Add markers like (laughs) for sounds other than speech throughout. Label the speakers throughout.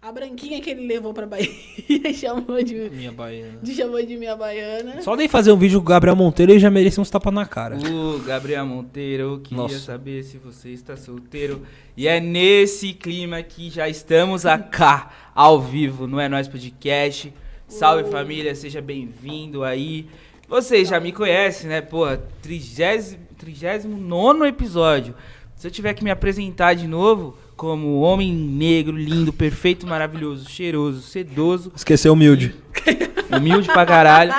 Speaker 1: A branquinha que ele levou pra Bahia (laughs) e chamou de,
Speaker 2: Minha baiana.
Speaker 1: de, chamou de minha baiana.
Speaker 3: Só dei fazer um vídeo com o Gabriel Monteiro e já merecia uns tapas na cara.
Speaker 2: O Gabriel Monteiro queria
Speaker 3: Nossa.
Speaker 2: saber se você está solteiro. E é nesse clima que já estamos acá, ao vivo, não é Nós Podcast. Salve família, seja bem-vindo aí. Vocês já me conhecem, né? Porra, 30 39 episódio. Se eu tiver que me apresentar de novo como homem negro, lindo, perfeito, maravilhoso, cheiroso, sedoso,
Speaker 3: Esqueceu humilde.
Speaker 2: Humilde pra caralho.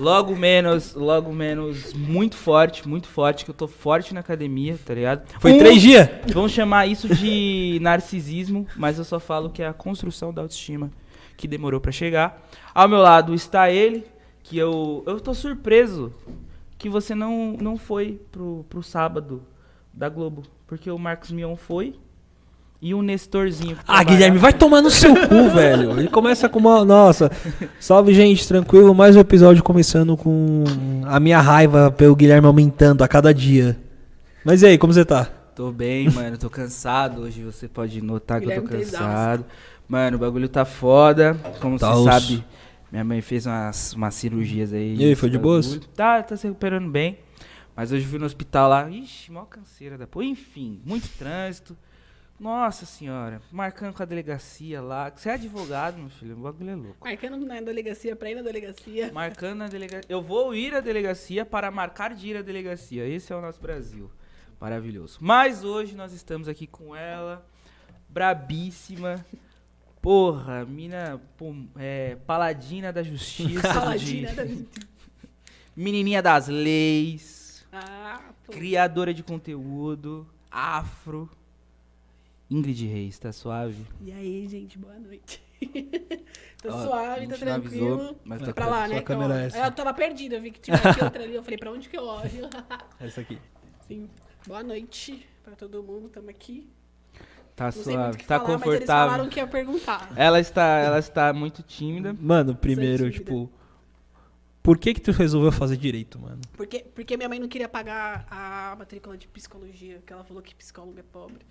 Speaker 2: Logo menos, logo menos, muito forte, muito forte, que eu tô forte na academia, tá ligado?
Speaker 3: Foi
Speaker 2: Um-
Speaker 3: três dias.
Speaker 2: Vão chamar isso de narcisismo, mas eu só falo que é a construção da autoestima que demorou pra chegar. Ao meu lado está ele, que eu. Eu tô surpreso que você não, não foi pro, pro sábado da Globo. Porque o Marcos Mion foi e o Nestorzinho. que
Speaker 3: Ah,
Speaker 2: trabalha-
Speaker 3: Guilherme, vai tomar no seu (laughs) cu, velho. Ele começa com uma. Nossa. Salve, gente, tranquilo. Mais um episódio começando com a minha raiva pelo Guilherme aumentando a cada dia. Mas e aí, como você tá?
Speaker 2: Tô bem, mano. Tô cansado. Hoje você pode notar que eu tô
Speaker 1: Guilherme tá
Speaker 2: cansado. Mano, o bagulho tá foda. Como
Speaker 3: Tá
Speaker 2: você
Speaker 3: osso.
Speaker 2: sabe, minha mãe fez umas, umas cirurgias aí.
Speaker 3: E aí, foi de
Speaker 2: bagulho.
Speaker 3: boas?
Speaker 2: Tá, tá se recuperando bem. Mas hoje fui no hospital lá. Ixi, mó canseira da porra. Enfim, muito trânsito. Nossa senhora, marcando com a delegacia lá. Você é advogado, meu filho. O bagulho é louco.
Speaker 1: Marcando um na delegacia pra ir na
Speaker 2: (laughs)
Speaker 1: delegacia.
Speaker 2: Marcando na delegacia. Eu vou ir à delegacia para marcar de ir à delegacia. Esse é o nosso Brasil. Maravilhoso. Mas hoje nós estamos aqui com ela, brabíssima. Porra, mina pum, é, paladina
Speaker 1: (laughs)
Speaker 2: da justiça. de-
Speaker 1: Paladina né, da
Speaker 2: Menininha das leis.
Speaker 1: Ah, pô.
Speaker 2: Criadora de conteúdo. Afro. Ingrid Reis, tá suave?
Speaker 1: E aí, gente, boa noite. (laughs) tô
Speaker 2: Ó, a
Speaker 1: Tá suave,
Speaker 2: gente
Speaker 1: tô
Speaker 2: não
Speaker 1: tranquilo.
Speaker 2: avisou, mas
Speaker 1: Fui
Speaker 2: tá
Speaker 1: pra
Speaker 2: com-
Speaker 1: lá,
Speaker 3: sua
Speaker 1: né? que eu-
Speaker 3: câmera é essa.
Speaker 1: Eu tava perdida, eu vi que tinha aqui outra ali. Eu falei, pra onde que eu olho? (laughs)
Speaker 3: Essa É aqui.
Speaker 1: Sim. Boa noite pra todo mundo, tamo aqui.
Speaker 2: Tá
Speaker 1: Não sei muito o
Speaker 2: suave,
Speaker 1: que
Speaker 2: tá
Speaker 1: falar, mas eles
Speaker 2: confortável.
Speaker 1: falaram que ia perguntar.
Speaker 2: Ela está, ela está muito tímida.
Speaker 3: Mano, primeiro,
Speaker 1: dívida.
Speaker 3: tipo. Por que que tu resolveu fazer direito, mano?
Speaker 1: Porque, porque minha mãe não queria pagar a matrícula de psicologia, porque ela falou que psicólogo é
Speaker 2: (laughs)
Speaker 1: pobre.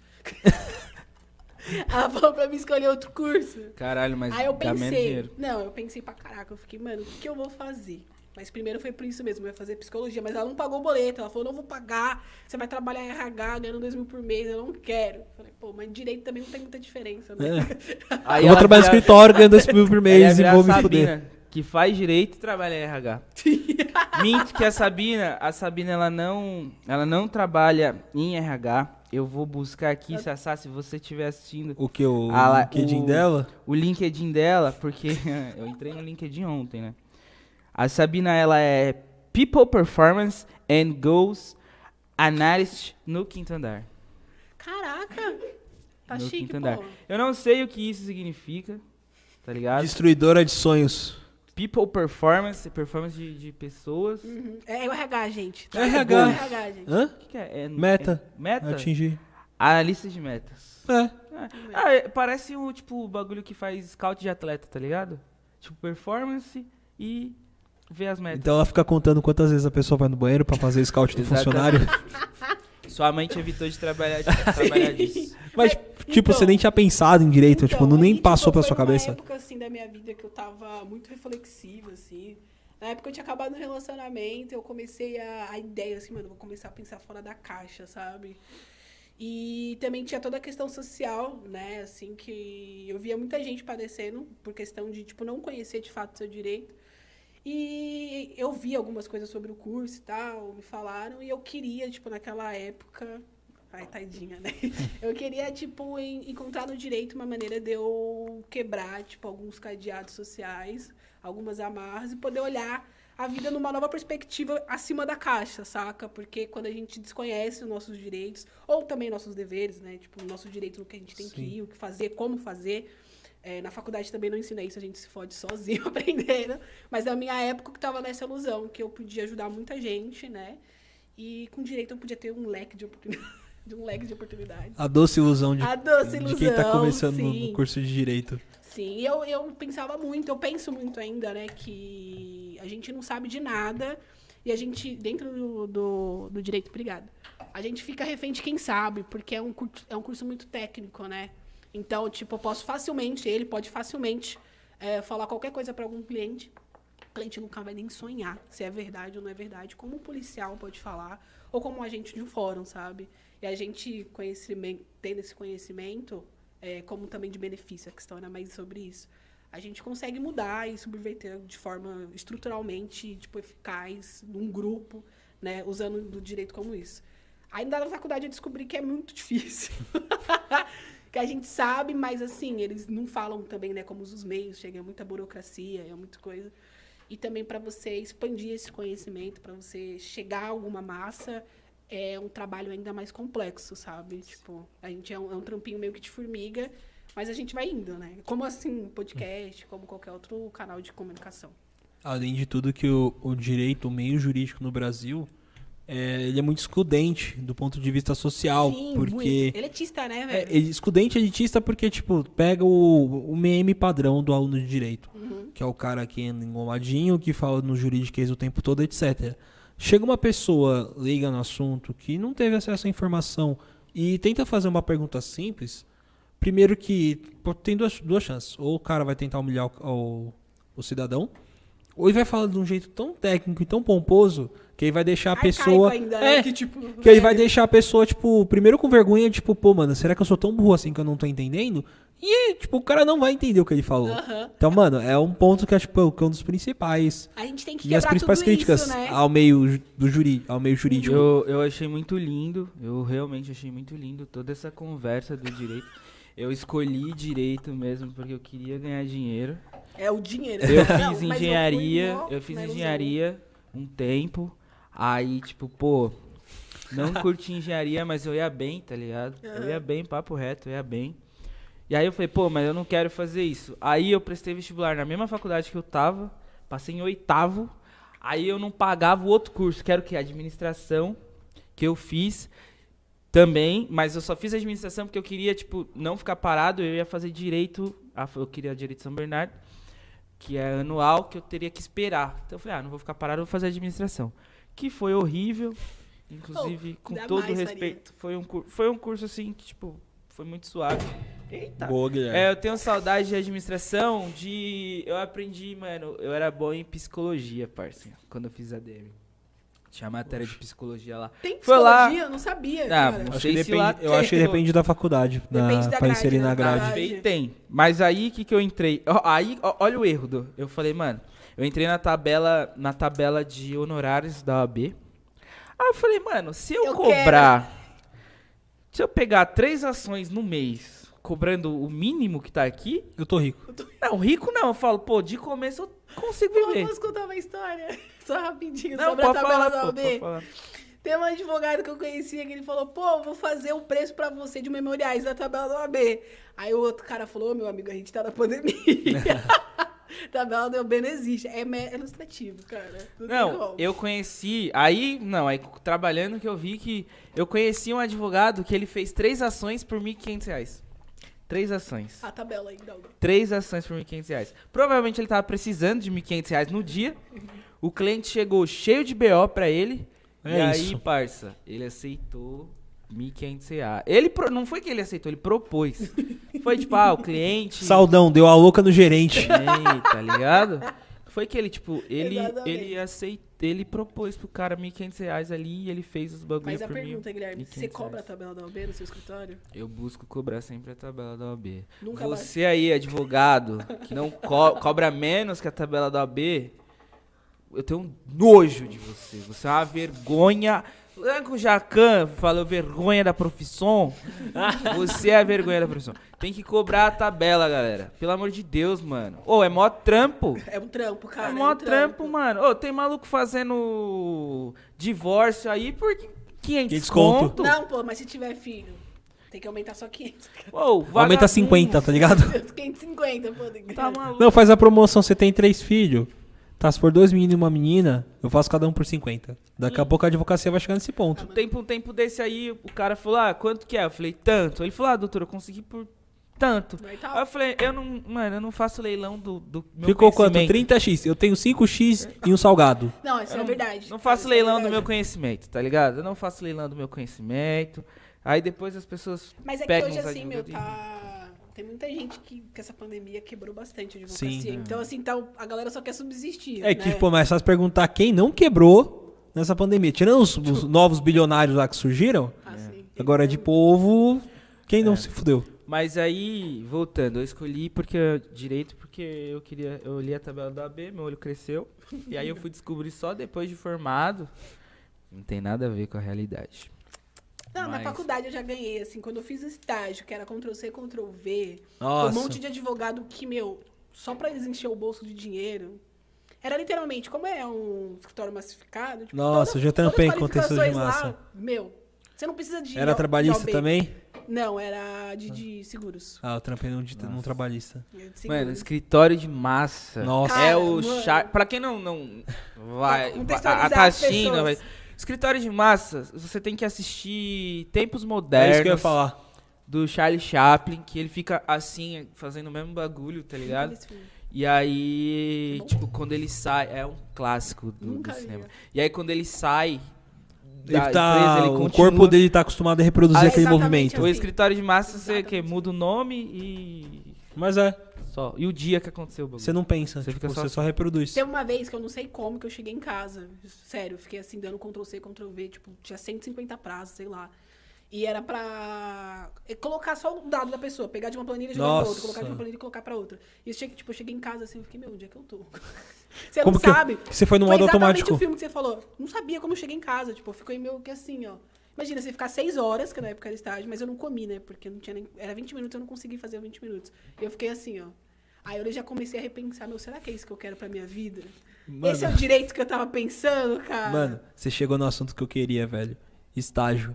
Speaker 1: ela falou pra mim escolher outro curso.
Speaker 2: Caralho, mas
Speaker 1: Aí eu
Speaker 2: dá menos dinheiro.
Speaker 1: pensei. Não, eu pensei pra caraca. Eu fiquei, mano, o que, que eu vou fazer? Mas primeiro foi por isso mesmo, eu ia fazer psicologia. Mas ela não pagou o boleto. Ela falou, não vou pagar. Você vai trabalhar em RH ganhando dois mil por mês. Eu não quero. Eu falei, pô, mas direito também não tem muita diferença, né?
Speaker 2: Aí
Speaker 3: eu vou
Speaker 2: ela
Speaker 3: trabalhar no
Speaker 2: vira-
Speaker 3: escritório ganhando dois (laughs) mil por mês
Speaker 2: ela
Speaker 3: e
Speaker 2: ia
Speaker 3: vou me
Speaker 2: virar a
Speaker 3: fuder.
Speaker 2: Sabina, Que faz direito e trabalha em
Speaker 1: (laughs)
Speaker 2: RH. Minto que a Sabina, a Sabina ela não, ela não trabalha em RH. Eu vou buscar aqui, Sassá, se você estiver assistindo,
Speaker 3: O que? O
Speaker 2: Ah, lá,
Speaker 3: LinkedIn
Speaker 2: o-
Speaker 3: dela?
Speaker 2: o LinkedIn dela, porque (laughs) eu entrei no LinkedIn ontem, né? A Sabina ela é People Performance and Goals Analyst no quinto andar.
Speaker 1: (laughs) Caraca! Tá
Speaker 2: no
Speaker 1: chique,
Speaker 2: quinto
Speaker 1: pô.
Speaker 2: andar. Eu não sei o que isso significa, tá ligado?
Speaker 3: Destruidora de sonhos.
Speaker 2: People Performance, performance de, de pessoas. O
Speaker 1: Uhum. É o RH, gente.
Speaker 3: É RH.
Speaker 1: RH, gente.
Speaker 3: Hã?
Speaker 2: que, que é? É-
Speaker 3: Meta.
Speaker 2: é- meta?
Speaker 3: Atingir.
Speaker 2: Analista de metas.
Speaker 3: É.
Speaker 2: Ah, ah, é- parece o tipo o bagulho que faz scout de atleta, tá ligado? Tipo, performance e ver as metas.
Speaker 3: Então ela fica contando quantas vezes a pessoa vai no banheiro pra fazer scout do funcionário.
Speaker 2: (laughs) Sua mãe te evitou de trabalhar, (laughs) de trabalhar disso.
Speaker 3: Mas, tipo,
Speaker 1: então-
Speaker 3: você nem tinha pensado em direito, tipo, não
Speaker 1: aí,
Speaker 3: nem
Speaker 1: tipo,
Speaker 3: passou pela
Speaker 1: foi
Speaker 3: sua
Speaker 1: numa
Speaker 3: cabeça.
Speaker 1: época, assim, da minha vida que eu tava muito reflexiva, assim. Na época eu tinha acabado no relacionamento, eu comecei a, a ideia, assim, mano, eu vou começar a pensar fora da caixa, sabe? E também tinha toda a questão social, né? Assim, que eu via muita gente padecendo por questão de, tipo, não conhecer de fato seu direito. E eu vi algumas coisas sobre o curso e tal, me falaram, e eu queria, tipo, naquela época. Ai, tadinha, né? (laughs) Eu queria, tipo, en- encontrar no direito uma maneira de eu quebrar, tipo, alguns cadeados sociais, algumas amarras, e poder olhar a vida numa nova perspectiva acima da caixa, saca? Porque quando a gente desconhece os nossos direitos, ou também nossos deveres, né? Tipo, o nosso direito no que a gente tem que
Speaker 3: Sim.
Speaker 1: ir, o que fazer, como fazer. É, na faculdade também não ensina isso, a gente se fode sozinho (laughs) aprendendo. Mas na minha época que tava nessa ilusão, que eu podia ajudar muita gente, né? E com direito eu podia ter um leque de oportunidades. (laughs) De um leque de oportunidades.
Speaker 3: A doce ilusão de,
Speaker 1: A doce ilusão.
Speaker 3: de quem tá começando no-
Speaker 1: sim.
Speaker 3: no curso de direito.
Speaker 1: Sim, e eu, eu pensava muito, eu penso muito ainda, né? Que a gente não sabe de nada e a gente, dentro do, do, do direito, obrigada. A gente fica refém de quem sabe, porque é um, curso, é um curso muito técnico, né? Então, tipo, eu posso facilmente, ele pode facilmente é, falar qualquer coisa para algum cliente. O cliente nunca vai nem sonhar se é verdade ou não é verdade, como um policial pode falar, ou como um agente de um fórum, sabe? E a gente conhecimento, tendo esse conhecimento, é, como também de benefício, a questão era mais sobre isso. A gente consegue mudar e subverter de forma estruturalmente tipo, eficaz, num grupo, né, usando do direito como isso. Ainda na faculdade eu descobri que é muito (laughs) difícil. que a gente sabe, mas assim, eles não falam também, né, como os meios, chega muita burocracia, é muita coisa. E também para você expandir esse conhecimento, para você chegar a alguma massa, é um trabalho ainda mais complexo, sabe? Tipo, a gente é um, é um trampinho meio que de formiga, mas a gente vai indo, né? Como assim, podcast, como qualquer outro canal de comunicação.
Speaker 3: Além de tudo que o, o direito, o meio jurídico no Brasil, é, ele é muito excludente do ponto de vista social,
Speaker 1: Sim,
Speaker 3: porque
Speaker 1: muito. Elitista, né,
Speaker 3: é,
Speaker 1: velho?
Speaker 3: ele- excludente é elitista porque tipo pega o, o meme padrão do aluno de direito,
Speaker 1: Uhum.
Speaker 3: que é o cara que anda engomadinho, que fala no juridiquês o tempo todo, etc. Chega uma pessoa liga no assunto que não teve acesso à informação e tenta fazer uma pergunta simples, primeiro que pô, tem duas, duas chances, ou o cara vai tentar humilhar o, o, o cidadão, ou ele vai falar de um jeito tão técnico e tão pomposo que ele vai deixar a
Speaker 1: Arcaico
Speaker 3: pessoa
Speaker 1: ainda, né?
Speaker 3: É,
Speaker 1: Que, tipo,
Speaker 3: que aí
Speaker 1: velho.
Speaker 3: vai deixar a pessoa, tipo, primeiro com vergonha, tipo, pô, mano, será que eu sou tão burro assim que eu não tô entendendo? E, tipo, o cara não vai entender o que ele falou.
Speaker 1: Aham.
Speaker 3: Então, mano, é um ponto que é, tipo, que é um dos principais.
Speaker 1: A gente tem que
Speaker 3: E as
Speaker 1: quebrar
Speaker 3: principais
Speaker 1: tudo
Speaker 3: críticas
Speaker 1: isso, né?
Speaker 3: ao meio ju- do juri, ao meio jurídico.
Speaker 2: Eu, eu achei muito lindo, eu realmente achei muito lindo toda essa conversa do direito. Eu escolhi direito mesmo porque eu queria ganhar dinheiro.
Speaker 1: É o dinheiro.
Speaker 2: Eu
Speaker 1: (laughs) Não, mas eu
Speaker 2: fiz
Speaker 1: fui
Speaker 2: engenharia,
Speaker 1: mó
Speaker 2: eu fiz
Speaker 1: nervosinha.
Speaker 2: engenharia um tempo, aí tipo, pô,
Speaker 1: (laughs)
Speaker 2: não curti engenharia, mas eu ia bem, tá ligado? Eu ia bem, papo reto, eu ia bem. E aí eu falei, pô, mas eu não quero fazer isso. Aí eu prestei vestibular na mesma faculdade que eu tava, passei em oitavo, aí eu não pagava o outro curso, que era o quê? Administração, que eu fiz também, mas eu só fiz administração porque eu queria, tipo, não ficar parado, eu ia fazer direito, a- eu queria direito São Bernardo, que é anual, que eu teria que esperar. Então eu falei, ah, não vou ficar parado, eu vou fazer administração. Que foi horrível, inclusive, com
Speaker 1: dá
Speaker 2: todo
Speaker 1: mais,
Speaker 2: respeito. Foi um, cur- foi um curso, assim, que, tipo, foi muito suave. Eita!
Speaker 3: Tá. Boa, Guilherme.
Speaker 2: É, eu tenho saudade de administração, de... Eu aprendi, mano, eu era bom em psicologia, parceiro, quando eu fiz ADM. Tinha matéria de psicologia lá.
Speaker 1: Tem
Speaker 2: Foi lá-
Speaker 1: psicologia? Eu não sabia,
Speaker 2: Ah,
Speaker 1: cara.
Speaker 2: não
Speaker 3: acho
Speaker 2: sei
Speaker 3: que
Speaker 2: se
Speaker 3: depende,
Speaker 2: lá
Speaker 3: eu acho que
Speaker 2: tem.
Speaker 3: depende da faculdade, na,
Speaker 1: Depende da
Speaker 3: pra
Speaker 1: grade,
Speaker 3: inserir
Speaker 1: né?
Speaker 3: na
Speaker 1: Da
Speaker 3: grade.
Speaker 1: grade.
Speaker 2: Tem, tem. Mas aí que que eu entrei? Ó, Aí, ó, olha o erro do. Eu falei, mano, eu entrei na tabela, na tabela de honorários da OAB. Aí eu falei, mano, se eu,
Speaker 1: Eu
Speaker 2: cobrar, se eu pegar três ações no mês, cobrando o mínimo que tá aqui,
Speaker 3: Eu tô rico.
Speaker 2: não, rico não. Eu falo, pô, de começo eu consigo
Speaker 1: Porra,
Speaker 2: viver.
Speaker 1: posso contar uma história? (laughs) Só rapidinho,
Speaker 2: Não,
Speaker 1: sobre a
Speaker 2: pode
Speaker 1: é tabela
Speaker 2: falar,
Speaker 1: da
Speaker 2: pô,
Speaker 1: OAB.
Speaker 2: pode falar.
Speaker 1: Tem um advogado que eu conhecia que ele falou, pô, eu vou fazer um preço pra você de memoriais da tabela da OAB. Aí o outro cara falou, ô, meu amigo, a gente tá na pandemia. (laughs) tabela da OAB não existe. É me- é ilustrativo, cara. tem
Speaker 2: Não,
Speaker 1: como.
Speaker 2: eu conheci. Aí, não, aí trabalhando que eu vi que. Eu conheci um advogado que ele fez três ações por R$ 1.500 reais. Três ações.
Speaker 1: A tabela ainda. não.
Speaker 2: Três ações por R$ 1.500 reais. Provavelmente ele tava precisando de R$ 1.500 reais no dia. O cliente chegou cheio de BO pra ele.
Speaker 3: É
Speaker 2: e
Speaker 3: isso.
Speaker 2: aí, parça, ele aceitou R$ 1.500 reais. Ele pro- não foi que ele aceitou, ele propôs. Foi tipo, ah, o cliente.
Speaker 3: Saudão, deu a louca no gerente.
Speaker 2: Ei, tá ligado? Foi que ele, tipo, ele,
Speaker 1: Exatamente.
Speaker 2: ele aceitou, ele propôs pro cara 1.500 reais ali e ele fez os bagulho
Speaker 1: Mas a
Speaker 2: por mim.
Speaker 1: pergunta, é- Guilherme,
Speaker 2: 1.500
Speaker 1: você cobra a
Speaker 2: reais.
Speaker 1: tabela da OAB no seu escritório?
Speaker 2: Eu busco cobrar sempre a tabela da OAB.
Speaker 1: Nunca
Speaker 2: Você aí, advogado, que não co- cobra menos que a tabela da OAB, eu tenho nojo de você. Você é uma vergonha. Lembra que o Jacan falou vergonha da profissão? Você é a vergonha da profissão. Tem que cobrar a tabela, galera. Pelo amor de Deus, mano. Ô, é mó trampo.
Speaker 1: É um trampo, cara.
Speaker 2: é
Speaker 1: um
Speaker 2: mó trampo, mano. Ô, tem maluco fazendo divórcio aí por 500
Speaker 3: desconto.
Speaker 2: conto.
Speaker 1: Não, pô, mas se tiver filho, tem que aumentar só 500. (laughs)
Speaker 2: Ô,
Speaker 3: (laughs) Aumenta
Speaker 2: vagabundo.
Speaker 3: 50, tá ligado?
Speaker 1: 550, pô. tem que- (laughs)
Speaker 2: Tá maluco.
Speaker 3: Não, faz a promoção, você tem três filhos. Tá, se for dois meninos e uma menina, eu faço cada um por 50. Daqui
Speaker 2: Hum.
Speaker 3: a pouco a advocacia vai chegar nesse ponto.
Speaker 2: Tempo, um tempo desse aí, o cara falou, ah, quanto que é? Eu falei, tanto. Ele falou, ah, doutor, eu consegui por tanto.
Speaker 1: Vai tá.
Speaker 2: Aí eu falei, eu não, mano, eu não faço leilão do, do meu
Speaker 3: Ficou quanto?
Speaker 2: conhecimento.
Speaker 3: 30x. Eu tenho 5x e um salgado.
Speaker 1: Não, isso é verdade.
Speaker 2: Não faço
Speaker 1: Isso é
Speaker 2: leilão do
Speaker 1: verdade.
Speaker 2: meu conhecimento, tá ligado? Eu não faço leilão do meu conhecimento. Aí depois as pessoas
Speaker 1: Mas é que
Speaker 2: pegam
Speaker 1: hoje,
Speaker 2: os
Speaker 1: assim, meu,
Speaker 2: advogados e-
Speaker 1: tá. Tem muita gente que, que essa pandemia quebrou bastante a advocacia.
Speaker 3: Sim, é.
Speaker 1: Então, assim, tá, o- a galera só quer subsistir.
Speaker 3: É que,
Speaker 1: né?
Speaker 3: pô, mas faz perguntar quem não quebrou nessa pandemia. Tirando os,
Speaker 1: Tipo,
Speaker 3: os novos bilionários lá que surgiram,
Speaker 1: Assim,
Speaker 3: é. agora de povo, quem
Speaker 1: É.
Speaker 3: não se fudeu?
Speaker 2: Mas aí, voltando, eu escolhi porque eu- direito porque eu queria, eu li a tabela da AB, meu olho cresceu, e aí eu fui descobrir só depois de formado. Não tem nada a ver com a realidade.
Speaker 1: Não, na
Speaker 2: Mas-
Speaker 1: faculdade eu já ganhei, assim, quando eu fiz o estágio, que era Ctrl-C, Ctrl-V, um
Speaker 3: Nossa.
Speaker 1: monte de advogado que, meu, só pra eles encher o bolso de dinheiro. Era literalmente, como é um escritório massificado, tipo,
Speaker 3: Nossa, eu já
Speaker 1: todas as
Speaker 3: tampei com texto de
Speaker 1: qualificações
Speaker 3: massa.
Speaker 1: Lá, meu, você não precisa de.
Speaker 3: Era
Speaker 1: de
Speaker 3: trabalhista
Speaker 1: OAB.
Speaker 3: também?
Speaker 1: Não, era de, de seguros.
Speaker 3: Ah, eu trampei num, de- num trabalhista.
Speaker 1: É de
Speaker 2: Mano,
Speaker 1: seguros.
Speaker 2: escritório de massa.
Speaker 3: Nossa.
Speaker 2: É
Speaker 1: Cara,
Speaker 2: o
Speaker 1: mano.
Speaker 2: char... Pra quem não, não vai...
Speaker 1: Pra
Speaker 2: vai-
Speaker 1: contextualizar
Speaker 2: A, a
Speaker 1: as
Speaker 2: Tachina,
Speaker 1: pessoas.
Speaker 2: vai... Escritório de massa, você tem que assistir Tempos
Speaker 3: É
Speaker 2: Modernos.
Speaker 3: isso que eu ia falar.
Speaker 2: Do Charlie Chaplin, que ele fica assim, fazendo o mesmo bagulho, tá
Speaker 1: Nunca vi
Speaker 2: ligado?
Speaker 1: esse filme.
Speaker 2: E aí,
Speaker 1: Bom.
Speaker 2: tipo, quando ele sai, é um clássico do,
Speaker 1: Nunca
Speaker 2: do
Speaker 1: vi. é.
Speaker 2: cinema. E aí, quando ele sai da
Speaker 3: Ele tá,
Speaker 2: empresa, ele
Speaker 3: o
Speaker 2: continua-
Speaker 3: corpo dele tá acostumado a reproduzir
Speaker 2: Ah,
Speaker 3: aquele
Speaker 1: exatamente,
Speaker 3: movimento.
Speaker 2: O
Speaker 1: assim.
Speaker 2: escritório de massa, você
Speaker 1: Exatamente.
Speaker 2: que muda o nome e
Speaker 3: Mas é,
Speaker 2: só. E o dia que aconteceu o bagulho.
Speaker 3: você não pensa,
Speaker 2: Você
Speaker 3: tipo,
Speaker 2: fica só-
Speaker 3: você só reproduz.
Speaker 1: Teve uma vez que eu não sei como que eu cheguei em casa. Sério, eu fiquei assim, dando Ctrl C, Ctrl V, tipo, tinha 150 prazos, sei lá. E era pra é colocar só um dado da pessoa, pegar de uma planilha e jogar pra outra,
Speaker 3: Nossa.
Speaker 1: colocar de uma planilha e colocar pra outra. E eu cheguei, tipo, eu cheguei em casa assim, eu fiquei, meu, onde é que eu tô? (laughs) Você
Speaker 3: Como
Speaker 1: não
Speaker 3: que eu-
Speaker 1: sabe?
Speaker 3: que você foi no modo
Speaker 1: exatamente
Speaker 3: é automático.
Speaker 1: o filme que você falou. Não sabia como eu cheguei em casa, tipo, eu fiquei meio que assim, ó. Imagina, você ficar seis horas, que na época era estágio, mas eu não comi, né? Porque não tinha nem... Era 20 minutos, eu não consegui fazer 20 minutos. E eu fiquei assim, ó. Aí eu já comecei a repensar, meu, será que é isso que eu quero pra minha vida?
Speaker 3: Mano.
Speaker 1: Esse é o direito que eu tava pensando, cara?
Speaker 3: Mano, você chegou no assunto que eu queria, velho. Estágio.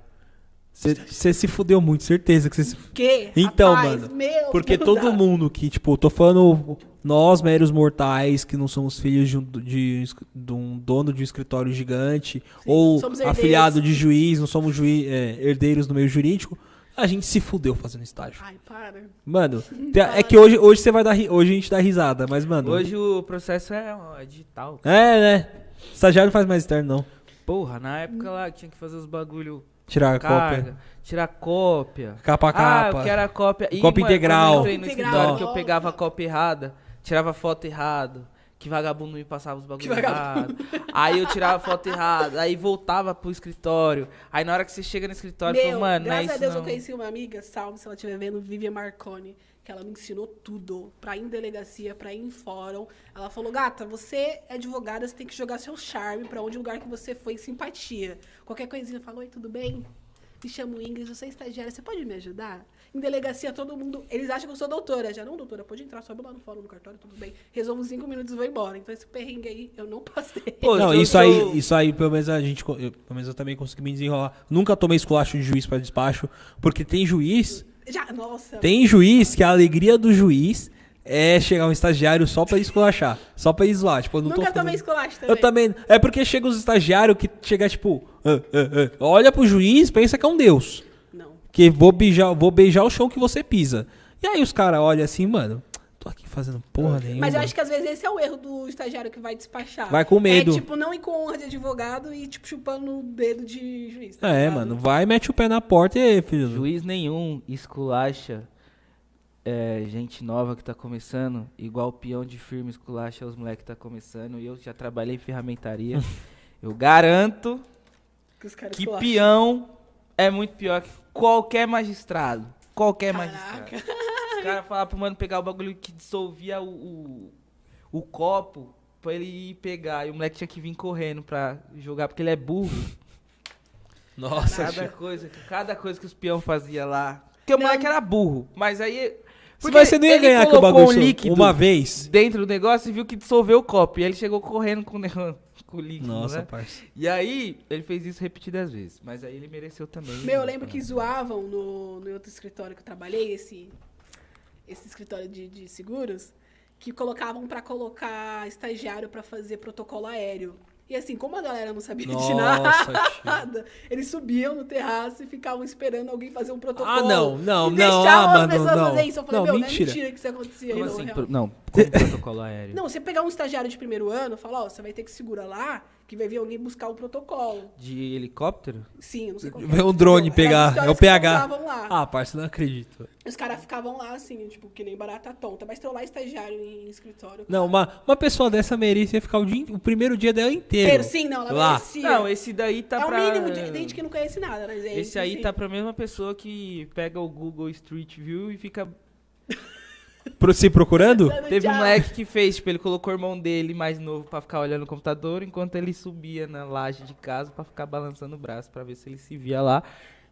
Speaker 3: Você- Você se fudeu muito, certeza que você se
Speaker 1: Que?
Speaker 3: Então,
Speaker 1: rapaz,
Speaker 3: mano,
Speaker 1: Meu
Speaker 3: Porque
Speaker 1: Deus,
Speaker 3: todo mundo que, tipo, tô falando nós, meros mortais, que não somos filhos de um, de, um es- de um dono de um escritório gigante, ou
Speaker 1: somos herdeiros.
Speaker 3: afiliado de juiz, não somos juiz, é, herdeiros no meio jurídico, a gente se fudeu fazendo estágio.
Speaker 1: Ai, para.
Speaker 3: Mano, te- é que hoje, hoje você vai dar ri- hoje a gente dá risada, mas, mano.
Speaker 2: Hoje o processo é, ó, é digital.
Speaker 3: É, né? Estagiário não faz mais externo, não.
Speaker 2: Porra, na época lá tinha que fazer os bagulho
Speaker 3: Tirar a
Speaker 2: carga,
Speaker 3: cópia.
Speaker 2: tirar cópia.
Speaker 3: Capa a
Speaker 2: Ah,
Speaker 3: capa.
Speaker 2: eu quero a cópia. Ih,
Speaker 3: Cópia
Speaker 2: mano,
Speaker 3: integral.
Speaker 2: quando Eu entrei no
Speaker 1: Integral.
Speaker 2: escritório que eu pegava a cópia errada, tirava a foto errado. Que vagabundo me passava os
Speaker 1: Que
Speaker 2: bagulhos errado.
Speaker 1: vagabundo.
Speaker 2: Aí eu tirava a foto errada, aí voltava pro escritório. Aí na hora que você chega no escritório,
Speaker 1: Meu,
Speaker 2: falou, mano, não é
Speaker 1: graças
Speaker 2: isso
Speaker 1: a Deus
Speaker 2: não.
Speaker 1: eu conheci uma amiga, salve se ela estiver vendo, Vivian Marconi, que ela me ensinou tudo, pra ir em delegacia, pra ir em fórum. Ela falou, gata, você é advogada, você tem que jogar seu charme pra onde lugar que você foi, simpatia. Qualquer coisinha, falou, oi, tudo bem? Me chamo Ingrid, eu sou estagiária, você pode me ajudar? Em delegacia, todo mundo, eles acham que eu sou doutora. Já não, doutora, pode entrar, sobe lá no fórum, no cartório, tudo bem. Resolvo em cinco minutos e vou embora. Então esse perrengue aí, eu não passei.
Speaker 2: Pô,
Speaker 3: não,
Speaker 2: eu
Speaker 3: isso
Speaker 2: sou-
Speaker 3: aí, isso aí, pelo menos a gente, co- eu, pelo menos eu também consegui me desenrolar. Nunca tomei esculacho de juiz pra despacho, porque tem juiz,
Speaker 1: Já, nossa.
Speaker 3: tem juiz que a alegria do juiz é chegar um estagiário só pra esculachar, só pra zoar, tipo, eu não tô
Speaker 1: Nunca tomei
Speaker 3: fazendo-
Speaker 1: esculacho também.
Speaker 3: Eu também, é porque chega os estagiários que chega tipo, "Ah, ah, ah", olha pro juiz, pensa que é um deus,
Speaker 1: Não.
Speaker 3: que vou beijar, vou beijar o chão que você pisa. E aí os caras olham assim, mano, tô aqui fazendo porra nenhuma.
Speaker 1: Mas eu acho que às vezes esse é o erro do estagiário que vai despachar.
Speaker 3: Vai com medo.
Speaker 1: É tipo, não ir com honra de advogado e tipo chupando o dedo de juiz. tá
Speaker 3: É,
Speaker 1: ligado?
Speaker 3: mano, vai, mete o pé na porta e aí, filho.
Speaker 2: Juiz nenhum esculacha é, gente nova que tá começando, igual peão de firma esculacha os moleques que tá começando. E eu já trabalhei em (laughs) ferramentaria. eu garanto
Speaker 1: Que, os caras
Speaker 2: que
Speaker 1: colocam.
Speaker 2: peão é muito pior que qualquer magistrado. Qualquer magistrado.
Speaker 1: Caraca.
Speaker 2: Os caras falaram pro mano pegar o bagulho que dissolvia o, o, o copo pra ele ir pegar. E o moleque tinha que vir correndo pra jogar, porque ele
Speaker 1: (laughs)
Speaker 2: é burro.
Speaker 3: Nossa,
Speaker 2: Cada coisa, cada coisa que os peão fazia lá. Porque o
Speaker 1: Não.
Speaker 2: moleque era burro, mas aí.
Speaker 3: Porque
Speaker 2: porque
Speaker 3: Mas você não ia
Speaker 2: ele
Speaker 3: ganhar com o
Speaker 2: colocou
Speaker 3: bagulho
Speaker 2: um
Speaker 3: só
Speaker 2: líquido
Speaker 3: uma vez.
Speaker 2: dentro do negócio e viu que dissolveu o copo. E ele chegou correndo com o, (laughs) negócio- com o líquido.
Speaker 3: Nossa,
Speaker 2: né?
Speaker 3: parceiro.
Speaker 2: E aí, ele fez isso repetidas vezes. Mas aí ele mereceu também. né?
Speaker 1: Meu, eu lembro que zoavam no, no outro escritório que eu trabalhei, esse, esse escritório de, de seguros, que colocavam pra colocar estagiário pra fazer protocolo aéreo. E assim, como a galera não é? sabia de
Speaker 3: Nossa,
Speaker 1: nada, eles subiam no terraço e ficavam esperando alguém fazer um protocolo.
Speaker 3: Ah, não, não,
Speaker 1: e
Speaker 3: não,
Speaker 1: deixavam
Speaker 3: ah,
Speaker 1: as
Speaker 3: mano,
Speaker 1: pessoas
Speaker 3: não.
Speaker 1: fazerem isso. Eu falei,
Speaker 3: Não,
Speaker 1: meu,
Speaker 3: mentira.
Speaker 1: não é mentira que isso acontecia.
Speaker 2: Como
Speaker 1: não, é
Speaker 2: assim?
Speaker 1: real.
Speaker 2: Pro- Não, como protocolo aéreo.
Speaker 1: Não, você pegar um estagiário de primeiro ano, falar, ó, você vai ter que segurar lá que vai vir alguém buscar o protocolo.
Speaker 2: De helicóptero?
Speaker 1: Sim, eu não sei como
Speaker 3: Vem um drone
Speaker 1: Então, eram
Speaker 3: pegar,
Speaker 1: histórias
Speaker 3: é o
Speaker 1: que
Speaker 3: PH.
Speaker 1: contavam lá.
Speaker 3: Ah, parça, não acredito.
Speaker 1: Os caras ficavam lá, assim, tipo, que nem barata tonta. Mas trollar estagiário em escritório.
Speaker 3: Não, uma, uma pessoa dessa merecia ficar o, dia, in- o primeiro dia dela inteiro.
Speaker 1: Pero, sim, não, ela
Speaker 3: Lá.
Speaker 1: merecia.
Speaker 2: Não, esse daí tá
Speaker 1: é o
Speaker 2: pra.
Speaker 1: mínimo de gente que não conhece nada, né, gente?
Speaker 2: Esse aí
Speaker 1: Assim,
Speaker 2: tá pra mesma pessoa que pega o Google Street View e fica.
Speaker 3: Pro- se procurando?
Speaker 1: dando
Speaker 2: Teve um
Speaker 1: tchau.
Speaker 2: moleque que fez, tipo, ele colocou o irmão dele mais novo pra ficar olhando o computador enquanto ele subia na laje de casa pra ficar balançando o braço pra ver se ele se via lá.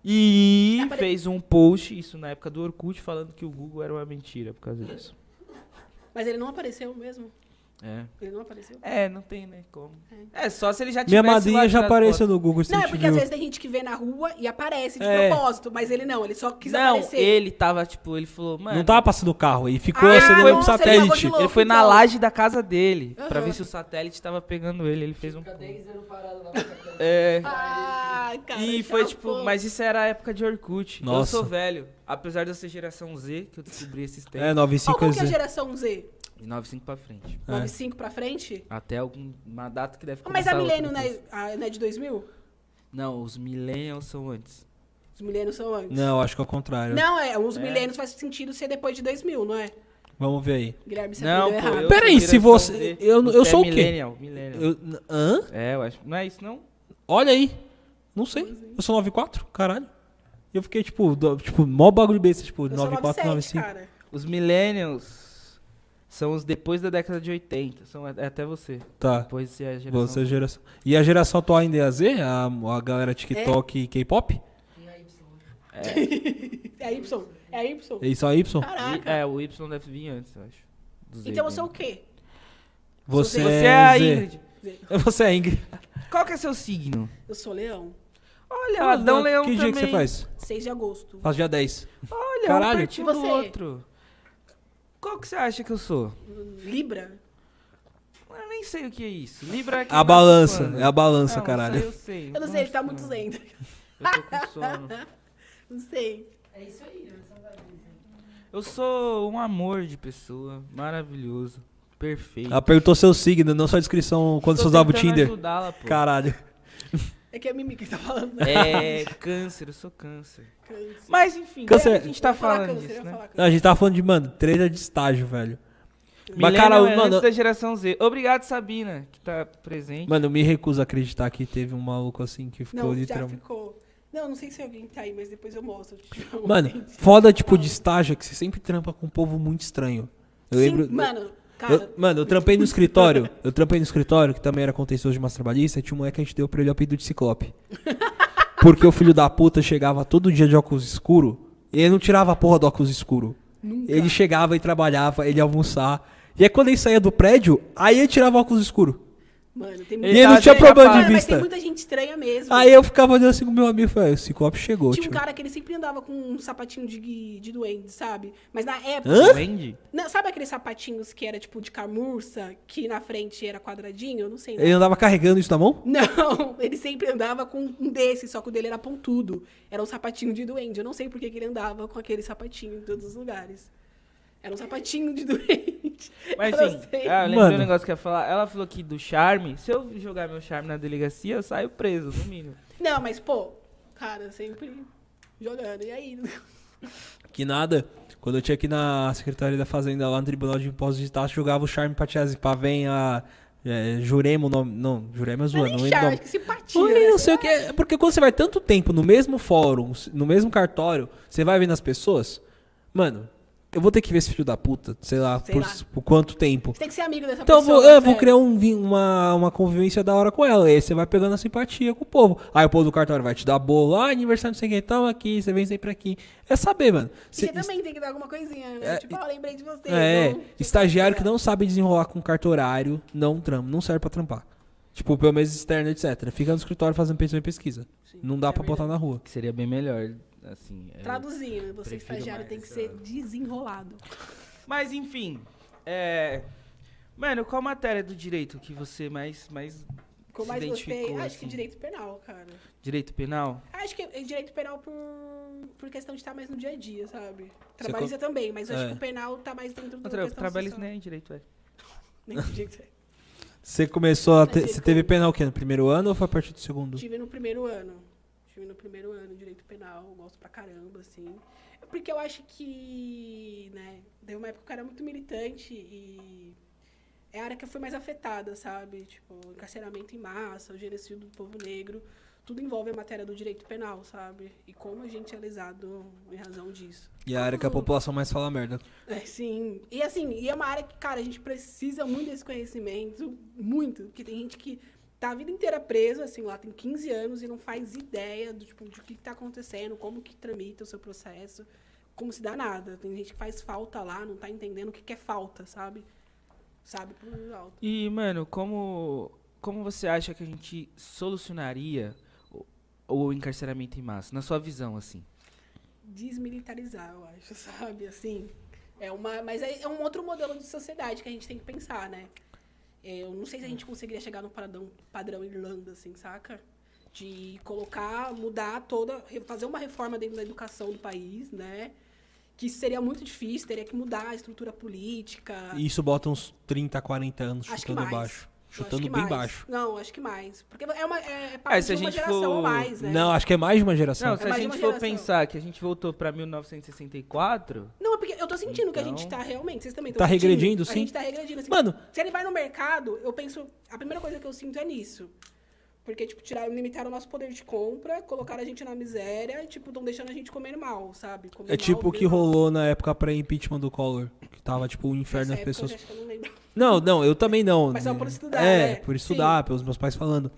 Speaker 2: E
Speaker 1: Apareceu.
Speaker 2: fez um post, isso na época do Orkut, falando que o Google era uma mentira por causa disso.
Speaker 1: Mas ele não apareceu mesmo.
Speaker 2: É.
Speaker 1: Ele não apareceu.
Speaker 2: É, não tem nem como. É, só se ele já tivesse
Speaker 3: Minha madrinha
Speaker 2: lá
Speaker 3: já
Speaker 2: atrás,
Speaker 3: apareceu no Google
Speaker 1: Não, é
Speaker 3: Street
Speaker 1: porque às
Speaker 3: View.
Speaker 1: vezes tem gente que vê na rua e aparece de
Speaker 3: É.
Speaker 1: propósito, mas ele não, ele só quis
Speaker 2: não,
Speaker 1: aparecer.
Speaker 2: ele tava, tipo, ele falou, mano.
Speaker 3: Não tá tava passando o carro, ele ficou
Speaker 1: Ah,
Speaker 3: acendendo
Speaker 1: foi
Speaker 3: um
Speaker 1: um
Speaker 3: satélite.
Speaker 1: louco,
Speaker 2: Ele foi na
Speaker 1: então.
Speaker 2: laje da casa dele pra
Speaker 1: Aham.
Speaker 2: ver se o satélite tava pegando ele. Ele fez um.
Speaker 4: Fica 10 anos parado lá pra cá.
Speaker 2: (laughs) É.
Speaker 1: Ah, cara.
Speaker 2: e
Speaker 1: que
Speaker 2: foi tipo,
Speaker 1: horror.
Speaker 2: mas isso era a época de Orkut. Eu
Speaker 3: Nossa.
Speaker 2: sou velho, apesar de eu ser geração Z, que eu descobri esses
Speaker 3: (laughs)
Speaker 2: tempos.
Speaker 3: É,
Speaker 1: Ó, qual que é a
Speaker 3: 95Z.
Speaker 1: geração Z?
Speaker 2: De 95 pra frente.
Speaker 3: É.
Speaker 1: 95 pra frente?
Speaker 2: Até alguma data que deve
Speaker 1: Ah,
Speaker 2: começar
Speaker 1: Mas a milênio não
Speaker 2: outra
Speaker 1: é, ah, não é de 2000?
Speaker 2: Não, os millennials são antes.
Speaker 1: Os milênios são antes.
Speaker 3: Não, acho que é o contrário.
Speaker 1: Não, é, os
Speaker 2: É.
Speaker 1: milênios faz sentido ser depois de 2000, não é?
Speaker 3: Vamos ver aí.
Speaker 1: Guilherme, você
Speaker 2: não,
Speaker 1: aprendeu
Speaker 2: pô,
Speaker 1: errado.
Speaker 2: eu
Speaker 3: Peraí,
Speaker 2: sou
Speaker 3: se
Speaker 2: geração
Speaker 3: você-
Speaker 2: Z.
Speaker 3: eu- eu
Speaker 2: Você é
Speaker 3: sou o quê?
Speaker 2: Millennial, millennial.
Speaker 3: Eu- n- hã?
Speaker 2: É, eu acho. Não é isso, não?
Speaker 3: Olha aí. Não sei. Eu sou 94, caralho. E eu fiquei, tipo, do, tipo, mó bagulho besta, tipo,
Speaker 1: Eu sou
Speaker 3: 94,
Speaker 1: 97,
Speaker 3: 95.
Speaker 1: cara.
Speaker 2: Os millennials são os depois da década de 80. São, é até você.
Speaker 3: Tá.
Speaker 2: Depois você é a geração
Speaker 3: Você é geração. E a geração atual ainda é a Z? A, a galera TikTok e K-pop?
Speaker 4: E a Y.
Speaker 1: É Y, é Y.
Speaker 3: É isso aí, Y?
Speaker 1: Caraca.
Speaker 2: É, o Y deve vir antes, eu acho. Do Z,
Speaker 1: Então eu
Speaker 2: né?
Speaker 1: sou o quê?
Speaker 3: Você,
Speaker 2: Você é a
Speaker 3: Z.
Speaker 2: Ingrid.
Speaker 3: Você é a Ingrid.
Speaker 2: Qual que é seu signo?
Speaker 1: Eu sou leão.
Speaker 2: Olha, É o Adão
Speaker 3: Que
Speaker 2: Leão
Speaker 3: dia
Speaker 2: também.
Speaker 3: que você faz?
Speaker 1: 6 de agosto.
Speaker 3: Faz dia 10.
Speaker 2: Olha,
Speaker 3: Caralho.
Speaker 2: um pertinho
Speaker 1: Você?
Speaker 2: do outro. Qual que você acha que eu sou?
Speaker 1: Libra?
Speaker 2: Eu nem sei o que é isso. Libra é quem
Speaker 3: A
Speaker 2: nasce
Speaker 3: balança.
Speaker 2: quando?
Speaker 3: É a balança,
Speaker 2: Não,
Speaker 3: caralho.
Speaker 2: isso aí Eu sei.
Speaker 1: Eu não sei, ele tá muito zen. (laughs)
Speaker 2: Eu tô com sono.
Speaker 1: Não sei.
Speaker 4: É isso aí, essa bagunça.
Speaker 2: Eu sou um amor de pessoa. Maravilhoso. Perfeito.
Speaker 3: Ela perguntou seu signo, não sua descrição quando você
Speaker 2: Tô
Speaker 3: usava o
Speaker 2: tentando
Speaker 3: Tinder.
Speaker 2: ajudá-la, pô.
Speaker 3: Caralho.
Speaker 1: É que é a Mimi que tá falando, né?
Speaker 3: (laughs)
Speaker 2: É câncer, eu sou câncer.
Speaker 1: Câncer.
Speaker 2: Mas enfim,
Speaker 3: Câncer-
Speaker 2: é que a gente tá
Speaker 1: Eu ia falar
Speaker 2: falando
Speaker 1: câncer, eu
Speaker 2: disso,
Speaker 1: ia
Speaker 2: né?
Speaker 1: falar
Speaker 3: Não,
Speaker 1: câncer.
Speaker 3: a gente tava falando de, mano, treta de estágio, velho.
Speaker 2: Mas,
Speaker 3: cara,
Speaker 2: cara,
Speaker 3: mano-
Speaker 2: é da geração Z. Obrigado, Sabina, que tá presente.
Speaker 3: Mano, eu me recuso a acreditar que teve um maluco assim que ficou
Speaker 1: Não, já
Speaker 3: literalmente.
Speaker 1: ficou. Não, não sei se alguém tá aí, mas depois eu mostro. Tipo,
Speaker 3: Mano, foda tipo de estágio é que você sempre trampa com um povo muito estranho. Eu
Speaker 1: Sim,
Speaker 3: lembro.
Speaker 1: Mano, cara.
Speaker 3: Eu, mano, eu trampei no
Speaker 1: (laughs)
Speaker 3: escritório. Eu trampei no escritório, que também era contencioso de uma trabalhista, e tinha um moleque que a gente deu pra ele o apelido de Ciclope. Porque o filho da puta chegava todo dia de óculos escuro e ele não tirava a porra do óculos escuro. Ele chegava e trabalhava, ele ia almoçar. E aí quando ele saía do prédio, aí ele tirava o óculos escuro.
Speaker 1: Mano, tem
Speaker 2: Ele
Speaker 1: muita
Speaker 3: e ele não
Speaker 2: tava
Speaker 3: tinha
Speaker 2: sem
Speaker 3: problema
Speaker 2: capaz.
Speaker 3: de
Speaker 1: Mano, mas
Speaker 3: vista.
Speaker 1: tem muita gente estranha mesmo.
Speaker 3: Aí eu ficava olhando assim com meu amigo e falei, o Ciclope chegou,
Speaker 1: Tinha um
Speaker 3: tio.
Speaker 1: cara que ele sempre andava com um sapatinho de, gui- de duende, sabe? Mas na época.
Speaker 3: Hã?
Speaker 2: Vende?
Speaker 1: Não, sabe aqueles sapatinhos que era tipo de camurça, que na frente era quadradinho? Eu não sei. né?
Speaker 3: Ele andava carregando isso na mão?
Speaker 1: Não, (laughs) ele sempre andava com um desses, só que o dele era pontudo. Era um sapatinho de duende. Eu não sei por que que ele andava com aquele sapatinho em todos os lugares. Era um sapatinho de (laughs) duende.
Speaker 2: Mas
Speaker 1: Eu
Speaker 2: sim,
Speaker 1: não sei.
Speaker 2: ah, eu lembrei
Speaker 3: Mano.
Speaker 2: um negócio que eu ia falar. Ela falou que do charme, se eu jogar meu charme na delegacia, eu saio preso, no mínimo.
Speaker 1: Não, mas pô, cara, sempre jogando. E aí? (laughs)
Speaker 3: Que nada. Quando eu tinha aqui na Secretaria da Fazenda, lá no Tribunal de Impostos de Taxas, jogava o Charme pra Tiazi Pavenha, é, Jurema, o nome... Não, Jurema é
Speaker 1: Não
Speaker 3: zoa,
Speaker 1: é
Speaker 3: não
Speaker 1: nem
Speaker 3: lembro o
Speaker 1: charme,
Speaker 3: nome.
Speaker 1: que simpatia.
Speaker 3: Ui,
Speaker 1: né?
Speaker 3: não sei o que. é, Porque quando você vai tanto tempo no mesmo fórum, no mesmo cartório, você vai vendo as pessoas, mano, eu vou ter que ver esse filho da puta, sei lá,
Speaker 1: Sei
Speaker 3: por,
Speaker 1: lá.
Speaker 3: por quanto tempo.
Speaker 1: Você tem que ser amigo dessa
Speaker 3: Então eu
Speaker 1: pessoa. é né?
Speaker 3: vou, eu vou
Speaker 1: sério.
Speaker 3: criar um vin- uma, uma convivência da hora com ela. E aí você vai pegando a simpatia com o povo. Aí o povo do cartório vai te dar bolo. Ah, aniversário não sei quem, então aqui, você vem sempre aqui. É saber, mano.
Speaker 1: E
Speaker 3: Cê-
Speaker 1: Você também tem que dar alguma coisinha, né?
Speaker 3: É,
Speaker 1: tipo, ah, lembrei de você. tipo,
Speaker 3: é,
Speaker 1: não-
Speaker 3: estagiário que não sabe desenrolar com cartorário, não trampa, não serve pra trampar. Tipo, pelo menos externo, etc. Fica no escritório fazendo pensão e pesquisa.
Speaker 1: Sim,
Speaker 3: não dá
Speaker 1: é
Speaker 3: pra botar na rua.
Speaker 2: Que seria bem melhor, assim. é.
Speaker 1: Traduzindo, você
Speaker 2: Prefiro
Speaker 1: estagiário tem que
Speaker 2: mais,
Speaker 1: ser
Speaker 2: ah.
Speaker 1: desenrolado.
Speaker 2: Mas enfim, é... Mano, qual matéria do direito que você mais... mais
Speaker 1: Como
Speaker 2: se
Speaker 1: mais gostei,
Speaker 2: identificou,
Speaker 1: acho que
Speaker 2: assim?
Speaker 1: direito penal, cara.
Speaker 2: Direito penal?
Speaker 1: Acho que é direito penal por, por questão de estar mais no dia a dia, sabe?
Speaker 3: Você
Speaker 1: Trabalhista também, mas eu acho
Speaker 3: É.
Speaker 1: que o penal tá mais dentro do
Speaker 2: Não, tra é
Speaker 1: questão
Speaker 2: trabalho
Speaker 1: social.
Speaker 2: nem é direito, é.
Speaker 1: Nem do jeito.
Speaker 3: Você começou a.
Speaker 1: Mas
Speaker 3: Te,
Speaker 1: ele
Speaker 3: você
Speaker 1: foi-
Speaker 3: teve penal o quê? No primeiro ano ou foi a partir do segundo?
Speaker 1: Tive no primeiro ano. Tive no primeiro ano, direito penal, eu gosto pra caramba, assim. É Porque eu acho que, né, deu uma época que eu era muito militante e é a área que eu fui mais afetada, sabe? Tipo, encarceramento em massa, o genocídio do povo negro, tudo envolve a matéria do direito penal, sabe? E como a gente é lesado em razão disso.
Speaker 3: E a área que a população mais fala merda.
Speaker 1: É, sim. E assim, e é uma área que, cara, a gente precisa muito desse conhecimento, muito, porque tem gente que tá a vida inteira preso, assim, lá tem 15 anos e não faz ideia do tipo de que que tá acontecendo, como que tramita o seu processo, como se dá nada. Tem gente que faz falta lá, não tá entendendo o que que é falta, sabe? Sabe por alto.
Speaker 2: E, mano, como, como você acha que a gente solucionaria o, o encarceramento em massa? Na sua visão, assim.
Speaker 1: desmilitarizar, eu acho, (laughs) sabe? Assim, é uma, mas é, é um outro modelo de sociedade que a gente tem que pensar, né? É, Eu não sei se a gente conseguiria chegar no padrão, padrão Irlanda, assim, saca? De colocar, mudar toda, re- fazer uma reforma dentro da educação do país, né? Que isso seria muito difícil, teria que mudar a estrutura política.
Speaker 3: E isso bota uns 30, 40 anos
Speaker 1: Acho que
Speaker 3: chutando
Speaker 1: mais.
Speaker 3: baixo.
Speaker 1: Eu acho
Speaker 3: Chutando
Speaker 1: que
Speaker 3: bem
Speaker 1: mais.
Speaker 3: baixo.
Speaker 1: Não, acho que mais. Porque é, uma, é, é parte
Speaker 2: se a
Speaker 1: de uma
Speaker 2: gente
Speaker 1: geração
Speaker 2: for-
Speaker 1: ou mais, né?
Speaker 3: Não, acho que é mais de uma geração.
Speaker 2: Não, se
Speaker 1: É
Speaker 2: a
Speaker 1: mais de
Speaker 2: gente
Speaker 1: uma
Speaker 2: for
Speaker 1: geração.
Speaker 2: pensar que a gente voltou pra 1964,
Speaker 1: Não, é porque eu tô sentindo que a gente
Speaker 2: Então-
Speaker 1: tá realmente. Vocês também
Speaker 3: Tá
Speaker 1: tão sentindo?
Speaker 3: regredindo,
Speaker 1: A
Speaker 3: sim.
Speaker 1: gente tá regredindo. Assim,
Speaker 3: Mano.
Speaker 1: Se ele vai no mercado, eu penso. A primeira coisa que eu sinto é nisso. Porque, tipo, tiraram, limitaram o nosso poder de compra, colocaram a gente na miséria e, tipo, estão deixando a gente comer mal, sabe? Comer
Speaker 3: É tipo
Speaker 1: mal,
Speaker 3: o que
Speaker 1: bem mal.
Speaker 3: rolou na época pré-impeachment do Collor. Que tava, tipo, um
Speaker 1: Nessa
Speaker 3: inferno das
Speaker 1: época, eu
Speaker 3: pessoas.
Speaker 1: acho que eu não lembro. (laughs)
Speaker 3: Não, não, eu também não.
Speaker 1: Mas
Speaker 3: né?
Speaker 1: só por estudar,
Speaker 3: É,
Speaker 1: né?
Speaker 3: por estudar, pelos meus pais falando.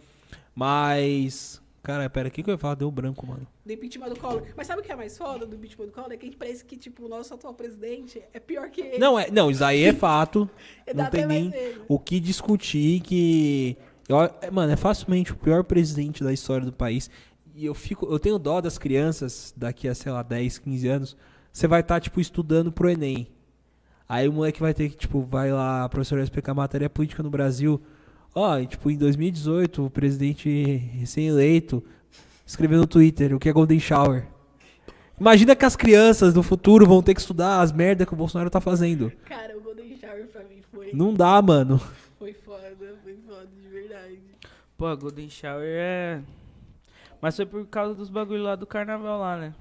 Speaker 3: Mas. Cara, pera, o que, que eu ia falar? Deu branco, mano.
Speaker 1: Do impeachment do Collor. Mas sabe o que é mais foda do impeachment do Collor? É que a gente parece que, tipo, o nosso atual presidente é pior que ele.
Speaker 3: Não, é, não, isso aí é fato.
Speaker 1: É, dá
Speaker 3: não tem
Speaker 1: até mais
Speaker 3: nem
Speaker 1: medo.
Speaker 3: o que discutir que. eu- é, mano, é facilmente o pior presidente da história do país. E eu fico. Eu tenho dó das crianças daqui a, sei lá, 10, 15 anos. Você vai estar, tipo, estudando pro Enem. Aí o moleque vai ter que, tipo, vai lá, a professora vai explicar matéria política no Brasil. Ó, e, tipo, em 2018, o presidente recém-eleito escreveu no Twitter o que é Golden Shower. Imagina que as crianças no futuro vão ter que estudar as merdas que o Bolsonaro tá fazendo.
Speaker 1: Cara, o Golden Shower pra mim foi,
Speaker 3: Não dá, mano.
Speaker 1: foi foda, foi foda, de verdade.
Speaker 2: pô, Golden Shower é. Mas foi por causa dos bagulho lá do carnaval lá, né?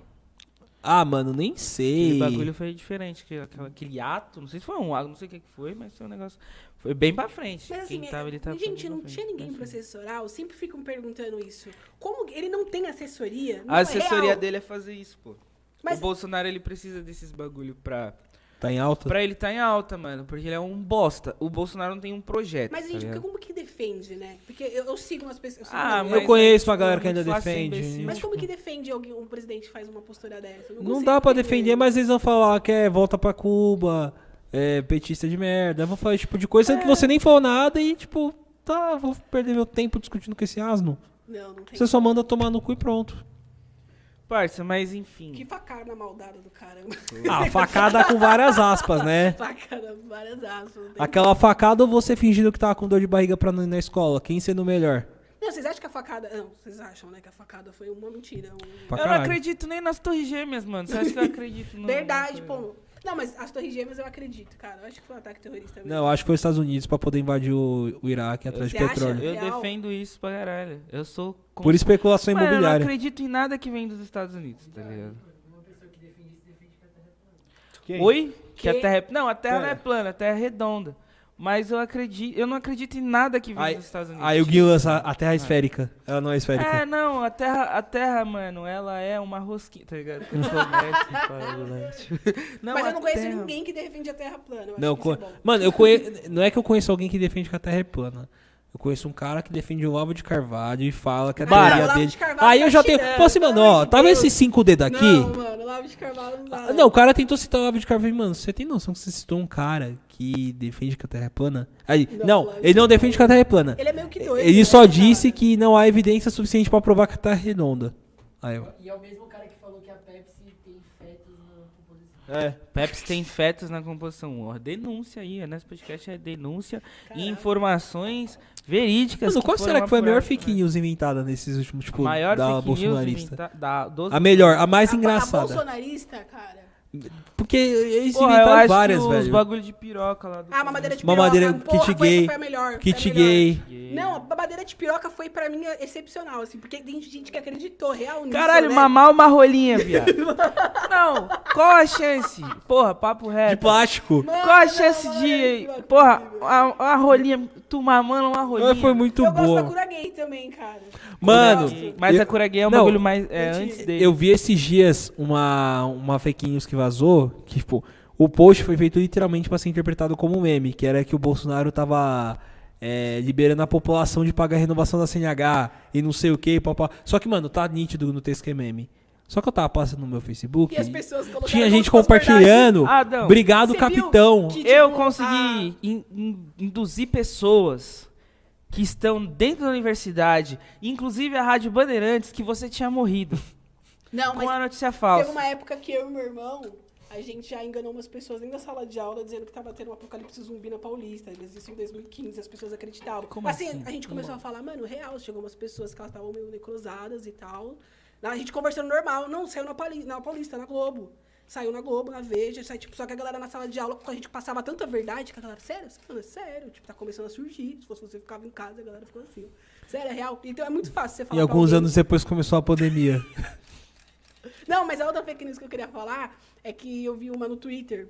Speaker 3: Ah, mano, nem sei.
Speaker 2: Aquele bagulho foi diferente. Aquele, aquela- aquele ato, não sei se foi um ato, não sei o que que foi, mas foi um negócio. Foi bem pra frente.
Speaker 1: Mas assim,
Speaker 2: Quem
Speaker 1: é-
Speaker 2: tava, ele tava
Speaker 1: gente,
Speaker 2: bem
Speaker 1: não
Speaker 2: pra
Speaker 1: tinha
Speaker 2: frente,
Speaker 1: ninguém
Speaker 2: mas-
Speaker 1: pro assessoral, sempre ficam perguntando isso. Como ele não tem assessoria? Não
Speaker 2: assim, A
Speaker 1: é
Speaker 2: assessoria
Speaker 1: real.
Speaker 2: dele é fazer isso, pô.
Speaker 1: Mas-
Speaker 2: O Bolsonaro, ele precisa desses bagulho pra...
Speaker 3: Tá em alta?
Speaker 2: Pra ele tá em alta, mano, porque ele é um bosta. O Bolsonaro não tem um projeto,
Speaker 1: Mas,
Speaker 2: tá
Speaker 1: gente,
Speaker 2: ligado?
Speaker 1: como que defende, né? Porque eu, eu sigo umas pessoas. eu sigo
Speaker 2: Ah,
Speaker 1: umas-
Speaker 3: Eu
Speaker 2: mas
Speaker 3: conheço
Speaker 2: aí,
Speaker 3: uma galera que
Speaker 2: tipo,
Speaker 3: ainda
Speaker 2: muito fácil ser
Speaker 3: defende.
Speaker 2: imbecil.
Speaker 1: mas como que defende alguém, um presidente que faz uma postura dessa? Eu
Speaker 3: tipo Não
Speaker 1: consigo
Speaker 3: dá pra
Speaker 1: entender.
Speaker 3: defender, mas eles vão falar que é volta pra Cuba, é petista de merda, vão falar esse tipo de coisa, sendo que
Speaker 2: É.
Speaker 3: você nem falou nada e, tipo, tá, vou perder meu tempo discutindo com esse asno.
Speaker 1: Não, não tem.
Speaker 3: Você só manda tomar no cu e pronto.
Speaker 2: Parça, mas enfim.
Speaker 1: Que facada na maldada do caramba.
Speaker 3: (laughs) Ah, facada com várias aspas, né?
Speaker 1: facada, várias aspas. não tem-
Speaker 3: Aquela facada ou você fingindo que tava com dor de barriga pra não ir na escola? Quem sendo melhor?
Speaker 1: Não, vocês acham que a facada. Não, vocês acham, né? Que a facada foi uma mentira. um-
Speaker 3: Pra
Speaker 2: eu não
Speaker 3: caralho.
Speaker 2: acredito nem nas torres gêmeas, mano. Você acha que eu acredito? no-
Speaker 1: Verdade,
Speaker 2: no-
Speaker 1: pô. Não, mas as Torres Gêmeas eu acredito, cara. Eu acho que foi um ataque terrorista mesmo.
Speaker 3: Não, acho que foi os Estados Unidos pra poder invadir o, o Iraque atrás de
Speaker 1: Você acha?
Speaker 3: petróleo.
Speaker 2: Eu
Speaker 1: Real.
Speaker 2: defendo isso pra caralho. Eu sou... con-
Speaker 3: Por especulação
Speaker 2: Mano, eu não
Speaker 3: imobiliária.
Speaker 2: acredito em nada que vem dos Estados Unidos, tá ligado?
Speaker 4: Uma pessoa que defende isso defende que a terra é plana.
Speaker 2: Oi? Que, a
Speaker 1: Que-
Speaker 2: Terra é... Não, a Terra não é
Speaker 3: É.
Speaker 2: plana, a Terra é redonda. Mas eu acredito... Eu não acredito em nada que vem
Speaker 3: Aí-
Speaker 2: dos Estados Unidos.
Speaker 3: Aí o Gui lança a Terra é esférica. Ela não é esférica.
Speaker 2: É, não, a terra, a terra, mano, ela é uma rosquinha, tá ligado? (laughs) Controverso, falante.
Speaker 1: mas
Speaker 2: a
Speaker 1: eu não conheço
Speaker 2: terra-
Speaker 1: ninguém que defende a Terra plana. Eu
Speaker 3: não,
Speaker 1: acho que isso
Speaker 3: co-
Speaker 1: é bom.
Speaker 3: mano, eu conhe... não é que eu conheço alguém que defende que a Terra é plana. Eu conheço um cara que defende o Olavo de Carvalho e fala que a
Speaker 1: Ah,
Speaker 3: teoria
Speaker 1: o Olavo
Speaker 3: dele.
Speaker 1: de Carvalho
Speaker 3: Aí
Speaker 1: tá
Speaker 3: eu já tenho.
Speaker 1: tirando,
Speaker 3: Pô, assim,
Speaker 1: pelo
Speaker 3: mano,
Speaker 1: amor
Speaker 3: ó,
Speaker 1: de
Speaker 3: tava
Speaker 1: Deus.
Speaker 3: esses cinco dedos aqui.
Speaker 1: Não, mano, o Olavo de Carvalho não dá.
Speaker 3: Ah, Não, o cara tentou citar o Olavo de Carvalho, mano. Você tem noção que você citou um cara que defende que a Terra é plana? Aí,
Speaker 1: Não,
Speaker 3: não,
Speaker 1: Olavo de
Speaker 3: ele não defende que a Terra é plana.
Speaker 1: Ele é meio que doido.
Speaker 3: Ele
Speaker 1: né,
Speaker 3: só
Speaker 1: cara?
Speaker 3: disse que não há evidência suficiente pra provar que a Terra é redonda. Aí, ó.
Speaker 4: E é o mesmo cara que falou que a Pepsi tem fetos na composição.
Speaker 3: É.
Speaker 2: Pepsi tem fetos na composição. Ó, denúncia aí, né? Esse podcast é denúncia e
Speaker 1: Caralho.
Speaker 2: informações verídicas.
Speaker 3: Mano, qual
Speaker 2: foram
Speaker 3: será que foi a melhor
Speaker 2: apuradas,
Speaker 3: fake
Speaker 2: né?
Speaker 3: news inventada nesses últimos, tipo,
Speaker 2: Maior
Speaker 3: da
Speaker 2: fake news
Speaker 3: bolsonarista?
Speaker 2: inventa- da, dos-
Speaker 3: A melhor, a mais
Speaker 1: A- a
Speaker 3: engraçada.
Speaker 1: bolsonarista, cara.
Speaker 3: Porque eles
Speaker 2: Pô, eu
Speaker 3: inventaram
Speaker 2: acho
Speaker 3: várias,
Speaker 2: que os
Speaker 3: velho.
Speaker 2: bagulho de piroca lá do.
Speaker 1: Ah, mamadeira de piroca.
Speaker 3: Mamadeira,
Speaker 1: porra,
Speaker 3: kit
Speaker 1: foi-
Speaker 3: gay,
Speaker 1: Foi a melhor. foi
Speaker 3: Kit
Speaker 1: a melhor.
Speaker 3: gay.
Speaker 1: Não, a babadeira de piroca foi pra mim excepcional, assim, porque tem gente que acreditou, real nisso,
Speaker 2: Caralho,
Speaker 1: né?
Speaker 2: mamar uma rolinha,
Speaker 1: (laughs)
Speaker 2: viado. Não, qual a chance? Porra, papo
Speaker 3: De
Speaker 2: reto.
Speaker 3: plástico.
Speaker 1: Mano,
Speaker 2: Qual a chance
Speaker 1: não, olha
Speaker 2: de.
Speaker 1: que loucura.
Speaker 2: Porra, ah, a- uma rolinha. Tu mamando é uma rolinha.
Speaker 3: Mas foi muito
Speaker 1: eu gosto da
Speaker 3: boa.
Speaker 1: cura gay também, cara.
Speaker 3: Mano,
Speaker 1: Eu gosto.
Speaker 2: Mas
Speaker 3: Eu-
Speaker 2: a cura gay é um
Speaker 3: Não,
Speaker 2: bagulho mais. É
Speaker 1: eu te-
Speaker 2: antes dele.
Speaker 3: Eu vi esses dias uma, uma fake news que vazou, que, tipo, o post foi feito literalmente pra ser interpretado como um meme, que era que o Bolsonaro tava é, liberando a população de pagar a renovação da CNH e não sei o que, papá. Só que, mano, tá nítido no texto que é meme. Só que eu tava passando no meu Facebook.
Speaker 1: E as pessoas colocaram
Speaker 3: tinha gente
Speaker 1: como se fosse
Speaker 3: compartilhando.
Speaker 2: verdade. Ah, não.
Speaker 3: Obrigado,
Speaker 1: Você viu
Speaker 3: capitão.
Speaker 1: que-
Speaker 2: Eu
Speaker 1: tipo,
Speaker 2: consegui in- in- induzir pessoas que estão dentro da universidade, inclusive a Rádio Bandeirantes, que você tinha morrido.
Speaker 1: ah, Não,
Speaker 2: Com a
Speaker 1: mas
Speaker 2: notícia
Speaker 1: teve
Speaker 2: falsa.
Speaker 1: uma época que eu e meu irmão, a gente já enganou umas pessoas dentro da sala de aula dizendo que tava tendo um apocalipse zumbi na Paulista. Mas isso em 2015, as pessoas acreditavam.
Speaker 2: Como assim?
Speaker 1: a gente começou a falar, mano, real, chegou umas pessoas que elas estavam meio necrosadas e tal. A gente conversando normal, não, saiu na Paulista, na, Paulista, na Globo. Saiu na Globo, na Veja, sai, tipo, só que a galera na sala de aula, a gente passava tanta verdade que a galera, sério, Você falou, é sério, tipo, tá começando a surgir. Se fosse você ficava em casa, a galera ficou assim. Sério, é real. Então é muito fácil você falar.
Speaker 3: E
Speaker 1: pra
Speaker 3: alguns
Speaker 1: alguém-
Speaker 3: anos depois começou a
Speaker 1: (laughs)
Speaker 3: pandemia.
Speaker 1: não, mas a outra fake news que eu queria falar é que eu vi uma no Twitter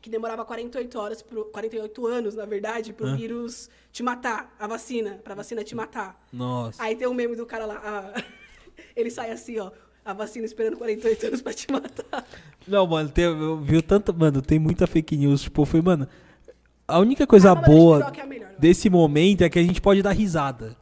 Speaker 1: que demorava 48 horas, pro, 48 anos, na verdade, pro vírus te matar, a vacina, pra vacina te matar.
Speaker 3: Nossa.
Speaker 1: Aí tem um meme do cara lá, ah, (laughs) ele sai assim, ó, a vacina esperando 48 anos pra te matar.
Speaker 3: Não, mano, tem, eu vi tanto. Mano, tem muita fake news. Tipo, foi, mano. A única coisa
Speaker 1: Ah, mas acho
Speaker 3: boa
Speaker 1: que piroca é a melhor, eu
Speaker 3: desse momento é que a gente pode dar risada.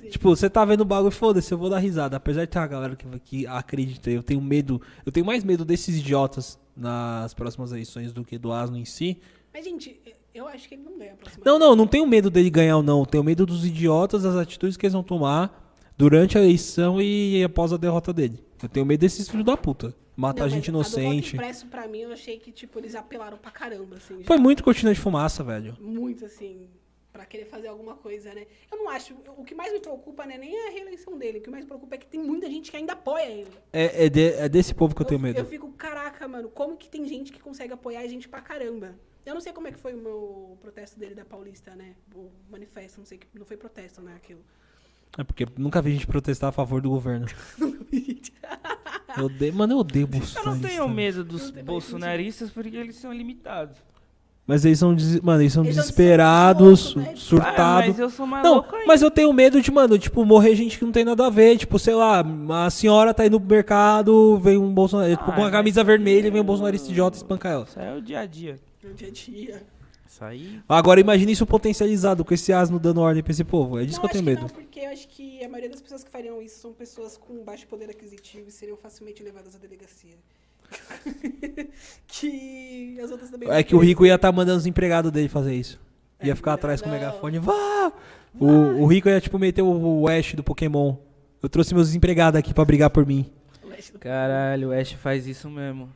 Speaker 1: Sim.
Speaker 3: Tipo, você tá vendo o bagulho, foda-se, eu vou dar risada. Apesar de ter uma galera que, que acredita, eu tenho medo. Eu tenho mais medo desses idiotas nas próximas eleições do que do Asno em si.
Speaker 1: Mas, gente, eu acho que ele não ganha a próxima.
Speaker 3: Não, não, não tenho medo dele ganhar ou não. Eu Tenho medo dos idiotas, das atitudes que eles vão tomar durante a eleição e após a derrota dele. Eu tenho medo desses filhos da puta. Matar
Speaker 1: mas
Speaker 3: gente
Speaker 1: a do voto
Speaker 3: inocente.
Speaker 1: impresso, pra mim, eu achei que, tipo, eles apelaram pra caramba, assim.
Speaker 3: Foi muito cortina de fumaça, velho.
Speaker 1: muito assim pra querer fazer alguma coisa, né? Eu não acho. O que mais me preocupa né, nem é a reeleição dele. O que mais me preocupa é que tem muita gente que ainda apoia ele.
Speaker 3: É, é de- é desse povo que eu tenho medo.
Speaker 1: Eu fico, caraca, mano, como que tem gente que consegue apoiar a gente pra caramba? Eu não sei como é que foi o meu protesto dele da Paulista, né? O manifesto, não sei que. Não foi protesto, né? Aquilo.
Speaker 3: É porque nunca vi gente protestar a favor do
Speaker 2: (laughs)
Speaker 3: governo. Eu odeio, mano, eu odeio
Speaker 2: Eu
Speaker 3: Bolsonaro.
Speaker 2: não tenho medo dos bolsonaristas porque eles são limitados.
Speaker 3: Mas eles são, des- mano, eles são
Speaker 1: Eles são desesperados,
Speaker 3: desesperados,
Speaker 1: né?
Speaker 2: Ah,
Speaker 3: surtados.
Speaker 2: mas eu sou
Speaker 3: Não,
Speaker 2: maluco ainda.
Speaker 3: mas eu tenho medo de, mano, tipo, morrer gente que não tem nada a ver. Tipo, sei lá, a senhora tá indo pro mercado, vem um bolsonarista
Speaker 2: Ah,
Speaker 3: com uma
Speaker 2: mas-
Speaker 3: camisa vermelha e vem um bolsonarista idiota espancar ela.
Speaker 2: Isso aí é o dia a dia.
Speaker 1: No dia a dia.
Speaker 2: Isso aí.
Speaker 3: Agora imagina isso potencializado com esse asno dando ordem pra esse povo. É disso
Speaker 1: não,
Speaker 3: que eu
Speaker 1: acho
Speaker 3: tenho
Speaker 1: que
Speaker 3: medo.
Speaker 1: não, porque eu acho que a maioria das pessoas que fariam isso são pessoas com baixo poder aquisitivo e seriam facilmente levadas à delegacia. (laughs) que as outras também.
Speaker 3: É
Speaker 1: não
Speaker 3: que o
Speaker 1: querem.
Speaker 3: Rico ia estar mandando os empregados dele fazer isso. Ia
Speaker 1: É,
Speaker 3: ficar atrás com o
Speaker 1: não.
Speaker 3: megafone. Vá! O, o Rico ia, tipo, meter o, o Ash do Pokémon. Eu trouxe meus empregados aqui pra brigar por mim.
Speaker 2: Caralho, o Ash faz isso mesmo.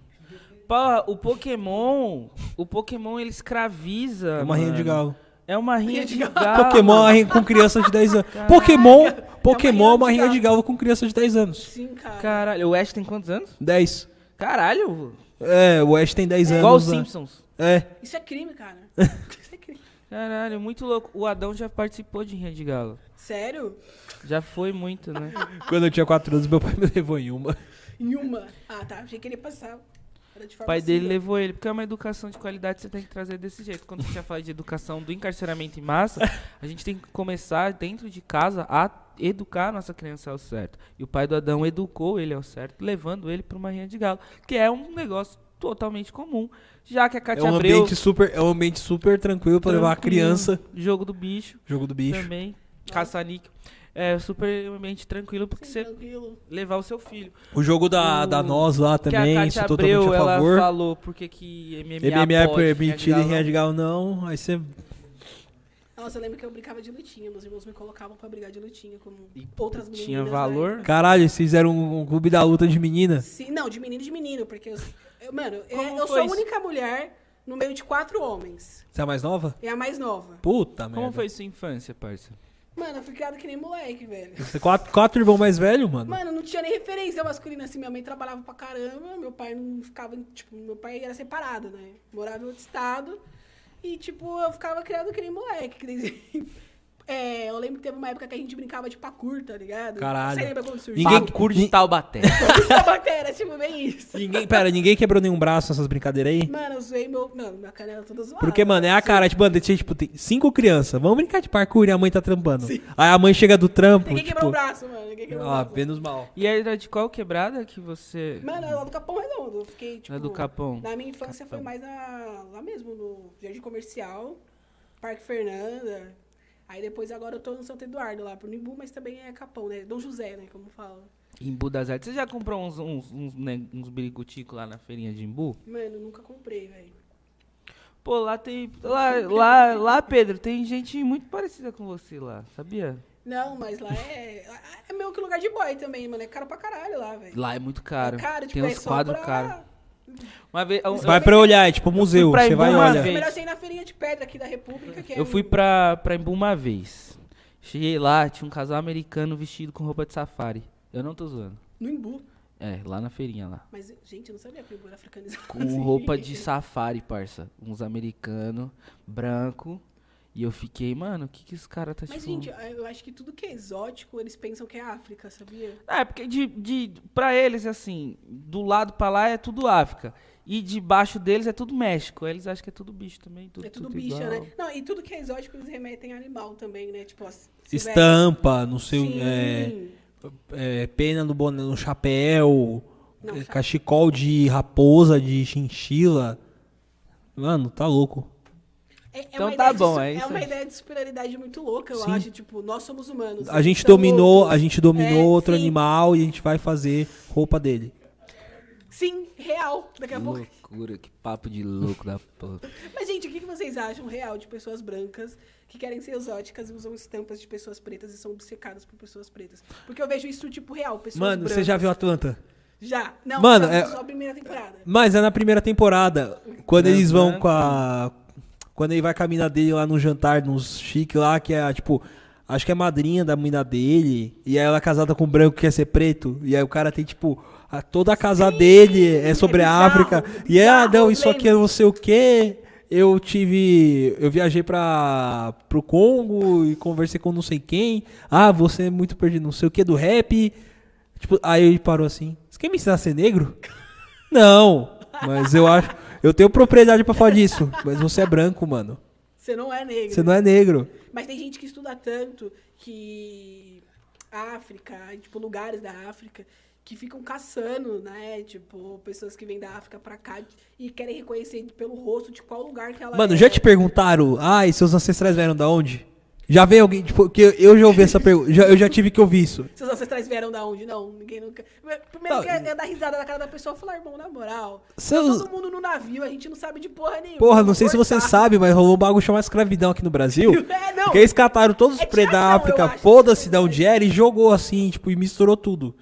Speaker 2: Porra, o Pokémon. O Pokémon ele escraviza.
Speaker 3: É uma rinha de
Speaker 2: mano.
Speaker 3: galo.
Speaker 2: É uma rinha de galo.
Speaker 3: Pokémon é uma rinha com criança de 10 anos. Pokémon, Pokémon é uma rinha de galo com criança de 10 anos.
Speaker 1: Sim, cara.
Speaker 2: Caralho, o Ash tem quantos anos?
Speaker 3: 10.
Speaker 2: Caralho.
Speaker 3: É, o Ash tem 10 anos.
Speaker 2: Igual os
Speaker 3: né?
Speaker 2: Simpsons.
Speaker 3: É.
Speaker 1: Isso é crime,
Speaker 2: (laughs)
Speaker 1: cara. Isso é crime.
Speaker 2: Caralho, muito louco. O Adão já participou de rinha de galo.
Speaker 1: Sério?
Speaker 2: Já foi muito, né?
Speaker 3: Quando eu tinha 4 anos, meu pai me levou em uma.
Speaker 1: Em uma. Ah, tá. Achei que ele ia passar. Era de
Speaker 2: O
Speaker 1: forma
Speaker 2: pai dele
Speaker 1: civil.
Speaker 2: levou ele, porque é uma educação de qualidade você tem que trazer desse jeito. Quando a gente já fala de educação do encarceramento em massa, a gente tem que começar dentro de casa a educar a nossa criança ao certo. E o pai do Adão educou ele ao certo, levando ele para uma rinha de galo, que é um negócio totalmente comum, já que a
Speaker 3: É
Speaker 2: Cátia
Speaker 3: um
Speaker 2: Abreu...
Speaker 3: ambiente super, é um ambiente super tranquilo pra levar a
Speaker 2: tranquilo,
Speaker 3: criança.
Speaker 2: Jogo do bicho,
Speaker 3: Jogo do bicho.
Speaker 2: também, caça-níquel. É super um ambiente tranquilo, porque
Speaker 1: Sim,
Speaker 2: você
Speaker 1: tranquilo.
Speaker 2: levar o seu filho.
Speaker 3: O jogo da,
Speaker 2: O-
Speaker 3: da nós lá
Speaker 2: que a
Speaker 3: também,
Speaker 2: Cátia
Speaker 3: sou
Speaker 2: Abreu,
Speaker 3: totalmente a
Speaker 2: ela
Speaker 3: favor.
Speaker 2: falou porque que MMA,
Speaker 3: MMA é
Speaker 2: pode, rinha de
Speaker 3: permitido em
Speaker 2: galo não
Speaker 3: Rinha de Galo, não. Aí você.
Speaker 1: Nossa, eu lembro que eu brincava de lutinha. Meus irmãos me colocavam pra brigar de lutinha, como
Speaker 2: E
Speaker 1: outras meninas.
Speaker 2: Tinha
Speaker 1: né?
Speaker 2: valor?
Speaker 3: Caralho, vocês fizeram um, um clube da luta de menina.
Speaker 1: Sim, não, de menino e de menino, porque eu, eu- mano, eu,
Speaker 2: Como
Speaker 1: eu sou
Speaker 2: foi
Speaker 1: a
Speaker 2: isso?
Speaker 1: única mulher no meio de quatro homens.
Speaker 3: Você é a mais nova?
Speaker 1: É a mais nova.
Speaker 3: Puta, merda.
Speaker 2: Como foi sua infância, parça?
Speaker 1: Mano, eu fui criado que nem moleque, velho.
Speaker 3: Você é quatro, quatro irmãos mais velho, mano?
Speaker 1: Mano, não tinha nem referência masculina assim. Minha mãe trabalhava pra caramba, meu pai não ficava. em- Tipo, meu pai era separado, né? Morava em outro estado. E, tipo, eu ficava criado que nem moleque. que nem- (laughs) É, eu lembro que teve uma época que a gente brincava de pacur, tá ligado?
Speaker 3: Caralho.
Speaker 1: Você lembra quando surgiu? (laughs)
Speaker 3: Ninguém-
Speaker 2: Paco de
Speaker 3: Ni-
Speaker 2: Taubaté.
Speaker 1: Era tipo bem isso.
Speaker 3: Ninguém, pera, ninguém quebrou nenhum braço nessas brincadeiras aí?
Speaker 1: Mano, eu zoei meu. Mano, minha canela toda zoada.
Speaker 3: Porque, mano, é a cara, tipo, mano, tinha, tipo, tem cinco crianças, vamos brincar de parkour e a mãe tá trampando. Aí a mãe chega do trampo,
Speaker 1: Ninguém
Speaker 3: tipo...
Speaker 1: quebrou o braço, mano. Ninguém quebrou
Speaker 3: Ah,
Speaker 1: o braço.
Speaker 3: menos mal.
Speaker 2: E era de qual quebrada que você.
Speaker 1: Mano, lá do Capão Redondo. Eu fiquei, tipo.
Speaker 2: Lá do Capão.
Speaker 1: Na minha infância foi mais na, lá mesmo, no Jardim Comercial, Parque Fernanda. Aí depois agora eu tô no Santo Eduardo lá, pro Nimbu, mas também é Capão, né? Dom José, né? Como fala.
Speaker 2: Em Imbu das Artes. Você já comprou uns, uns, uns, né, uns biriguticos lá na feirinha de Imbu?
Speaker 1: Mano, eu nunca comprei, velho.
Speaker 2: Pô, lá tem. Lá, lá, lá, Pedro, tem gente muito parecida com você lá, sabia?
Speaker 1: Não, mas lá é. lá É meio que lugar de boy também, mano. É caro pra caralho lá, velho.
Speaker 2: Lá é muito caro.
Speaker 1: É caro, tipo,
Speaker 2: tem
Speaker 1: é
Speaker 2: uns
Speaker 1: só
Speaker 2: quadros
Speaker 1: pra-
Speaker 2: caros. Uma um, vez. eu-
Speaker 3: Vai pra olhar, é tipo museu,
Speaker 2: pra
Speaker 3: você vai e
Speaker 2: Imbu uma
Speaker 1: É
Speaker 3: olha.
Speaker 2: vez.
Speaker 1: melhor você ir na feirinha de pedra aqui da República, que é
Speaker 2: Eu fui
Speaker 1: um-
Speaker 2: pra, pra Imbu uma vez. Cheguei lá, tinha um casal americano vestido com roupa de safari. Eu não tô zoando.
Speaker 1: no Imbu.
Speaker 2: É, lá na feirinha lá.
Speaker 1: Mas, gente, eu não sabia que o Imbu era africanizado.
Speaker 2: Com roupa de safari, parça. Uns americanos, branco. E eu fiquei, mano, o que que esse cara
Speaker 1: (laughs)
Speaker 2: tá
Speaker 1: Mas,
Speaker 2: tipo...
Speaker 1: gente, eu acho que tudo que é exótico, eles pensam que é África, sabia?
Speaker 2: Ah, É, porque de, de, pra eles, assim, do lado pra lá é tudo África. E debaixo deles é tudo México. Aí Eles acham que é tudo bicho também. Tudo,
Speaker 1: é tudo,
Speaker 2: tudo
Speaker 1: bicha,
Speaker 2: igual.
Speaker 1: né? Não, e tudo que é exótico, eles remetem a animal também, né? Tipo, as
Speaker 3: Estampa, não sei,
Speaker 1: Sim.
Speaker 3: o- é, é, pena no, boné, no chapéu,
Speaker 1: Não,
Speaker 3: é,
Speaker 1: chapéu.
Speaker 3: cachecol de raposa, de chinchila. Mano, tá louco.
Speaker 1: É- é
Speaker 2: Então
Speaker 1: uma
Speaker 2: tá
Speaker 1: ideia de
Speaker 2: bom,
Speaker 1: su-
Speaker 2: é isso
Speaker 1: uma
Speaker 2: aí.
Speaker 1: ideia de superioridade muito louca, eu
Speaker 3: Sim.
Speaker 1: acho. Tipo, nós somos humanos. né? Então,
Speaker 3: A
Speaker 1: eles
Speaker 3: gente
Speaker 1: são
Speaker 3: dominou,
Speaker 1: outros.
Speaker 3: a gente dominou
Speaker 1: tá É,
Speaker 3: outro
Speaker 1: sim.
Speaker 3: animal e a gente vai fazer roupa dele.
Speaker 1: Sim, real. Daqui a pouco.
Speaker 2: Loucura, que papo de louco da porra.
Speaker 1: Mas, gente, o que que vocês acham real de pessoas brancas que querem ser exóticas e usam estampas de pessoas pretas e são obcecadas por pessoas pretas? Porque eu vejo isso, tipo, real. Pessoas
Speaker 3: Mano,
Speaker 1: brancas.
Speaker 3: você já viu Atlanta?
Speaker 1: Já. Não,
Speaker 3: Mano,
Speaker 1: só,
Speaker 3: é-
Speaker 1: só a primeira temporada.
Speaker 3: Mas é na primeira temporada, quando
Speaker 2: É,
Speaker 3: eles vão
Speaker 2: né?
Speaker 3: com a quando ele vai com a mina dele lá no jantar, nos chique lá, que é tipo, acho que é a madrinha da mina dele, e aí ela é casada com um branco que quer ser preto, e aí o cara tem tipo a- toda a casa dele é sobre a
Speaker 1: bizarro,
Speaker 3: África.
Speaker 1: é
Speaker 3: E é, ah,
Speaker 1: bizarro,
Speaker 3: não, isso aqui é não sei o quê. Eu tive, eu viajei para pro Congo e conversei com não sei quem. Ah, você é muito perdido, não sei o que do rap. Tipo, aí ele parou assim. Você quer me ensinar a ser negro? (laughs) Não, mas eu acho. Eu tenho propriedade pra falar disso. Mas você é branco, mano.
Speaker 1: Você não é negro.
Speaker 3: Você não é negro.
Speaker 1: Mas tem gente que estuda tanto que a África, tipo, lugares da África, que ficam caçando, né? Tipo, pessoas que vêm da África pra cá e querem reconhecer pelo rosto de qual lugar que ela
Speaker 3: Mano,
Speaker 1: é.
Speaker 3: já te perguntaram, ai, seus ancestrais vieram da onde? Já veio alguém, tipo, que eu- eu já ouvi essa pergunta, já- eu já tive que ouvir isso.
Speaker 1: Seus ancestrais vieram da onde? Não, ninguém nunca. Primeiro
Speaker 3: Não,
Speaker 1: que é é dar risada na cara da pessoa e falar, irmão, na moral. tá
Speaker 3: Seus-
Speaker 1: todo mundo no navio, a gente não sabe de porra nenhuma.
Speaker 3: Porra, não sei se você
Speaker 1: Forçar.
Speaker 3: sabe, mas rolou um bagulho chamado escravidão aqui no
Speaker 1: É,
Speaker 3: Brasil.
Speaker 1: (laughs) não.
Speaker 3: Porque eles cataram todos os
Speaker 1: É
Speaker 3: pretos da
Speaker 1: tiração, eu
Speaker 3: África,
Speaker 1: acho. é
Speaker 3: foda-se da onde era, e jogou assim, tipo, e misturou tudo.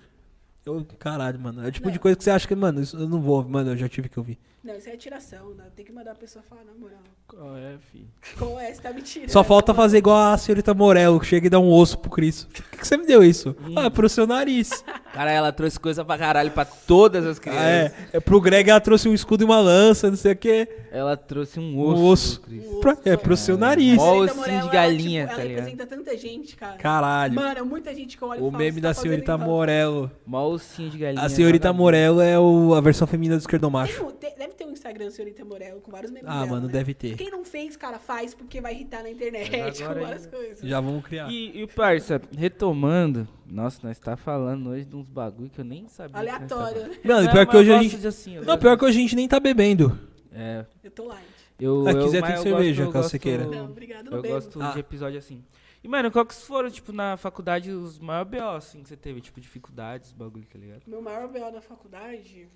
Speaker 3: Eu, caralho, mano. É o tipo de coisa que você acha que, mano, isso eu não vou, mano, eu já tive que ouvir.
Speaker 1: Não, isso é tiração, né? Tem que mandar a pessoa falar, na moral.
Speaker 2: Qual é, filho?
Speaker 1: Qual é? Você tá me tirando.
Speaker 3: Só falta fazer igual a senhorita Morel, que chega e dá um osso pro Cris. (laughs) Por que, que você me deu isso? Ah, é pro seu
Speaker 1: (laughs)
Speaker 3: nariz.
Speaker 2: Cara, ela trouxe coisa pra caralho pra todas as
Speaker 3: Ah,
Speaker 2: crianças.
Speaker 3: é. é. Pro Greg ela trouxe um escudo e uma lança, não sei o quê.
Speaker 2: Ela trouxe um
Speaker 3: Um
Speaker 2: osso.
Speaker 3: osso. Pra- é pro seu nariz.
Speaker 2: Mó
Speaker 1: Senhorita
Speaker 2: ossinho
Speaker 1: Morel,
Speaker 2: de
Speaker 1: ela,
Speaker 2: galinha,
Speaker 1: tipo,
Speaker 2: tá
Speaker 1: ela
Speaker 2: ligado?
Speaker 1: representa tanta gente, cara.
Speaker 3: Caralho.
Speaker 1: Mano, é muita gente que olha e
Speaker 3: o
Speaker 1: fala,
Speaker 3: meme
Speaker 1: "Você tá
Speaker 3: da
Speaker 1: fazendo
Speaker 3: senhorita
Speaker 1: igual".
Speaker 3: Morello.
Speaker 2: Mó ossinho de galinha.
Speaker 3: A senhorita
Speaker 2: nada
Speaker 3: Morello é o- a versão feminina do esquerdo
Speaker 1: Tem
Speaker 3: macho.
Speaker 1: um- te- deve ter um Instagram da senhorita Morel com vários memes
Speaker 3: Ah,
Speaker 1: dela,
Speaker 3: mano,
Speaker 1: né?
Speaker 3: deve ter.
Speaker 1: Quem não fez, cara, faz porque vai irritar na
Speaker 2: Mas
Speaker 1: internet (laughs)
Speaker 2: agora
Speaker 1: com várias
Speaker 2: aí-
Speaker 1: coisas.
Speaker 3: Já vamos criar.
Speaker 2: E, e, parça, retomando, nossa, nós tá falando hoje de uns bagulho que eu nem sabia. que nós tá
Speaker 1: Aleatório,
Speaker 2: falando.
Speaker 1: né?
Speaker 3: Mano,
Speaker 2: Não,
Speaker 3: pior
Speaker 2: mas
Speaker 3: que hoje
Speaker 2: eu
Speaker 3: a
Speaker 2: gosto
Speaker 3: gente.
Speaker 2: de assim, eu
Speaker 3: Não,
Speaker 2: gosto
Speaker 3: pior
Speaker 2: de-
Speaker 3: que hoje a gente nem tá bebendo.
Speaker 2: É,
Speaker 1: Eu tô light.
Speaker 2: eu,
Speaker 3: Ah,
Speaker 2: eu,
Speaker 3: quiser,
Speaker 2: mas
Speaker 3: tem
Speaker 2: eu
Speaker 3: cerveja,
Speaker 2: gosto,
Speaker 3: caso
Speaker 2: eu
Speaker 3: você queira.
Speaker 2: gosto-
Speaker 1: Não, obrigado, não
Speaker 2: Eu
Speaker 1: bebo.
Speaker 2: gosto
Speaker 3: Ah.
Speaker 2: de episódio assim. E, mano, qual que foram, tipo, na faculdade, os maiores B.O., assim, que você teve? Tipo, dificuldades, bagulho, tá ligado?
Speaker 1: Meu maior BO na faculdade...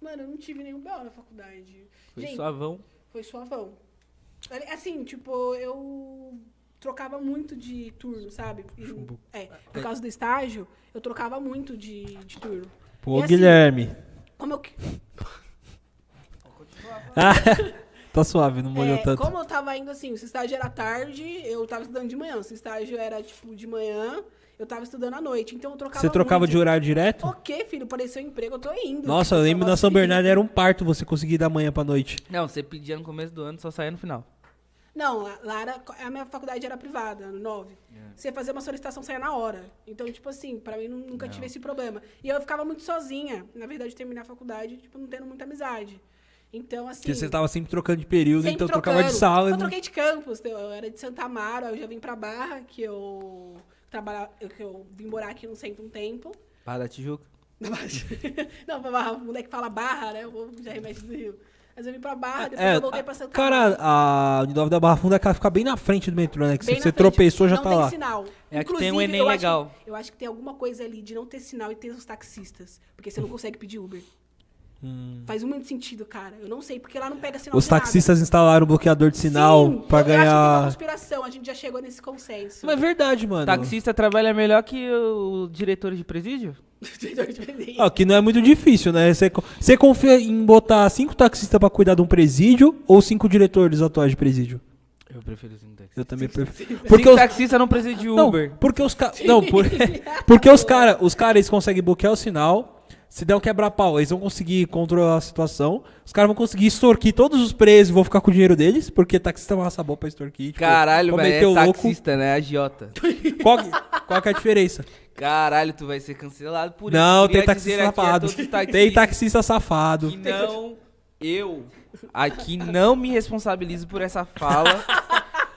Speaker 1: Mano, eu não tive nenhum BO na faculdade.
Speaker 2: Foi
Speaker 1: Gente,
Speaker 2: suavão.
Speaker 1: Foi suavão. Ali- Assim, tipo, eu trocava muito de turno, sabe? E-
Speaker 3: Chumbo.
Speaker 1: É, por causa do estágio, eu trocava muito de, de turno.
Speaker 3: Pô,
Speaker 1: E assim-
Speaker 3: Guilherme.
Speaker 1: Como eu, que-
Speaker 3: Tá suave, não molhou
Speaker 1: É,
Speaker 3: tanto.
Speaker 1: Como eu tava indo assim, se estágio era tarde, eu tava estudando de manhã. Se estágio era, tipo, de manhã, eu tava estudando à noite. Então eu trocava
Speaker 3: Você trocava
Speaker 1: muito.
Speaker 3: de horário direto?
Speaker 1: Ok, filho, pareceu emprego, eu tô indo.
Speaker 3: Nossa, eu
Speaker 1: Tipo,
Speaker 3: lembro
Speaker 1: tava
Speaker 3: na São
Speaker 1: assim.
Speaker 3: Bernardo era um parto você conseguir da manhã pra noite.
Speaker 2: Não, você pedia no começo do ano, só saía no final.
Speaker 1: Não, lá, lá era, a minha faculdade era privada, no 9.
Speaker 3: É.
Speaker 1: Você fazia uma solicitação, saia na hora. Então, tipo assim, pra mim nu- nunca tive esse problema. E eu ficava muito sozinha. Na verdade, terminei a faculdade, tipo, não tendo muita amizade. Então, assim...
Speaker 3: Porque você tava sempre trocando de período,
Speaker 1: sempre
Speaker 3: então trocava de
Speaker 1: trocando.
Speaker 3: sala.
Speaker 1: Eu
Speaker 3: e não-
Speaker 1: troquei de campus. Eu eu era de Santa Amaro, aí eu já vim pra Barra, que eu... Trabalha, eu- que eu vim morar aqui no centro um tempo. (laughs)
Speaker 2: Barra da Tijuca.
Speaker 1: Na Barra- Não, pra Barra, o moleque fala Barra, né? Eu vou- já remete do Rio. Mas eu vim pra Barra, depois
Speaker 3: É,
Speaker 1: eu voltei pra Santa
Speaker 3: cara,
Speaker 1: Amaro.
Speaker 3: a Uninove da Barra Funda ela fica bem na frente do metrô, né? Que
Speaker 1: Bem
Speaker 3: se
Speaker 1: na
Speaker 3: você
Speaker 1: frente.
Speaker 3: tropeçou, já
Speaker 1: não
Speaker 3: tá
Speaker 1: tem
Speaker 3: lá.
Speaker 1: sinal.
Speaker 2: É a que tem um
Speaker 1: Inclusive,
Speaker 2: Enem
Speaker 1: eu acho-
Speaker 2: legal.
Speaker 1: eu acho que tem alguma coisa ali de não ter sinal e ter os taxistas. Porque você não consegue pedir Uber.
Speaker 3: Hum.
Speaker 1: Faz muito sentido, cara. Eu não sei, porque lá não pega sinal
Speaker 3: Os
Speaker 1: de nada.
Speaker 3: taxistas instalaram o bloqueador de
Speaker 1: Sim,
Speaker 3: sinal pra
Speaker 1: Eu acho que tem uma
Speaker 3: ganhar.
Speaker 1: conspiração, a gente já chegou nesse consenso. (laughs)
Speaker 2: (laughs)
Speaker 3: Mas é verdade, mano.
Speaker 2: Taxista trabalha melhor que o diretor de presídio?
Speaker 1: Tipo assim.
Speaker 3: Ah, que não é muito difícil, né? Você, co- você confia em botar cinco taxistas pra cuidar de um presídio ou cinco diretores atuais de presídio?
Speaker 2: Eu prefiro os taxista.
Speaker 3: Eu também prefiro.
Speaker 2: Porque
Speaker 3: Porque
Speaker 2: o
Speaker 3: os
Speaker 2: taxista não precisa de
Speaker 3: Não,
Speaker 2: Uber.
Speaker 3: porque os caras. Não, por- (laughs) porque os caras os cara, eles conseguem bloquear o sinal. Se der um quebra-pau, eles vão conseguir controlar a situação. Os caras vão conseguir extorquir todos os presos e vão ficar com o dinheiro deles, porque taxista é uma raça boa pra extorquir. tipo,
Speaker 2: Caralho,
Speaker 3: vão
Speaker 2: mas
Speaker 3: meter
Speaker 2: é
Speaker 3: o louco.
Speaker 2: taxista, né? Agiota.
Speaker 3: Qual, que- qual que é a diferença?
Speaker 2: Caralho, tu vai ser cancelado por
Speaker 3: não, tem
Speaker 2: isso. Queria
Speaker 3: taxista
Speaker 2: dizer aqui a
Speaker 3: safado.
Speaker 2: todos os taxistas
Speaker 3: Tem taxista safado.
Speaker 2: que não, eu aqui não me responsabilizo por essa fala,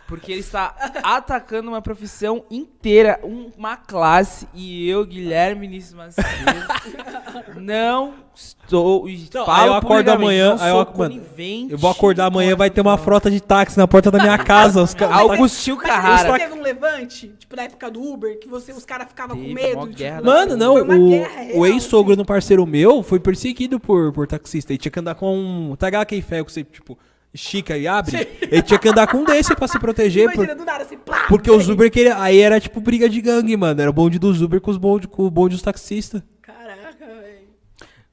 Speaker 2: porque ele está atacando uma profissão inteira, um- uma classe, e eu, Guilherme Nisso Macedo, não estou. e
Speaker 3: Não,
Speaker 2: falo
Speaker 3: aí eu acordo
Speaker 2: publicamente,
Speaker 3: amanhã,
Speaker 2: não
Speaker 3: aí eu,
Speaker 2: sou
Speaker 3: ac- mano,
Speaker 2: conivente
Speaker 3: eu vou acordar
Speaker 2: com
Speaker 3: amanhã,
Speaker 2: essa
Speaker 3: vai ter uma
Speaker 2: profissão.
Speaker 3: frota de táxi na porta da
Speaker 1: (laughs)
Speaker 3: minha casa. Os ca-
Speaker 2: Augustinho
Speaker 1: Mas você
Speaker 3: é
Speaker 2: Carrara.
Speaker 1: teve um levante, tipo, na época do Uber, que você, os caras ficavam com
Speaker 2: Teve
Speaker 1: medo.
Speaker 2: mó
Speaker 1: Tipo,
Speaker 2: guerra.
Speaker 3: Mano, não,
Speaker 1: Foi uma guerra
Speaker 3: o,
Speaker 1: real, assim.
Speaker 3: o ex-sogro do parceiro meu foi perseguido por, por taxista. Ele tinha que andar com um. Tá ligado aquele ferro que você, tipo, estica e abre? Ele tinha que andar com um desse pra se proteger. por-
Speaker 1: Imagina, do nada, assim, plá,
Speaker 3: porque os Uber queria. Aí era tipo briga de gangue, mano. Era o bonde dos Uber com, os bonde, com o bonde dos taxistas.
Speaker 1: Caraca, velho.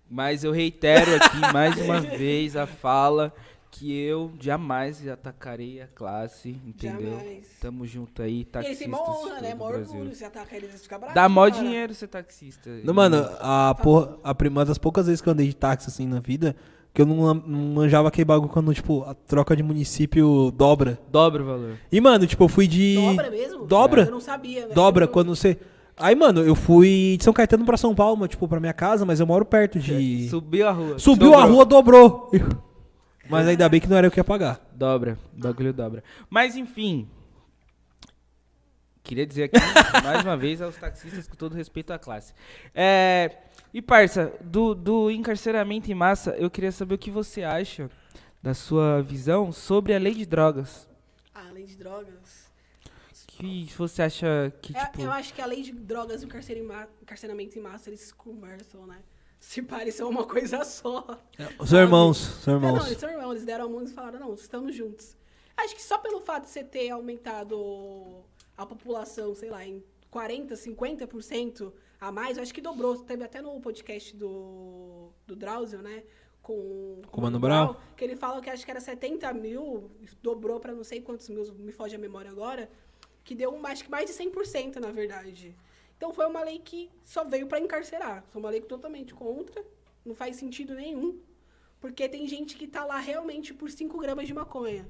Speaker 2: Mas eu reitero aqui mais uma vez a fala que eu jamais atacarei a classe, entendeu?
Speaker 1: Jamais.
Speaker 2: Tamo junto aí,
Speaker 1: E eles
Speaker 2: taxistas.
Speaker 1: têm mó honra,
Speaker 2: de
Speaker 1: né?
Speaker 2: todo
Speaker 1: Mó
Speaker 2: o Brasil.
Speaker 1: orgulho. Você ataca eles, eles ficam bravos.
Speaker 2: Dá mó
Speaker 1: cara.
Speaker 2: dinheiro ser taxista.
Speaker 3: Não, mano, a
Speaker 1: Tá.
Speaker 3: porra, a prim- uma das poucas vezes que eu andei de táxi assim na vida, que eu não, não manjava aquele bagulho quando, tipo, a troca de município dobra.
Speaker 2: Dobra o valor.
Speaker 3: E, mano, tipo, eu fui de.
Speaker 1: Dobra mesmo?
Speaker 3: Dobra?
Speaker 1: Eu não sabia, né?
Speaker 3: Dobra
Speaker 1: Eu-
Speaker 3: quando você. Aí, mano, eu fui de São Caetano pra São Paulo, mas, tipo, pra minha casa, mas eu moro perto de.
Speaker 2: Subiu a rua.
Speaker 3: Subiu a
Speaker 2: Dobrou.
Speaker 3: rua, dobrou. (laughs) Mas ainda bem que não era eu que ia pagar.
Speaker 2: Dobra. O bagulho dobra. Mas enfim. Queria dizer aqui, mais uma vez, aos taxistas, com todo respeito à classe. É, e, parça, do, do encarceramento em massa, eu queria saber o que você acha da sua visão sobre a lei de drogas.
Speaker 1: Ah, além de drogas.
Speaker 2: O que você acha que,
Speaker 1: É,
Speaker 2: tipo...
Speaker 1: eu acho que a lei de drogas e o carcere- ma- encarceramento em massa, eles conversam, né? Se parecem uma coisa só.
Speaker 3: São irmãos, são
Speaker 1: É, Não, não,
Speaker 3: irmãos.
Speaker 1: eles são irmãos, eles deram a mão e falaram, não, estamos juntos. Acho que só pelo fato de você ter aumentado a população, sei lá, em 40%, 50% a mais, eu acho que dobrou. Teve até no podcast do, do Drauzio, né? Com,
Speaker 3: Com o Mano Brown.
Speaker 1: Que ele fala que acho que era 70 mil, dobrou para não sei quantos mil, me foge a memória agora, que deu um, acho que mais de 100%, na verdade. Então foi uma lei que só veio para encarcerar. Foi uma lei totalmente contra, não faz sentido nenhum. Porque tem gente que tá lá realmente por 5 gramas de maconha.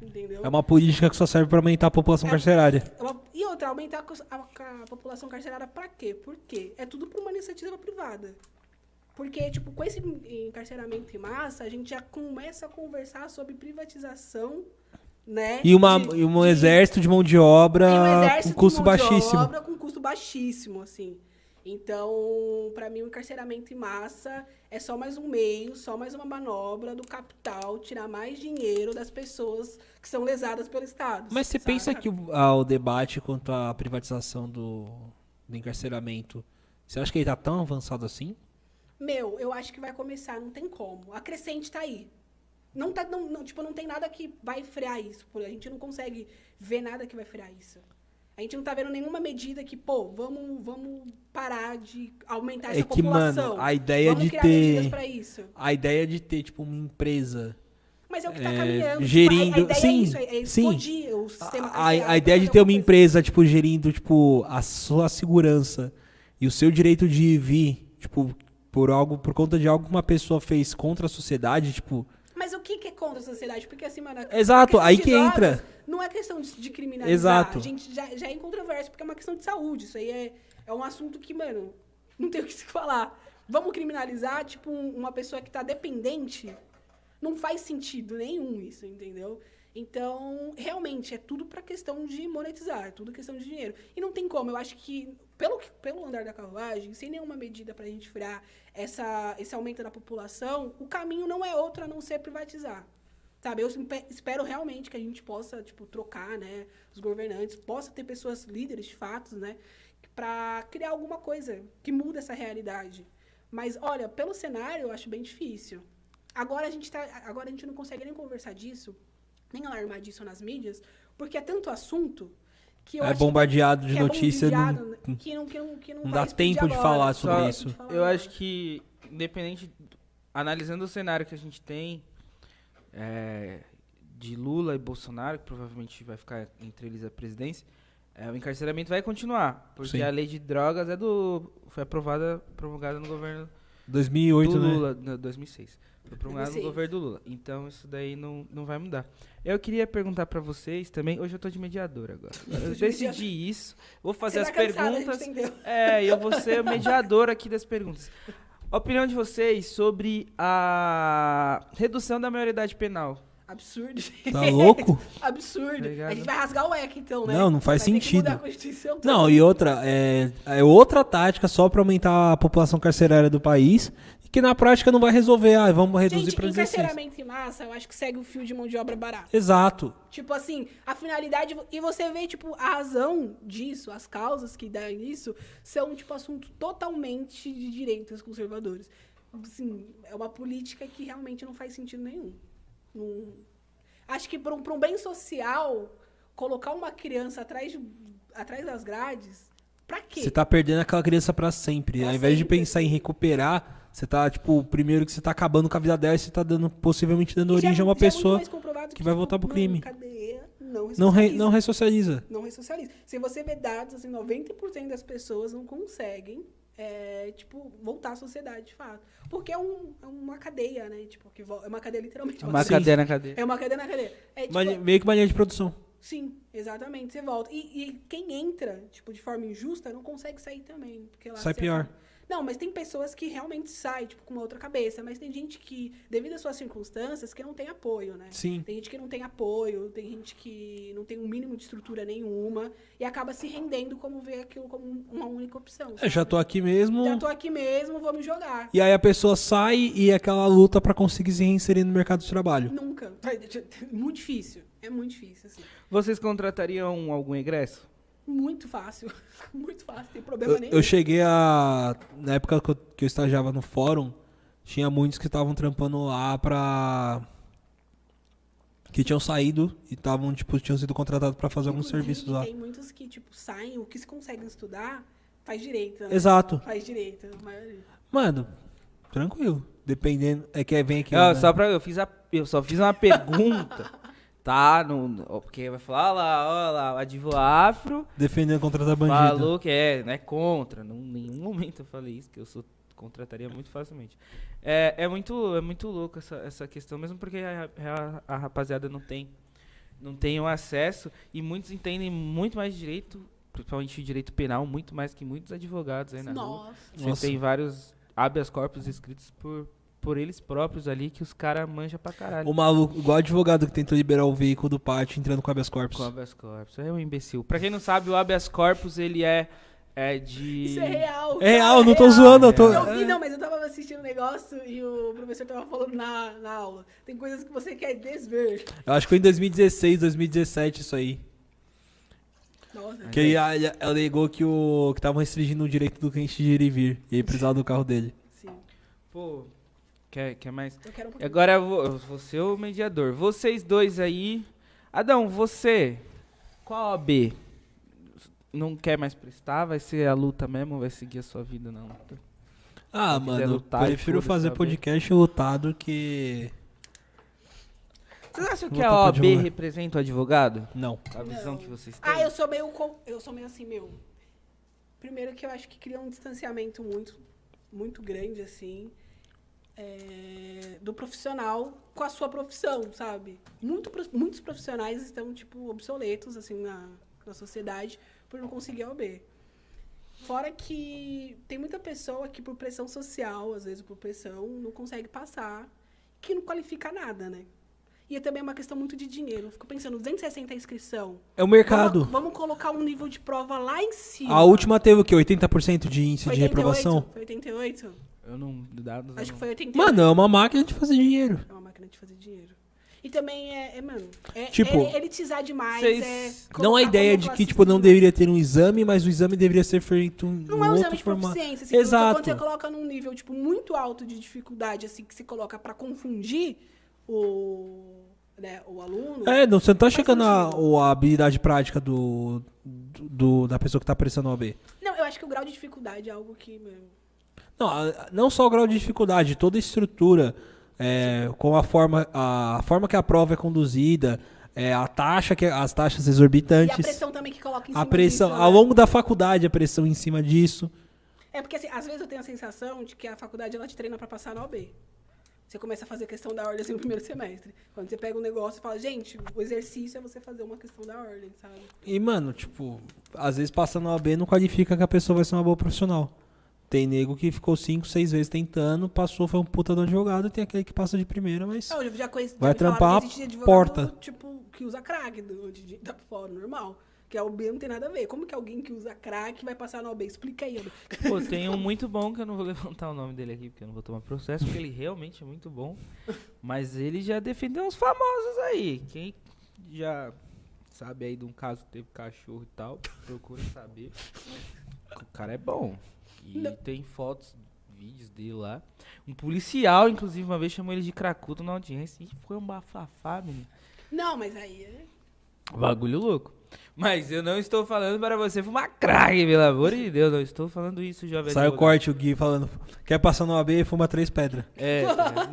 Speaker 1: Entendeu?
Speaker 3: É uma política que só serve pra aumentar a população carcerária.
Speaker 1: É uma- E outra, aumentar a, cons- a- a população carcerária pra quê? Por quê? É tudo por uma iniciativa privada. Porque, tipo, com esse encarceramento em massa, a gente já começa a conversar sobre privatização, né?
Speaker 3: E, uma,
Speaker 1: de-
Speaker 3: e um
Speaker 1: de-
Speaker 3: exército de mão de
Speaker 1: e
Speaker 3: obra
Speaker 1: um
Speaker 3: Ah, com
Speaker 1: exército
Speaker 3: custo
Speaker 1: de mão de
Speaker 3: baixíssimo.
Speaker 1: obra com custo baixíssimo, assim. Então, pra mim, o encarceramento em massa é só mais um meio, só mais uma manobra do capital tirar mais dinheiro das pessoas que são lesadas pelo Estado.
Speaker 3: Mas você
Speaker 1: saca?
Speaker 3: pensa que o, ah, o debate quanto à privatização do, do encarceramento, você acha que ele tá tão avançado assim?
Speaker 1: Meu, eu acho que vai começar, não tem como. A crescente tá aí. Não tá, não, não, tipo, não tem nada que vai frear isso. pô. A gente não consegue ver nada que vai frear isso. A gente não tá vendo nenhuma medida que, pô, vamos, vamos parar de aumentar essa
Speaker 3: É que,
Speaker 1: população.
Speaker 3: mano, a ideia
Speaker 1: vamos
Speaker 3: de
Speaker 1: criar
Speaker 3: ter-
Speaker 1: medidas pra isso.
Speaker 3: A ideia de ter, tipo, uma empresa
Speaker 1: Mas é o que tá
Speaker 3: É,
Speaker 1: caminhando.
Speaker 3: gerindo-
Speaker 1: Tipo, a, a ideia
Speaker 3: sim,
Speaker 1: é isso, é, é
Speaker 3: sim.
Speaker 1: explodir o sistema
Speaker 3: A, a-
Speaker 1: carcerário
Speaker 3: a ideia
Speaker 1: pra
Speaker 3: de
Speaker 1: fazer
Speaker 3: ter uma
Speaker 1: alguma
Speaker 3: empresa, tipo, gerindo, tipo, a sua segurança e o seu direito de vir, tipo, por algo, por conta de algo que uma pessoa fez contra a sociedade, tipo.
Speaker 1: coisa. Mas o que, que é contra a sociedade? Porque assim,
Speaker 3: É,
Speaker 1: mano. a-
Speaker 3: Exato,
Speaker 1: a
Speaker 3: aí
Speaker 1: questão
Speaker 3: que
Speaker 1: de drogas
Speaker 3: entra.
Speaker 1: Não é questão de, de criminalizar.
Speaker 3: Exato.
Speaker 1: A gente já, já é incontroverso, porque é uma questão de saúde. Isso aí é, é um assunto que, mano, não tem o que se falar. Vamos criminalizar, tipo, um- uma pessoa que tá dependente? Não faz sentido nenhum isso, entendeu? Então, realmente, é tudo pra questão de monetizar, é tudo questão de dinheiro. E não tem como, eu acho que, pelo, que- pelo andar da carruagem, sem nenhuma medida pra gente frear essa, esse aumento da população, o caminho não é outro a não ser privatizar. Sabe, eu espe- espero realmente que a gente possa, tipo, trocar, né, os governantes, possa ter pessoas líderes de fato, né, para criar alguma coisa que muda essa realidade. Mas olha, pelo cenário eu acho bem difícil. Agora a gente tá, agora a gente não consegue nem conversar disso, nem alarmar disso nas mídias, porque é tanto assunto que eu
Speaker 3: É
Speaker 1: acho
Speaker 3: bombardeado
Speaker 1: que
Speaker 3: de
Speaker 1: é
Speaker 3: notícia. não-
Speaker 1: bombardeado, né, que não que não que não,
Speaker 3: não
Speaker 1: vai
Speaker 3: dá
Speaker 1: explodir
Speaker 3: tempo de
Speaker 1: agora.
Speaker 3: falar
Speaker 1: Só-
Speaker 3: sobre
Speaker 1: de
Speaker 3: isso.
Speaker 1: falar
Speaker 2: Eu
Speaker 1: agora.
Speaker 2: acho que, independente, analisando o cenário que a gente tem é, de Lula e Bolsonaro, que provavelmente vai ficar entre eles a presidência, é, o encarceramento vai continuar, porque
Speaker 3: Sim.
Speaker 2: a lei de drogas é do foi aprovada, promulgada no governo
Speaker 3: 2008,
Speaker 2: do
Speaker 3: né?
Speaker 2: Lula, não, 2006. Foi promulgado no
Speaker 1: 2006.
Speaker 2: governo do Lula. Então isso daí não, não vai mudar. Eu queria perguntar pra vocês também, hoje eu tô de mediador agora. Eu
Speaker 1: de
Speaker 2: decidi
Speaker 1: (laughs)
Speaker 2: isso, vou fazer
Speaker 1: Você
Speaker 2: as
Speaker 1: tá cansada, a gente
Speaker 2: perguntas.
Speaker 1: entendeu.
Speaker 2: É, e eu vou ser o mediador aqui das perguntas. Opinião de vocês sobre a redução da maioridade penal.
Speaker 1: Absurdo.
Speaker 3: Tá
Speaker 1: (laughs)
Speaker 3: louco?
Speaker 1: Absurdo.
Speaker 2: Obrigado.
Speaker 1: a gente vai rasgar o EC, então, né?
Speaker 3: Tá Não, não faz
Speaker 1: Vai ter que
Speaker 3: sentido.
Speaker 1: mudar a Constituição toda.
Speaker 3: Não, e outra, é, é outra tática só pra aumentar a população carcerária do país, e que na prática não vai resolver. Ah, vamos reduzir
Speaker 1: Gente,
Speaker 3: pra 16.
Speaker 1: encarceramento em massa, eu acho que segue o fio de mão de obra barato.
Speaker 3: Exato.
Speaker 1: Tipo assim, a finalidade. E você vê, tipo, a razão disso, as causas que dão isso, são, tipo, assunto totalmente de direitos conservadores. Assim, é uma política que realmente não faz sentido nenhum. Não- Acho que para um, pra um bem social, colocar uma criança atrás, de- atrás das grades, pra quê?
Speaker 3: Você tá perdendo aquela criança pra sempre.
Speaker 1: Pra
Speaker 3: Ao invés de
Speaker 1: sempre.
Speaker 3: pensar em recuperar, você tá, tipo, primeiro que você tá acabando com a vida dela, e você tá dando, possivelmente dando
Speaker 1: E já-
Speaker 3: origem a uma
Speaker 1: já é muito
Speaker 3: pessoa
Speaker 1: mais comprovado
Speaker 3: que vai voltar pro
Speaker 1: não,
Speaker 3: crime.
Speaker 1: Cadeia, não,
Speaker 3: não, re,
Speaker 1: ressocializa.
Speaker 3: não ressocializa.
Speaker 1: não ressocializa. Se você vê dados, assim, 90% das pessoas não conseguem, é, tipo, voltar à sociedade, de fato. Porque é, um- é uma cadeia, né? Tipo, que vo- é uma cadeia literalmente.
Speaker 3: Uma
Speaker 1: Você-
Speaker 3: cadeia
Speaker 2: na cadeia.
Speaker 1: É uma cadeia na cadeia. É, tipo,
Speaker 3: Uma li- meio que uma linha de produção.
Speaker 1: Sim, exatamente, você volta. E, e quem entra, tipo, de forma injusta, não consegue sair também. Porque lá
Speaker 3: Sai
Speaker 1: você
Speaker 3: pior.
Speaker 1: acaba- Não, mas tem pessoas que realmente saem, tipo, com uma outra cabeça. Mas tem gente que, devido às suas circunstâncias, que não tem apoio, né?
Speaker 3: Sim.
Speaker 1: Tem gente que não tem apoio, tem gente que não tem um mínimo de estrutura nenhuma e acaba se rendendo como vê aquilo como um- uma única opção.
Speaker 3: Eu É, já
Speaker 1: sabe?
Speaker 3: tô aqui mesmo.
Speaker 1: Já tô aqui mesmo, vou me jogar.
Speaker 3: E aí a pessoa sai e é aquela luta pra conseguir se reinserir no mercado de trabalho.
Speaker 1: Nunca. (laughs) Muito difícil. É muito difícil, assim.
Speaker 2: Vocês contratariam algum egresso?
Speaker 1: Muito fácil. (laughs) Muito fácil, tem problema
Speaker 3: Eu,
Speaker 1: nenhum.
Speaker 3: eu cheguei a. Na época que eu, que eu estagiava no fórum, tinha muitos que estavam trampando lá pra. Que tinham saído e estavam, tipo, tinham sido contratados pra fazer alguns
Speaker 1: Inclusive,
Speaker 3: serviços lá.
Speaker 1: Tem muitos que, tipo, saem, o que se conseguem estudar, faz direito, né?
Speaker 3: Exato.
Speaker 1: Faz direito, a maioria.
Speaker 3: Mano, tranquilo. Dependendo. É que vem aqui.
Speaker 2: Ah,
Speaker 3: né?
Speaker 2: Só pra, eu, fiz a, eu só fiz uma pergunta, tá? No, no- porque vai falar, ó lá, ó lá, o Adivo Afro
Speaker 3: Defendendo contratar bandido.
Speaker 2: falou que é, não é contra. Não, em nenhum momento eu falei isso, que eu sou, contrataria muito facilmente. É, é, muito, é muito louco essa, essa questão, mesmo porque a, a- a rapaziada não tem, não tem o acesso e muitos entendem muito mais direito, principalmente o direito penal, muito mais que muitos advogados aí na rua.
Speaker 1: Nossa.
Speaker 2: Você
Speaker 3: Nossa.
Speaker 2: tem vários habeas corpus escritos por, por eles próprios ali que os caras manjam pra caralho.
Speaker 3: O maluco, igual advogado que tentou liberar o veículo do pátio entrando com habeas corpus.
Speaker 2: Com habeas corpus. É um imbecil. Pra quem não sabe, o habeas corpus ele é, é de.
Speaker 1: Isso é real.
Speaker 3: É
Speaker 1: cara,
Speaker 3: real, não tô
Speaker 1: real.
Speaker 3: zoando, eu tô. É.
Speaker 1: Eu vi, não, mas eu tava assistindo um negócio e o professor tava falando na, na aula. Tem coisas que você quer desver.
Speaker 3: Eu acho que foi em 2016, 2017 isso aí.
Speaker 1: Nossa.
Speaker 3: Que ele, ele alegou que o que estavam restringindo o direito do cliente de ir e vir. E ele precisava do carro dele.
Speaker 1: Sim.
Speaker 2: Pô, quer, quer mais?
Speaker 1: Eu quero um
Speaker 2: E
Speaker 1: pouquinho.
Speaker 2: Agora eu vou, eu vou ser o mediador. Vocês dois aí. Adão, você. Qual OAB? Não quer mais prestar? Vai ser a luta mesmo? ou Vai seguir a sua vida na luta?
Speaker 3: Ah,
Speaker 2: Se quiser
Speaker 3: mano,
Speaker 2: lutar,
Speaker 3: prefiro
Speaker 2: foda-se,
Speaker 3: fazer
Speaker 2: sabe?
Speaker 3: podcast lutado que.
Speaker 2: Vocês acham
Speaker 3: Vou
Speaker 2: que a
Speaker 3: tapar
Speaker 2: OAB
Speaker 3: de rolar.
Speaker 2: representa o advogado?
Speaker 3: Não.
Speaker 2: A visão
Speaker 1: Não.
Speaker 2: que vocês têm?
Speaker 1: Ah, eu sou meio. com- Eu sou meio assim, meu. Primeiro que eu acho que cria um distanciamento muito, muito grande, assim. é, do profissional com a sua profissão, sabe? Muito, pro- muitos profissionais estão, tipo, obsoletos, assim, na, na sociedade por não conseguir a OB. Fora que tem muita pessoa que, por pressão social, às vezes por pressão, não consegue passar, que não qualifica nada, né? E é também uma questão muito de dinheiro. Eu fico pensando, 260 a inscrição.
Speaker 3: É o mercado.
Speaker 1: Vamos, vamos colocar um nível de prova lá em cima.
Speaker 3: A última teve o quê? 80% de índice
Speaker 1: foi
Speaker 3: de reprovação?
Speaker 1: Foi 88?
Speaker 2: Eu não. Dados, eu
Speaker 1: Acho que
Speaker 2: não-
Speaker 1: foi 88.
Speaker 3: Mano, é uma máquina de fazer dinheiro.
Speaker 1: É uma máquina de fazer dinheiro. E também é, é, mano, é
Speaker 3: Tipo,
Speaker 1: ele- elitizar demais.
Speaker 2: vocês-
Speaker 1: é
Speaker 3: não a
Speaker 1: colocar
Speaker 3: ideia
Speaker 1: como
Speaker 3: de que,
Speaker 1: classe
Speaker 3: tipo, não
Speaker 1: acima.
Speaker 3: deveria ter um exame, mas o exame deveria ser feito em
Speaker 1: Não
Speaker 3: um
Speaker 1: é um
Speaker 3: outro
Speaker 1: exame de
Speaker 3: formato.
Speaker 1: proficiência. Assim, porque
Speaker 3: Exato.
Speaker 1: Quando você coloca num nível, tipo, muito alto de dificuldade, assim, que se coloca pra confundir o, né, o aluno.
Speaker 3: É, não, você não tá
Speaker 1: Faz
Speaker 3: chegando a,
Speaker 1: sentido.
Speaker 3: ou a habilidade prática do, do- da pessoa que tá prestando o OAB.
Speaker 1: Não, eu acho que o grau de dificuldade é algo que, mano,
Speaker 3: Não, a- não só o grau de dificuldade, toda a estrutura, é, com a forma, a forma que a prova é conduzida, é, a taxa que, as taxas
Speaker 1: E a
Speaker 3: exorbitantes,
Speaker 1: pressão também que coloca em cima
Speaker 3: a pressão,
Speaker 1: disso,
Speaker 3: ao
Speaker 1: né?
Speaker 3: longo da faculdade a pressão em cima disso.
Speaker 1: É porque, assim, às vezes eu tenho a sensação de que a faculdade, ela te treina pra passar na OB. Você começa a fazer questão da ordem, assim, no primeiro semestre. Quando você pega um negócio e fala, gente, o exercício é você fazer uma questão da ordem, sabe?
Speaker 3: E mano, tipo, às vezes passando a OAB não qualifica que a pessoa vai ser uma boa profissional. Tem nego que ficou cinco, seis vezes tentando, passou, foi um puta do advogado, tem aquele que passa de primeira, mas
Speaker 1: Não, eu Ah, já conheci, já
Speaker 3: Vai
Speaker 1: me falaram
Speaker 3: trampar
Speaker 1: que
Speaker 3: a
Speaker 1: existe advogado,
Speaker 3: porta.
Speaker 1: Tipo, que usa crack do, de, de, da fora, normal. Que a OB não tem nada a ver. Como que alguém que usa crack vai passar na OB? Explica aí, OB.
Speaker 2: Pô, tem um muito bom que eu não vou (laughs) levantar o nome dele aqui, porque eu não vou tomar processo, porque ele realmente é muito bom. Mas ele já defendeu uns famosos aí. Quem já sabe aí de um caso que teve cachorro e tal, procura saber. O cara é bom. E
Speaker 1: Não.
Speaker 2: tem fotos, vídeos dele lá. Um policial, inclusive, uma vez chamou ele de cracudo na audiência. E foi um bafafá, menino.
Speaker 1: Não, mas aí é...
Speaker 2: Bagulho louco. Mas eu não estou falando para você fumar crack, pelo amor de Deus. Não estou falando isso, jovem.
Speaker 3: sai o
Speaker 2: advogado.
Speaker 3: corte, o Gui falando, quer passar na OAB, fuma três pedras.
Speaker 1: (laughs)
Speaker 2: É,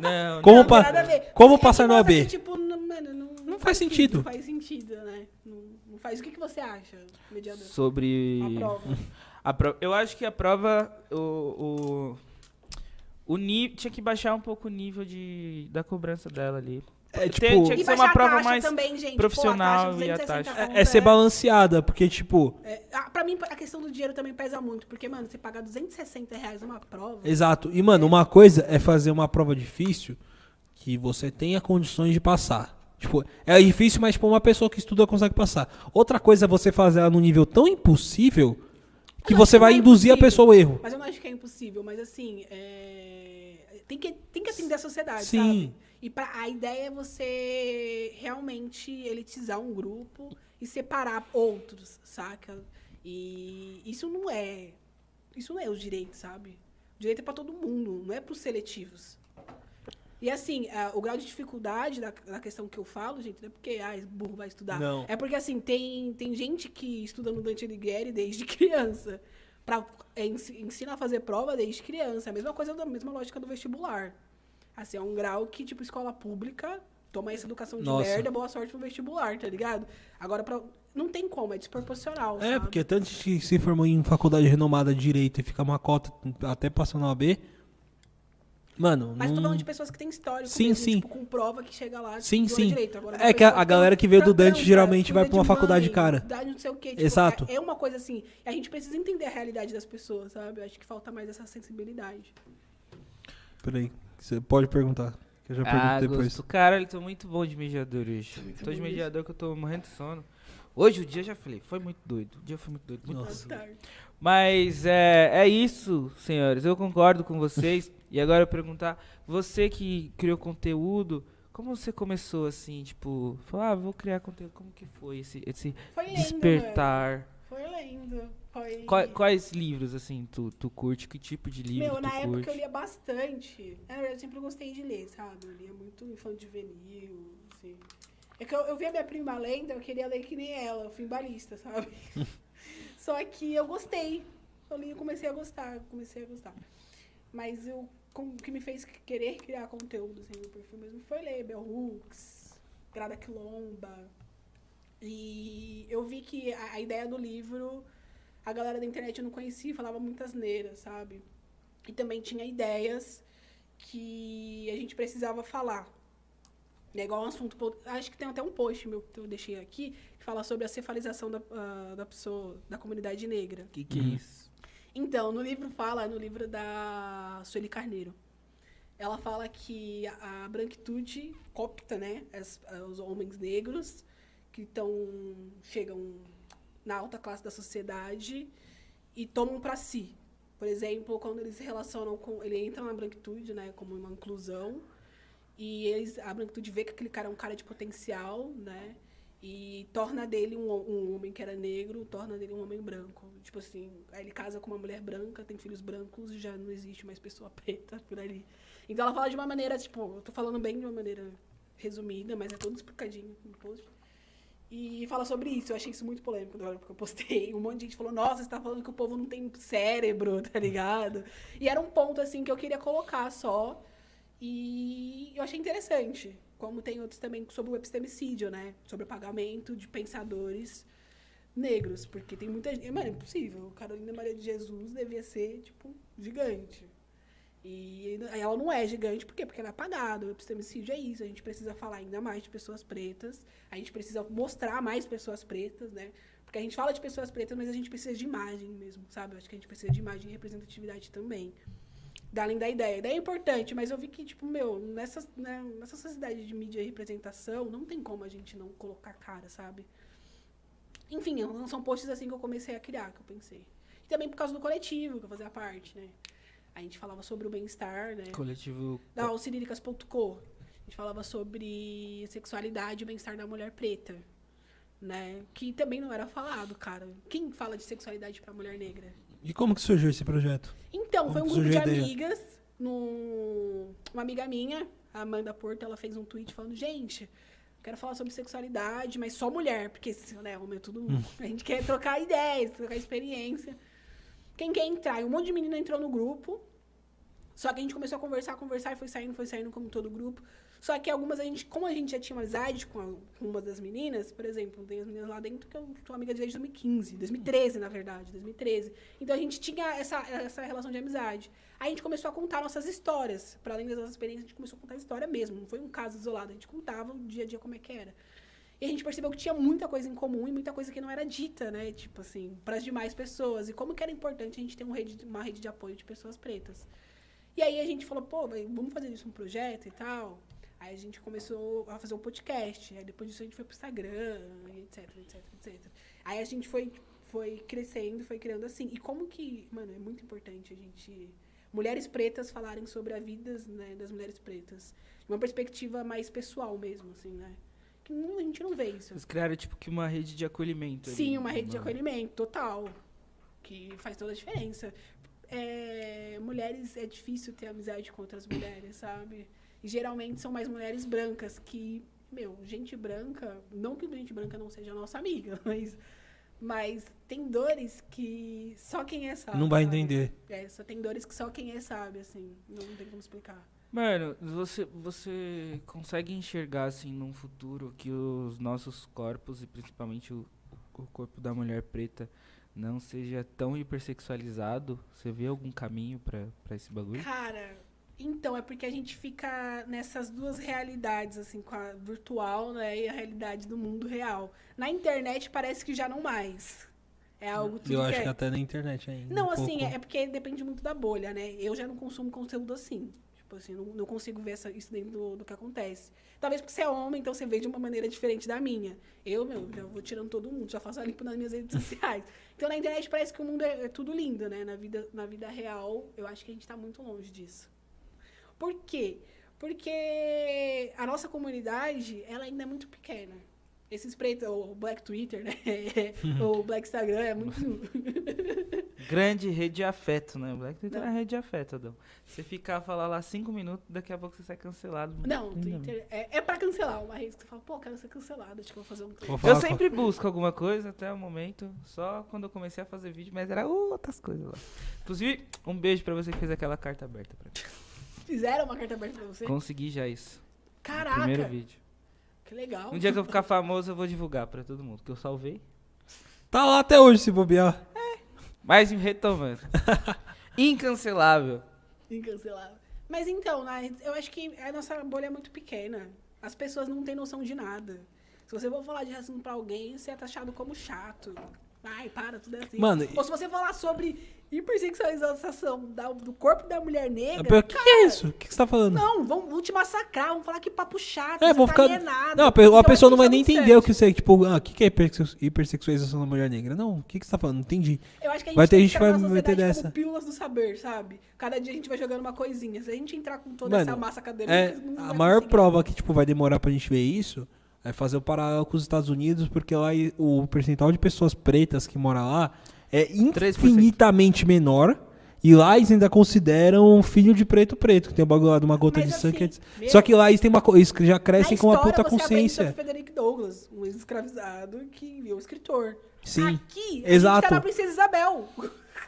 Speaker 2: não,
Speaker 3: Como
Speaker 1: não,
Speaker 3: pa-
Speaker 1: tem nada a ver.
Speaker 3: como
Speaker 1: Mas é que
Speaker 3: passar no
Speaker 1: mostra
Speaker 3: AB?
Speaker 1: que, tipo, não, mano, não,
Speaker 3: Não faz sentido.
Speaker 1: Não faz sentido, né? Não, não faz. O que, que você acha, mediador?
Speaker 2: sobre
Speaker 1: A prova.
Speaker 2: a prova. Eu acho que a prova o o, o ni- tinha que baixar um pouco o nível de da cobrança dela ali.
Speaker 3: É,
Speaker 2: Tem-
Speaker 3: tipo-
Speaker 2: tinha
Speaker 1: E
Speaker 2: que ser
Speaker 1: baixar
Speaker 2: uma
Speaker 1: a
Speaker 2: prova
Speaker 1: taxa
Speaker 2: mais
Speaker 1: também, gente.
Speaker 2: profissional
Speaker 1: Pô,
Speaker 2: e a
Speaker 1: a taxa de 260
Speaker 2: taxa-
Speaker 1: conto
Speaker 3: É ser balanceada, porque, tipo,
Speaker 1: É, ah, pra mim, a questão do dinheiro também pesa muito. Porque, mano, você pagar 260 reais numa prova...
Speaker 3: exato. E, mano, uma coisa é fazer uma prova difícil que você tenha condições de passar. Tipo, é difícil, mas, tipo, uma pessoa que estuda consegue passar. Outra coisa é você fazer ela num nível tão impossível que
Speaker 1: Não,
Speaker 3: você
Speaker 1: não
Speaker 3: vai
Speaker 1: é
Speaker 3: induzir a
Speaker 1: impossível.
Speaker 3: pessoa ao erro.
Speaker 1: Mas eu não acho que é impossível, mas assim, é, tem, que, tem que atender a sociedade,
Speaker 3: Sim.
Speaker 1: sabe? E pra, a ideia é você realmente elitizar um grupo e separar outros, saca? E isso não é. Isso não é o direito, sabe? O direito é pra todo mundo, não é pros seletivos. E assim, a- o grau de dificuldade da, da questão que eu falo, gente, não é porque ah, esse burro vai estudar.
Speaker 3: Não.
Speaker 1: É porque assim, tem, tem gente que estuda no Dante Alighieri desde (laughs) criança. Pra, é, ensi- ensina a fazer prova desde criança. É a mesma coisa, da mesma lógica do vestibular. Assim, é um grau que, tipo, escola pública toma essa educação de
Speaker 3: Nossa.
Speaker 1: merda, boa sorte no vestibular, tá ligado? Agora, pra, não tem como, é desproporcional.
Speaker 3: É,
Speaker 1: sabe?
Speaker 3: porque tanto que se formou em faculdade renomada de direito e fica uma cota até passando na OAB. Mano,
Speaker 1: Mas tô
Speaker 3: não-
Speaker 1: falando de pessoas que têm histórico
Speaker 3: Hum. Sim,
Speaker 1: mesmo,
Speaker 3: sim.
Speaker 1: tipo, com prova que chega lá,
Speaker 3: Sim,
Speaker 1: estuda
Speaker 3: sim.
Speaker 1: direito. Agora,
Speaker 3: É que a-
Speaker 1: pessoa um
Speaker 3: a galera que veio do
Speaker 1: trampa,
Speaker 3: Dante geralmente vai
Speaker 1: cuida
Speaker 3: pra uma
Speaker 1: de
Speaker 3: faculdade
Speaker 1: mãe,
Speaker 3: cara.
Speaker 1: faculdade não sei o quê, tipo,
Speaker 3: Exato.
Speaker 1: É é uma coisa assim, a gente precisa entender a realidade das pessoas, sabe? Eu acho que falta mais essa sensibilidade.
Speaker 3: Peraí, você pode perguntar. Que eu já pergunto
Speaker 2: Ah,
Speaker 3: depois.
Speaker 2: gosto. Cara, eu tô muito bom de mediador hoje. tô de mediador que eu tô morrendo de sono. Hoje o dia já falei, foi muito doido. O dia foi muito doido, muito
Speaker 1: Tá
Speaker 2: doido.
Speaker 1: tarde.
Speaker 2: Mas é, é isso, senhores. Eu concordo com vocês. e agora eu perguntar, você que criou conteúdo, como você começou assim, tipo, falar, ah, vou criar conteúdo, como que foi esse, esse
Speaker 1: Foi lendo,
Speaker 2: despertar?
Speaker 1: mano. Foi lendo. Foi...
Speaker 2: Quais, quais livros, assim, tu, tu curte? Que tipo de livro
Speaker 1: Meu,
Speaker 2: tu
Speaker 1: na
Speaker 2: curte?
Speaker 1: época eu lia bastante. Na verdade, eu sempre gostei de ler, sabe? Eu lia muito infanto juvenil, assim. É que eu, eu via minha prima lendo, eu queria ler que nem ela, eu fui balista,
Speaker 2: (laughs)
Speaker 1: sabe? Só que eu gostei. Eu li e comecei a gostar, comecei a gostar. Mas eu, com- o que me fez querer criar conteúdo, assim, no perfil mesmo, foi ler Bell Hooks, Grada Quilomba. E eu vi que a, a ideia do livro, a galera da internet não conhecia, falava muitas neiras, sabe? E também tinha ideias que a gente precisava falar. É igual um assunto. po- Acho que tem até um post meu que eu deixei aqui, que fala sobre a cefalização da, ah, da pessoa, da comunidade negra.
Speaker 2: Que que é isso?
Speaker 1: Então, no livro fala, no livro da Sueli Carneiro, ela fala que a a branquitude copta, né, as- os homens negros que estão chegam na alta classe da sociedade e tomam para si. Por exemplo, quando eles se relacionam com, ele entra na branquitude, né, como uma inclusão e eles a branquitude vê que aquele cara é um cara de potencial, né, e torna dele um, ho- um homem que era negro, torna dele um homem branco. Tipo assim, aí ele casa com uma mulher branca, tem filhos brancos e já não existe mais pessoa preta (laughs) por ali. Então ela fala de uma maneira, tipo, eu tô falando bem de uma maneira resumida, mas é todo explicadinho no post. E fala sobre isso, eu achei isso muito polêmico na hora que eu postei. Um monte de gente falou, nossa, você tá falando que o povo não tem cérebro, (laughs) tá ligado? E era um ponto, assim, que eu queria colocar só. E eu achei interessante, como tem outros também sobre o epistemicídio, né? Sobre o pagamento de pensadores negros, porque tem muita gente... Mano, é impossível. Carolina Maria de Jesus devia ser, tipo, gigante. E ainda- aí ela não é gigante, por quê? Porque ela é apagada. O epistemicídio é isso. A gente precisa falar ainda mais de pessoas pretas. A gente precisa mostrar mais pessoas pretas, né? Porque a gente fala de pessoas pretas, mas a gente precisa de imagem mesmo, sabe? Eu acho que a gente precisa de imagem e representatividade também. Da além da ideia. A ideia é importante, mas eu vi que, tipo, meu, nessa, né, nessa sociedade de mídia e representação, não tem como a gente não colocar cara, sabe? Enfim, eu- são posts assim que eu comecei a criar, que eu pensei. E também por causa do coletivo, que eu fazia parte, né? A gente falava sobre o bem-estar, né?
Speaker 2: Coletivo.
Speaker 1: da Alciriricas.co. A gente falava sobre sexualidade e bem-estar da mulher preta, né? Que também não era falado, cara. Quem fala de sexualidade pra mulher negra?
Speaker 3: E como que surgiu esse projeto?
Speaker 1: Então,
Speaker 3: Como
Speaker 1: foi um
Speaker 3: que
Speaker 1: grupo de
Speaker 3: surgiu a ideia?
Speaker 1: amigas. num- Uma amiga minha, a Amanda Porto, ela fez um tweet falando, gente, quero falar sobre sexualidade, mas só mulher, porque né, homem é tudo. A gente quer trocar ideias, trocar experiência. Quem quer entrar? E um monte de menina entrou no grupo. Só que a gente começou a conversar, conversar, e foi saindo, foi saindo como todo grupo. Só que algumas a gente, como a gente já tinha amizade com, a- com uma das meninas, por exemplo, tem as meninas lá dentro que eu sou amiga desde 2015, 2013, na verdade, 2013. Então a gente tinha essa, essa relação de amizade. Aí a gente começou a contar nossas histórias. Para além das nossas experiências, a gente começou a contar história mesmo. Não foi um caso isolado, a gente contava o dia a dia como é que era. E a gente percebeu que tinha muita coisa em comum e muita coisa que não era dita, né? Tipo assim, para as demais pessoas. E como que era importante a gente ter um rede- uma rede de apoio de pessoas pretas. E aí a gente falou, pô, vai- vamos fazer isso um projeto e tal. Aí a gente começou a fazer um podcast. Aí depois disso a gente foi pro Instagram, e etc, etc, etc. Aí a gente foi, foi crescendo, foi criando assim. E como que, mano, é muito importante a gente. Mulheres pretas falarem sobre a vida né, das mulheres pretas. De uma perspectiva mais pessoal mesmo, assim, né? Que não- a gente não vê isso.
Speaker 2: Vocês criaram tipo que uma rede de acolhimento. ali,
Speaker 1: Sim, uma rede de
Speaker 2: mano.
Speaker 1: acolhimento, total. Que faz toda a diferença. É, mulheres, é difícil ter amizade com outras mulheres, sabe? E geralmente são mais mulheres brancas que, meu, gente branca, não que gente branca não seja nossa amiga, (laughs) mas, mas tem dores que só quem é sabe.
Speaker 3: Não vai
Speaker 1: sabe?
Speaker 3: entender.
Speaker 1: É, só tem dores que só quem é sabe, assim. Não tem como explicar.
Speaker 2: Mano, você, você consegue enxergar, assim, num futuro que os nossos corpos, e principalmente o, o corpo da mulher preta, não seja tão hipersexualizado? Você vê algum caminho pra, pra esse bagulho?
Speaker 1: Cara, então, é porque a gente fica nessas duas realidades, assim, com a virtual, né, e a realidade do mundo real. Na internet parece que já não mais. É algo tudo
Speaker 3: Eu acho
Speaker 1: é-
Speaker 3: que até na internet ainda.
Speaker 1: Não,
Speaker 3: um
Speaker 1: assim,
Speaker 3: pouco.
Speaker 1: é porque depende muito da bolha, né? Eu já não consumo conteúdo assim. Tipo assim, não, não consigo ver essa- isso dentro do, do que acontece. Talvez porque você é homem, então você vê de uma maneira diferente da minha. Eu, meu, já vou tirando todo mundo, já faço a limpa nas minhas redes (laughs) sociais. Então na internet parece que o mundo é, é tudo lindo, né? Na vida, na vida real, eu acho que a gente tá muito longe disso. Por quê? Porque a nossa comunidade, ela ainainda é muito pequena. Esses pretos, o Black Twitter, né? (laughs) o Black Instagram é muito.
Speaker 2: Grande rede de afeto, né? Black Twitter é
Speaker 1: Não.
Speaker 2: uma rede de afeto, Adão. Você ficar, falar lá cinco minutos, daqui a pouco você sai cancelado. mano.
Speaker 1: Não,
Speaker 2: Ainda bem.
Speaker 1: Twitter é, é pra cancelar uma rede que você fala, pô, quero ser cancelado, acho que eu vou fazer um
Speaker 3: Vou
Speaker 1: tweet.
Speaker 3: falar
Speaker 2: Eu
Speaker 3: com-
Speaker 2: sempre busco alguma coisa até o momento, só quando eu comecei a fazer vídeo, mas era outras coisas lá. Inclusive, um beijo pra você que fez aquela carta aberta pra mim.
Speaker 1: Fizeram uma carta aberta pra você?
Speaker 2: Consegui já isso. no
Speaker 1: Caraca!
Speaker 2: Primeiro vídeo.
Speaker 1: Que legal.
Speaker 2: Um dia que eu ficar famoso, eu vou divulgar pra todo mundo que eu salvei.
Speaker 3: Tá lá até hoje, se bobear.
Speaker 2: Mas retomando. Incancelável.
Speaker 1: Incancelável. Mas então, né, eu acho que a nossa bolha é muito pequena. As pessoas não têm noção de nada. Se você for falar de racismo pra alguém, você é taxado como chato. Ai, para, tudo é assim.
Speaker 3: Mano,
Speaker 1: Ou se você falar sobre hipersexualização da- do corpo da mulher negra.
Speaker 3: O que, que
Speaker 1: cara,
Speaker 3: é isso? O que, que você tá falando?
Speaker 1: Não, vão, vão te massacrar, vão falar que papo chato,
Speaker 3: É,
Speaker 1: você
Speaker 3: vão
Speaker 1: tá
Speaker 3: ficar.
Speaker 1: alienado.
Speaker 3: Não, a, pe- a
Speaker 1: Então,
Speaker 3: pessoa não
Speaker 1: isso
Speaker 3: vai
Speaker 1: é
Speaker 3: nem
Speaker 1: muito
Speaker 3: entender
Speaker 1: sério.
Speaker 3: o que você. Tipo, ah, o que, que é hipersex- hipersexualização da mulher negra? Não, o que, que você tá falando? Não entendi.
Speaker 1: Eu acho que a gente
Speaker 3: Vai ter
Speaker 1: tem
Speaker 3: gente que
Speaker 1: entrar
Speaker 3: vai
Speaker 1: na
Speaker 3: me meter
Speaker 1: sociedade
Speaker 3: dessa.
Speaker 1: Como pílulas do saber, sabe? Cada dia a gente vai jogando uma coisinha. Se a gente entrar com toda
Speaker 3: Mano,
Speaker 1: essa massa acadêmica,
Speaker 3: É,
Speaker 1: não assim.
Speaker 3: a
Speaker 1: vai
Speaker 3: maior
Speaker 1: conseguir.
Speaker 3: prova que tipo, vai demorar pra gente ver isso é fazer o paralelo com os Estados Unidos, porque lá e- o percentual de pessoas pretas que mora lá é
Speaker 2: 3%.
Speaker 3: infinitamente menor. E lá eles ainda consideram um filho de preto preto, que tem o bagulho lá de uma gota
Speaker 1: Mas
Speaker 3: de sangue.
Speaker 1: assim,
Speaker 3: que é-
Speaker 1: meu-
Speaker 3: Só que lá eles, têm uma, co- eles cre- já crescem
Speaker 1: Na
Speaker 3: é com uma
Speaker 1: história,
Speaker 3: puta
Speaker 1: você aprende sobre
Speaker 3: consciência.
Speaker 1: Frederick Douglass, um ex-escravizado que virou escritor.
Speaker 3: Sim.
Speaker 1: Aqui, a
Speaker 3: Exato.
Speaker 1: gente tá na Princesa Isabel.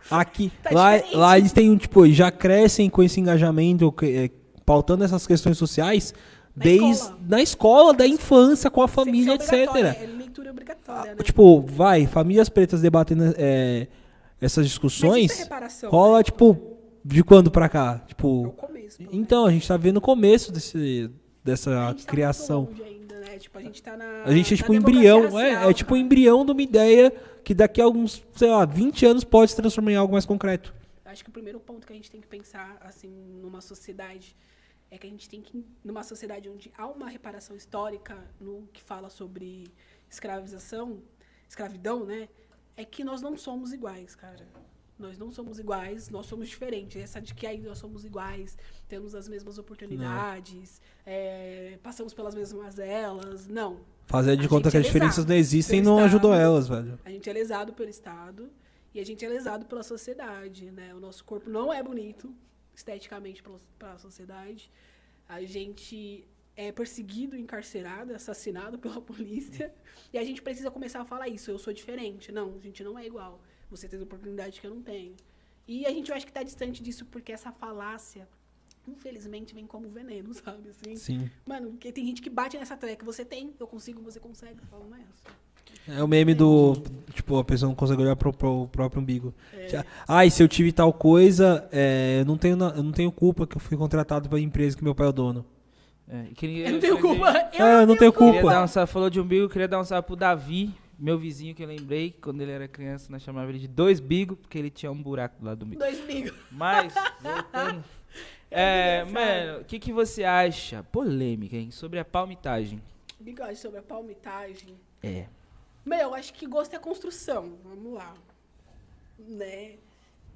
Speaker 3: Aqui,
Speaker 1: Tá
Speaker 3: lá,
Speaker 1: diferente.
Speaker 3: lá eles têm, um, tipo, já crescem com esse engajamento, que- é, pautando essas questões sociais,
Speaker 1: Na
Speaker 3: desde
Speaker 1: escola.
Speaker 3: na escola, da infância, com a família,
Speaker 1: Isso é obrigatório,
Speaker 3: etc. né?
Speaker 1: É leitura obrigatória, né?
Speaker 3: Tipo, vai, famílias pretas debatendo é, essas
Speaker 1: Mas
Speaker 3: discussões,
Speaker 1: isso é reparação,
Speaker 3: rola,
Speaker 1: né?
Speaker 3: tipo, de quando pra cá?
Speaker 1: É o
Speaker 3: Tipo,
Speaker 1: começo. pelo menos.
Speaker 3: então, a gente tá vendo o começo desse,
Speaker 1: A
Speaker 3: dessa
Speaker 1: gente tá muito
Speaker 3: criação.
Speaker 1: longe ainda, né? Tipo, a gente tá na.
Speaker 3: A gente é
Speaker 1: na
Speaker 3: tipo
Speaker 1: democracia
Speaker 3: embrião, é,
Speaker 1: racial, né?
Speaker 3: é tipo
Speaker 1: cara.
Speaker 3: embrião de uma ideia que daqui a alguns, sei lá, 20 anos pode se transformar em algo mais concreto.
Speaker 1: Acho que o primeiro ponto que a gente tem que pensar, assim, numa sociedade, é que a gente tem que, numa sociedade onde há uma reparação histórica no que fala sobre escravização, escravidão, né? É que nós não somos iguais, cara. Nós não somos iguais, nós somos diferentes. Essa de que aí nós somos iguais, temos as mesmas oportunidades, é, passamos pelas mesmas elas. Não.
Speaker 3: Fazer de
Speaker 1: A gente
Speaker 3: conta que as
Speaker 1: é um
Speaker 3: diferenças
Speaker 1: lesado
Speaker 3: não existem
Speaker 1: pelo
Speaker 3: não ajudou
Speaker 1: Estado.
Speaker 3: elas, velho.
Speaker 1: A gente é lesado pelo Estado e a gente é lesado pela sociedade, né? O nosso corpo não é bonito esteticamente para a sociedade. A gente é perseguido, encarcerado, assassinado (laughs) pela polícia. E a gente precisa começar a falar isso. Eu sou diferente. Não, a gente não é igual. Você tem oportunidade que eu não tenho. E a gente eu acho que está distante disso porque essa falácia, infelizmente, vem como veneno, (laughs) sabe? Assim,
Speaker 3: Sim.
Speaker 1: Mano, porque tem gente que bate nessa treca. Você tem, eu consigo, você consegue. Eu falo, não é isso.
Speaker 3: É o meme do. Tipo, a pessoa não consegue olhar pro, pro próprio umbigo.
Speaker 1: É.
Speaker 3: Tipo, Ai, se eu tive tal coisa, é, eu, não tenho, na- eu não tenho culpa que eu fui contratado pela empresa que meu pai é o dono.
Speaker 2: É, e queria-
Speaker 1: Eu não tenho
Speaker 2: queria-
Speaker 1: culpa. Eu
Speaker 3: ah, eu não tenho
Speaker 2: Queria
Speaker 3: culpa.
Speaker 2: dar um salve, falou de umbigo, queria dar um salve pro Davi, meu vizinho que eu lembrei, que quando ele era criança, nós chamava ele de dois bigo, porque ele tinha um buraco do lado do umbigo.
Speaker 1: Dois mil.
Speaker 2: Mas, voltando.
Speaker 1: É
Speaker 2: É,
Speaker 1: muito engraçado.
Speaker 2: mano, o que, que você acha? Polêmica, hein? Sobre a palmitagem.
Speaker 1: Bigode sobre a palmitagem.
Speaker 2: É.
Speaker 1: Meu, acho que gosto é construção. Vamos lá. Né?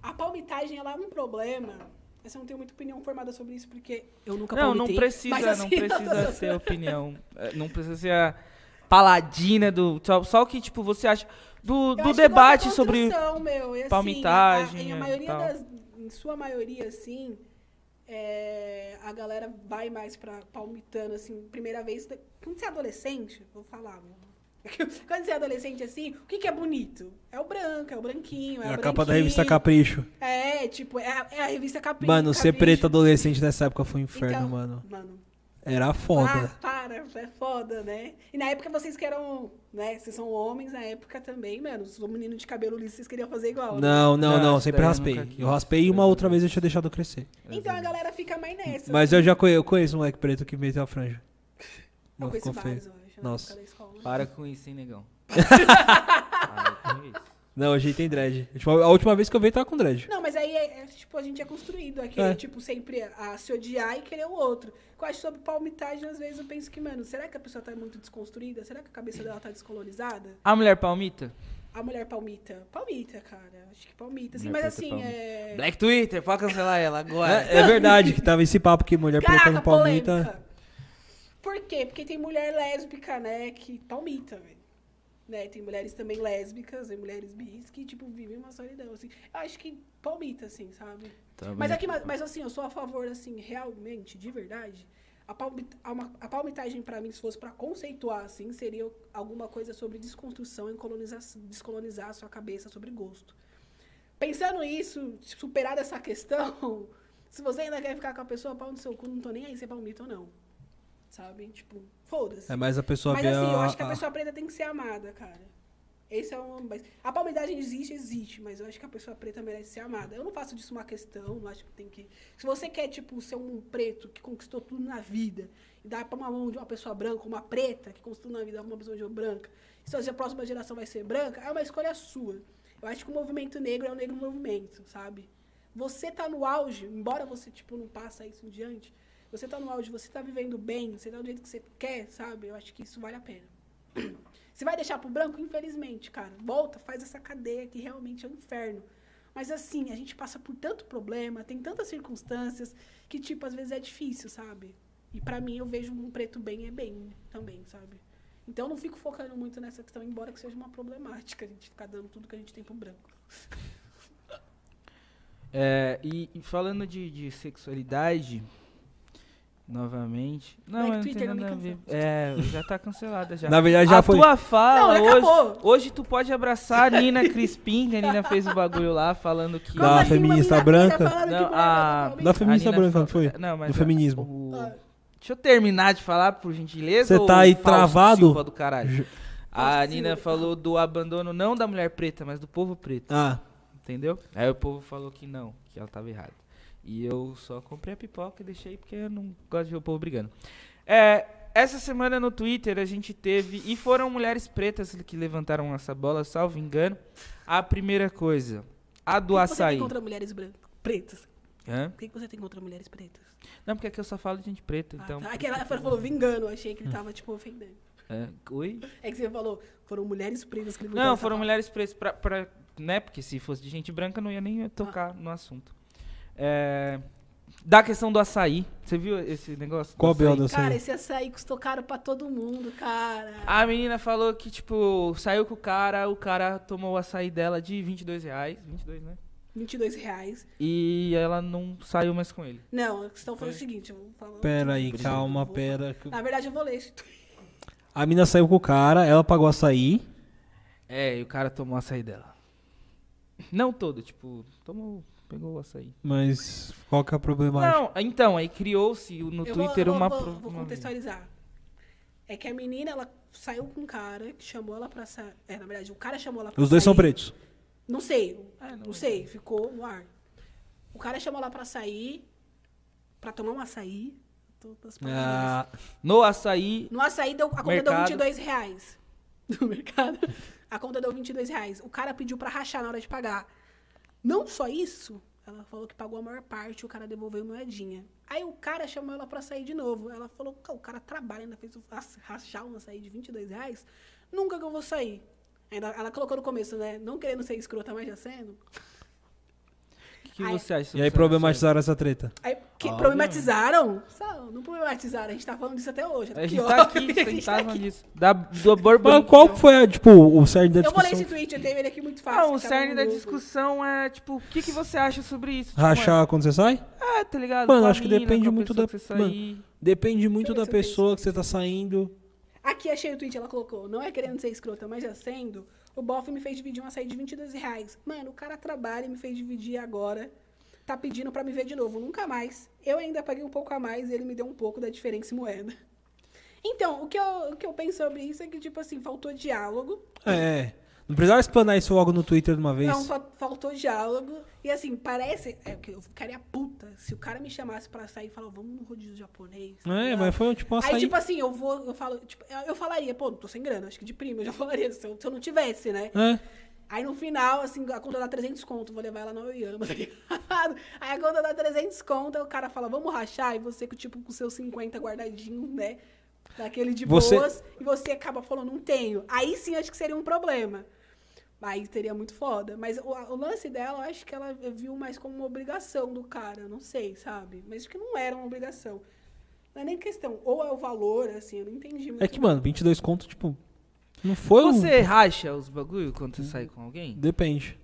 Speaker 1: A palmitagem, ela é um problema. Mas eu não tenho muita opinião formada sobre isso, porque eu nunca
Speaker 2: Não, não
Speaker 1: palmitei, mas,
Speaker 2: precisa,
Speaker 1: assim, (laughs)
Speaker 2: não
Speaker 1: eu
Speaker 2: precisa
Speaker 1: tô-
Speaker 2: ser opinião. é, Não precisa ser a paladina do. Só, só o que, tipo, você acha. Do,
Speaker 1: Eu
Speaker 2: do
Speaker 1: acho que
Speaker 2: debate
Speaker 1: gosto é
Speaker 2: sobre.
Speaker 1: construção, meu, e, assim,
Speaker 2: palmitagem,
Speaker 1: a- em,
Speaker 2: é,
Speaker 1: a maioria
Speaker 2: tal.
Speaker 1: das- em sua maioria, assim, é, a galera vai mais pra palmitando, assim, primeira vez. Quando você é adolescente, vou falar, meu. (laughs) Quando você é adolescente, assim, o que, que é bonito? É o branco, é o branquinho, é,
Speaker 3: É
Speaker 1: o
Speaker 3: a capa da
Speaker 1: branquinho.
Speaker 3: revista Capricho.
Speaker 1: É, tipo, é a, é a revista Capri.
Speaker 3: Mano, ser
Speaker 1: Capricho.
Speaker 3: preto adolescente nessa época foi um inferno,
Speaker 1: Então,
Speaker 3: mano.
Speaker 1: Mano,
Speaker 3: Era foda.
Speaker 1: ah, para, é foda, né? E na época vocês que eram, né? Vocês são homens na época também, mano. Os meninos de cabelo liso, vocês queriam fazer igual. né?
Speaker 3: Não, não,
Speaker 2: Não,
Speaker 3: não,
Speaker 2: isso
Speaker 3: sempre
Speaker 2: daí eu
Speaker 3: raspei.
Speaker 2: nunca quis.
Speaker 3: Eu raspei e uma outra vez eu tinha deixado crescer.
Speaker 1: Então a galera fica mais nessa.
Speaker 3: Mas eu já conheço, eu conheço um moleque preto que meteu a franja.
Speaker 1: eu
Speaker 3: Não
Speaker 1: conheço
Speaker 3: ficou feio.
Speaker 1: vários, eu acho, né, na
Speaker 3: Nossa.
Speaker 1: época da escola.
Speaker 2: Para com isso,
Speaker 1: (laughs)
Speaker 2: hein, negão. Para com isso.
Speaker 3: Não, hoje tem dread. A última- A última vez que eu vi tava com dread.
Speaker 1: Não, mas aí, é, é, tipo, a gente é construído. Aquele,
Speaker 3: É.
Speaker 1: tipo, sempre a se odiar e querer o outro. Eu acho sobre palmitagem, às vezes eu penso que, mano, será que a pessoa tá muito desconstruída? Será que a cabeça dela tá descolorizada?
Speaker 2: A mulher palmita?
Speaker 1: A mulher palmita? Palmita, cara. Acho que palmita. Assim,
Speaker 2: Mulher
Speaker 1: mas
Speaker 2: preta
Speaker 1: assim,
Speaker 2: palmita.
Speaker 1: é...
Speaker 2: Black Twitter, pode cancelar ela agora.
Speaker 3: É, é verdade que tava esse papo que mulher preta
Speaker 1: Caraca,
Speaker 3: não palmita.
Speaker 1: polêmica. Por quê? Porque tem mulher lésbica, né, que palmita, velho. Né? Tem mulheres também lésbicas, tem mulheres bis que, tipo, vivem uma solidão, assim. Eu acho que palmita, assim, sabe?
Speaker 2: Tá
Speaker 1: Mas
Speaker 2: bom.
Speaker 1: aqui, mas, mas, assim, eu sou a favor, assim, realmente, de verdade. A, palmit, a, uma- a palmitagem, pra mim, se fosse pra conceituar, assim, seria alguma coisa sobre desconstrução e colonização, descolonizar a sua cabeça sobre gosto. Pensando isso, superada essa (laughs) questão, se você ainda quer ficar com a pessoa, pau no seu cu, não tô nem aí se é palmito ou não. sabe? Tipo, foda-se.
Speaker 3: É mais a pessoa
Speaker 1: Mas
Speaker 3: ver
Speaker 1: assim, eu
Speaker 3: a-
Speaker 1: acho que a
Speaker 3: a-
Speaker 1: pessoa preta tem que ser amada, cara. Esse é um. mas A palmidade existe, existe, mas eu acho que a pessoa preta merece ser amada. Eu não faço disso uma questão, não acho que tem que. Se você quer, tipo, ser um preto que conquistou tudo na vida, e dar pra uma mão de uma pessoa branca, uma preta que conquistou tudo na vida, uma pessoa de branca, e se a próxima geração vai ser branca, é uma escolha sua. Eu acho que o movimento negro é um negro movimento, sabe? Você tá no auge, embora você, tipo, não passa isso em diante, você tá no auge, você tá vivendo bem, você tá do jeito que você quer, sabe? Eu acho que isso vale a pena. Você vai deixar pro branco? Infelizmente, cara. Volta, faz essa cadeia que realmente é um inferno. Mas assim, a gente passa por tanto problema, tem tantas circunstâncias, que, tipo, às vezes é difícil, sabe? E pra mim, eu vejo um preto bem é bem também, sabe? Então, eu não fico focando muito nessa questão, embora que seja uma problemática a gente ficar dando tudo que a gente tem pro branco.
Speaker 2: É, e, e falando de, de sexualidade, novamente. Não,
Speaker 1: Black
Speaker 2: mas não
Speaker 1: Twitter,
Speaker 2: tem
Speaker 1: não me
Speaker 2: nada a ver. É, já tá cancelada já.
Speaker 3: Na verdade já
Speaker 2: a
Speaker 3: foi.
Speaker 2: tua fala
Speaker 1: Não, já
Speaker 2: hoje,
Speaker 1: acabou.
Speaker 2: hoje tu pode abraçar a Nina Crispim, que a Nina fez o bagulho lá falando que.
Speaker 3: Como Da assim? feminista
Speaker 1: uma mina preta
Speaker 3: branca?
Speaker 1: falando que
Speaker 2: Não,
Speaker 1: mulher é
Speaker 2: a-
Speaker 1: branca
Speaker 3: Da
Speaker 1: come-
Speaker 3: feminista
Speaker 2: a Nina
Speaker 3: branca, não
Speaker 2: fala-
Speaker 3: né, foi?
Speaker 2: Não, mas
Speaker 3: Do
Speaker 2: a-
Speaker 3: feminismo.
Speaker 2: o-
Speaker 1: Ah.
Speaker 2: Deixa eu terminar de falar, por gentileza.
Speaker 3: Você
Speaker 2: ô
Speaker 3: tá aí
Speaker 2: Fausto
Speaker 3: travado?
Speaker 2: Silva do caralho.
Speaker 3: Ju-
Speaker 2: A
Speaker 1: Fausto
Speaker 2: Nina
Speaker 1: Silva.
Speaker 2: falou do abandono não da mulher preta, mas do povo preto.
Speaker 3: Ah,
Speaker 2: Entendeu? Aí o povo falou que não, que ela tava errada. E eu só comprei a pipoca e deixei porque eu não gosto de ver o povo brigando. É, essa semana no Twitter a gente teve. E foram mulheres pretas que levantaram essa bola, salvo engano. A primeira coisa, a do
Speaker 1: O que Você tem
Speaker 2: açaí.
Speaker 1: contra mulheres brancas, pretas.
Speaker 2: Hã?
Speaker 1: O que que você tem contra mulheres pretas?
Speaker 2: Não, porque aqui eu só falo de gente preta,
Speaker 1: Ah,
Speaker 2: então.
Speaker 1: tá. Aquela falou vingando, eu achei que ele tava, tipo, ofendendo.
Speaker 2: É, oi?
Speaker 1: É que você falou, foram mulheres pretas que levantaram
Speaker 2: Não,
Speaker 1: essa
Speaker 2: foram
Speaker 1: bola.
Speaker 2: mulheres pretas pra, pra- Né? Porque se fosse de gente branca, não ia nem tocar
Speaker 1: Ah.
Speaker 2: no assunto. É, da questão do açaí. Você viu esse negócio? do
Speaker 3: qual
Speaker 2: açaí?
Speaker 3: belo deu
Speaker 1: Cara,
Speaker 3: aí?
Speaker 1: esse açaí custou caro pra todo mundo, cara.
Speaker 2: A menina falou que, tipo, saiu com o cara, o cara tomou o açaí dela de 22 reais. 22, né?
Speaker 1: 22 reais.
Speaker 2: E ela não saiu mais com ele.
Speaker 1: Não, a questão foi o seguinte, eu vou falar.
Speaker 3: Pera aí,
Speaker 2: Obrigado.
Speaker 3: calma, pera.
Speaker 1: Na verdade, eu vou ler isso.
Speaker 3: A mina saiu com o cara, ela pagou açaí.
Speaker 2: É, e o cara tomou o açaí dela. Não todo, tipo, tomou, pegou o açaí.
Speaker 3: Mas qual que é a problemática?
Speaker 2: Não, então, aí criou-se no
Speaker 1: eu
Speaker 2: Twitter
Speaker 1: vou, eu
Speaker 2: uma...
Speaker 1: Vou,
Speaker 2: pro-
Speaker 1: vou
Speaker 2: uma-
Speaker 1: contextualizar. É que a menina, ela saiu com um cara que chamou ela pra sair. É, na verdade, o cara chamou ela pra
Speaker 3: Os dois são
Speaker 1: sair.
Speaker 3: pretos.
Speaker 1: Não sei.
Speaker 2: Ah,
Speaker 1: não,
Speaker 2: não
Speaker 1: sei, ficou no ar. O cara chamou ela pra sair, pra tomar um açaí. Tô- tô-
Speaker 3: Ah,
Speaker 2: No açaí,
Speaker 1: No açaí, deu, a conta
Speaker 2: Mercado.
Speaker 1: deu 22 reais. No mercado. A conta deu 22 reais. O cara pediu pra rachar na hora de pagar. Não só isso, ela falou que pagou a maior parte, o cara devolveu a moedinha. Aí o cara chamou ela pra sair de novo. Ela falou, "Cara, o cara trabalha, ainda fez o- as- rachar um açaí de 22 reais. Nunca que eu vou sair. Ainda, ela colocou no começo, né? Não querendo ser escrota, mas já sendo.
Speaker 2: o que, que
Speaker 1: Aí-
Speaker 2: você acha?
Speaker 3: e
Speaker 2: sobre
Speaker 3: aí
Speaker 2: essa-
Speaker 3: problematizaram essa treta.
Speaker 1: Aí, que
Speaker 2: Olha.
Speaker 1: problematizaram? Não, não problematizaram, a gente tá falando disso até hoje.
Speaker 2: A
Speaker 1: Que
Speaker 2: gente
Speaker 1: ódio, (laughs)
Speaker 2: tá aqui,
Speaker 1: a gente tá
Speaker 2: sentado
Speaker 1: aqui.
Speaker 2: nisso. Da, do Bourbon.
Speaker 3: Mas qual foi, a, tipo, o cerne da
Speaker 1: Eu vou ler esse
Speaker 3: discussão?
Speaker 1: tweet, eu tenho ele aqui muito fácil.
Speaker 2: Ah, o
Speaker 1: que tava
Speaker 2: cerne
Speaker 1: no
Speaker 2: da
Speaker 1: Globo.
Speaker 2: discussão é, tipo, o que, que você acha sobre isso? Tipo,
Speaker 3: Rachar quando você sai?
Speaker 2: é, ah, tá ligado?
Speaker 3: Mano,
Speaker 2: Com a
Speaker 3: acho que
Speaker 2: mina,
Speaker 3: depende
Speaker 2: com a
Speaker 3: muito
Speaker 2: pessoa
Speaker 3: da-
Speaker 2: que você sair.
Speaker 3: Depende muito
Speaker 1: Por
Speaker 3: da
Speaker 1: isso eu penso
Speaker 3: pessoa que você tá saindo.
Speaker 1: Aqui achei o tweet, ela colocou. Não é querendo ser escrota, mas já sendo. O bofe me fez dividir uma saída de 22 reais. Mano, o cara trabalha e me fez dividir agora. Tá pedindo pra me ver de novo. Nunca mais. Eu ainda paguei um pouco a mais e ele me deu um pouco da diferença em moeda. Então, o que eu, o que eu penso sobre isso é que, tipo assim, faltou diálogo.
Speaker 3: É. Não precisava explanar isso logo no Twitter de uma vez.
Speaker 1: Não, fa- faltou diálogo. E assim, parece. É, que eu ficaria puta se o cara me chamasse pra sair e falar, vamos no rodízio japonês.
Speaker 3: É,
Speaker 1: Não.
Speaker 3: mas foi tipo um açaí.
Speaker 1: Aí, tipo assim, eu vou, eu falo, tipo, eu- eu falaria, pô, tô sem grana, acho que de prima, eu já (laughs) falaria, se eu, se eu não tivesse, né?
Speaker 3: É.
Speaker 1: Aí no final, assim, a conta dá 300 conto, vou levar ela na Oyama, (laughs) tá ligado? Aí a conta dá 300 conto, aí o cara fala, vamos rachar, e você, com, tipo, com seus 50 guardadinhos, né? Daquele de
Speaker 3: Você-
Speaker 1: boas, e você acaba falando, não tenho. Aí sim, acho que seria um problema. Aí teria muito foda. Mas o, o lance dela, eu acho que ela viu mais como uma obrigação do cara, não sei, sabe? Mas acho que não era uma obrigação. Não é nem questão. Ou é o valor, assim, eu não entendi muito.
Speaker 3: É que, mano, 22 conto, tipo. Não foi um-
Speaker 2: Você racha os bagulho quando você sai com alguém?
Speaker 3: Depende.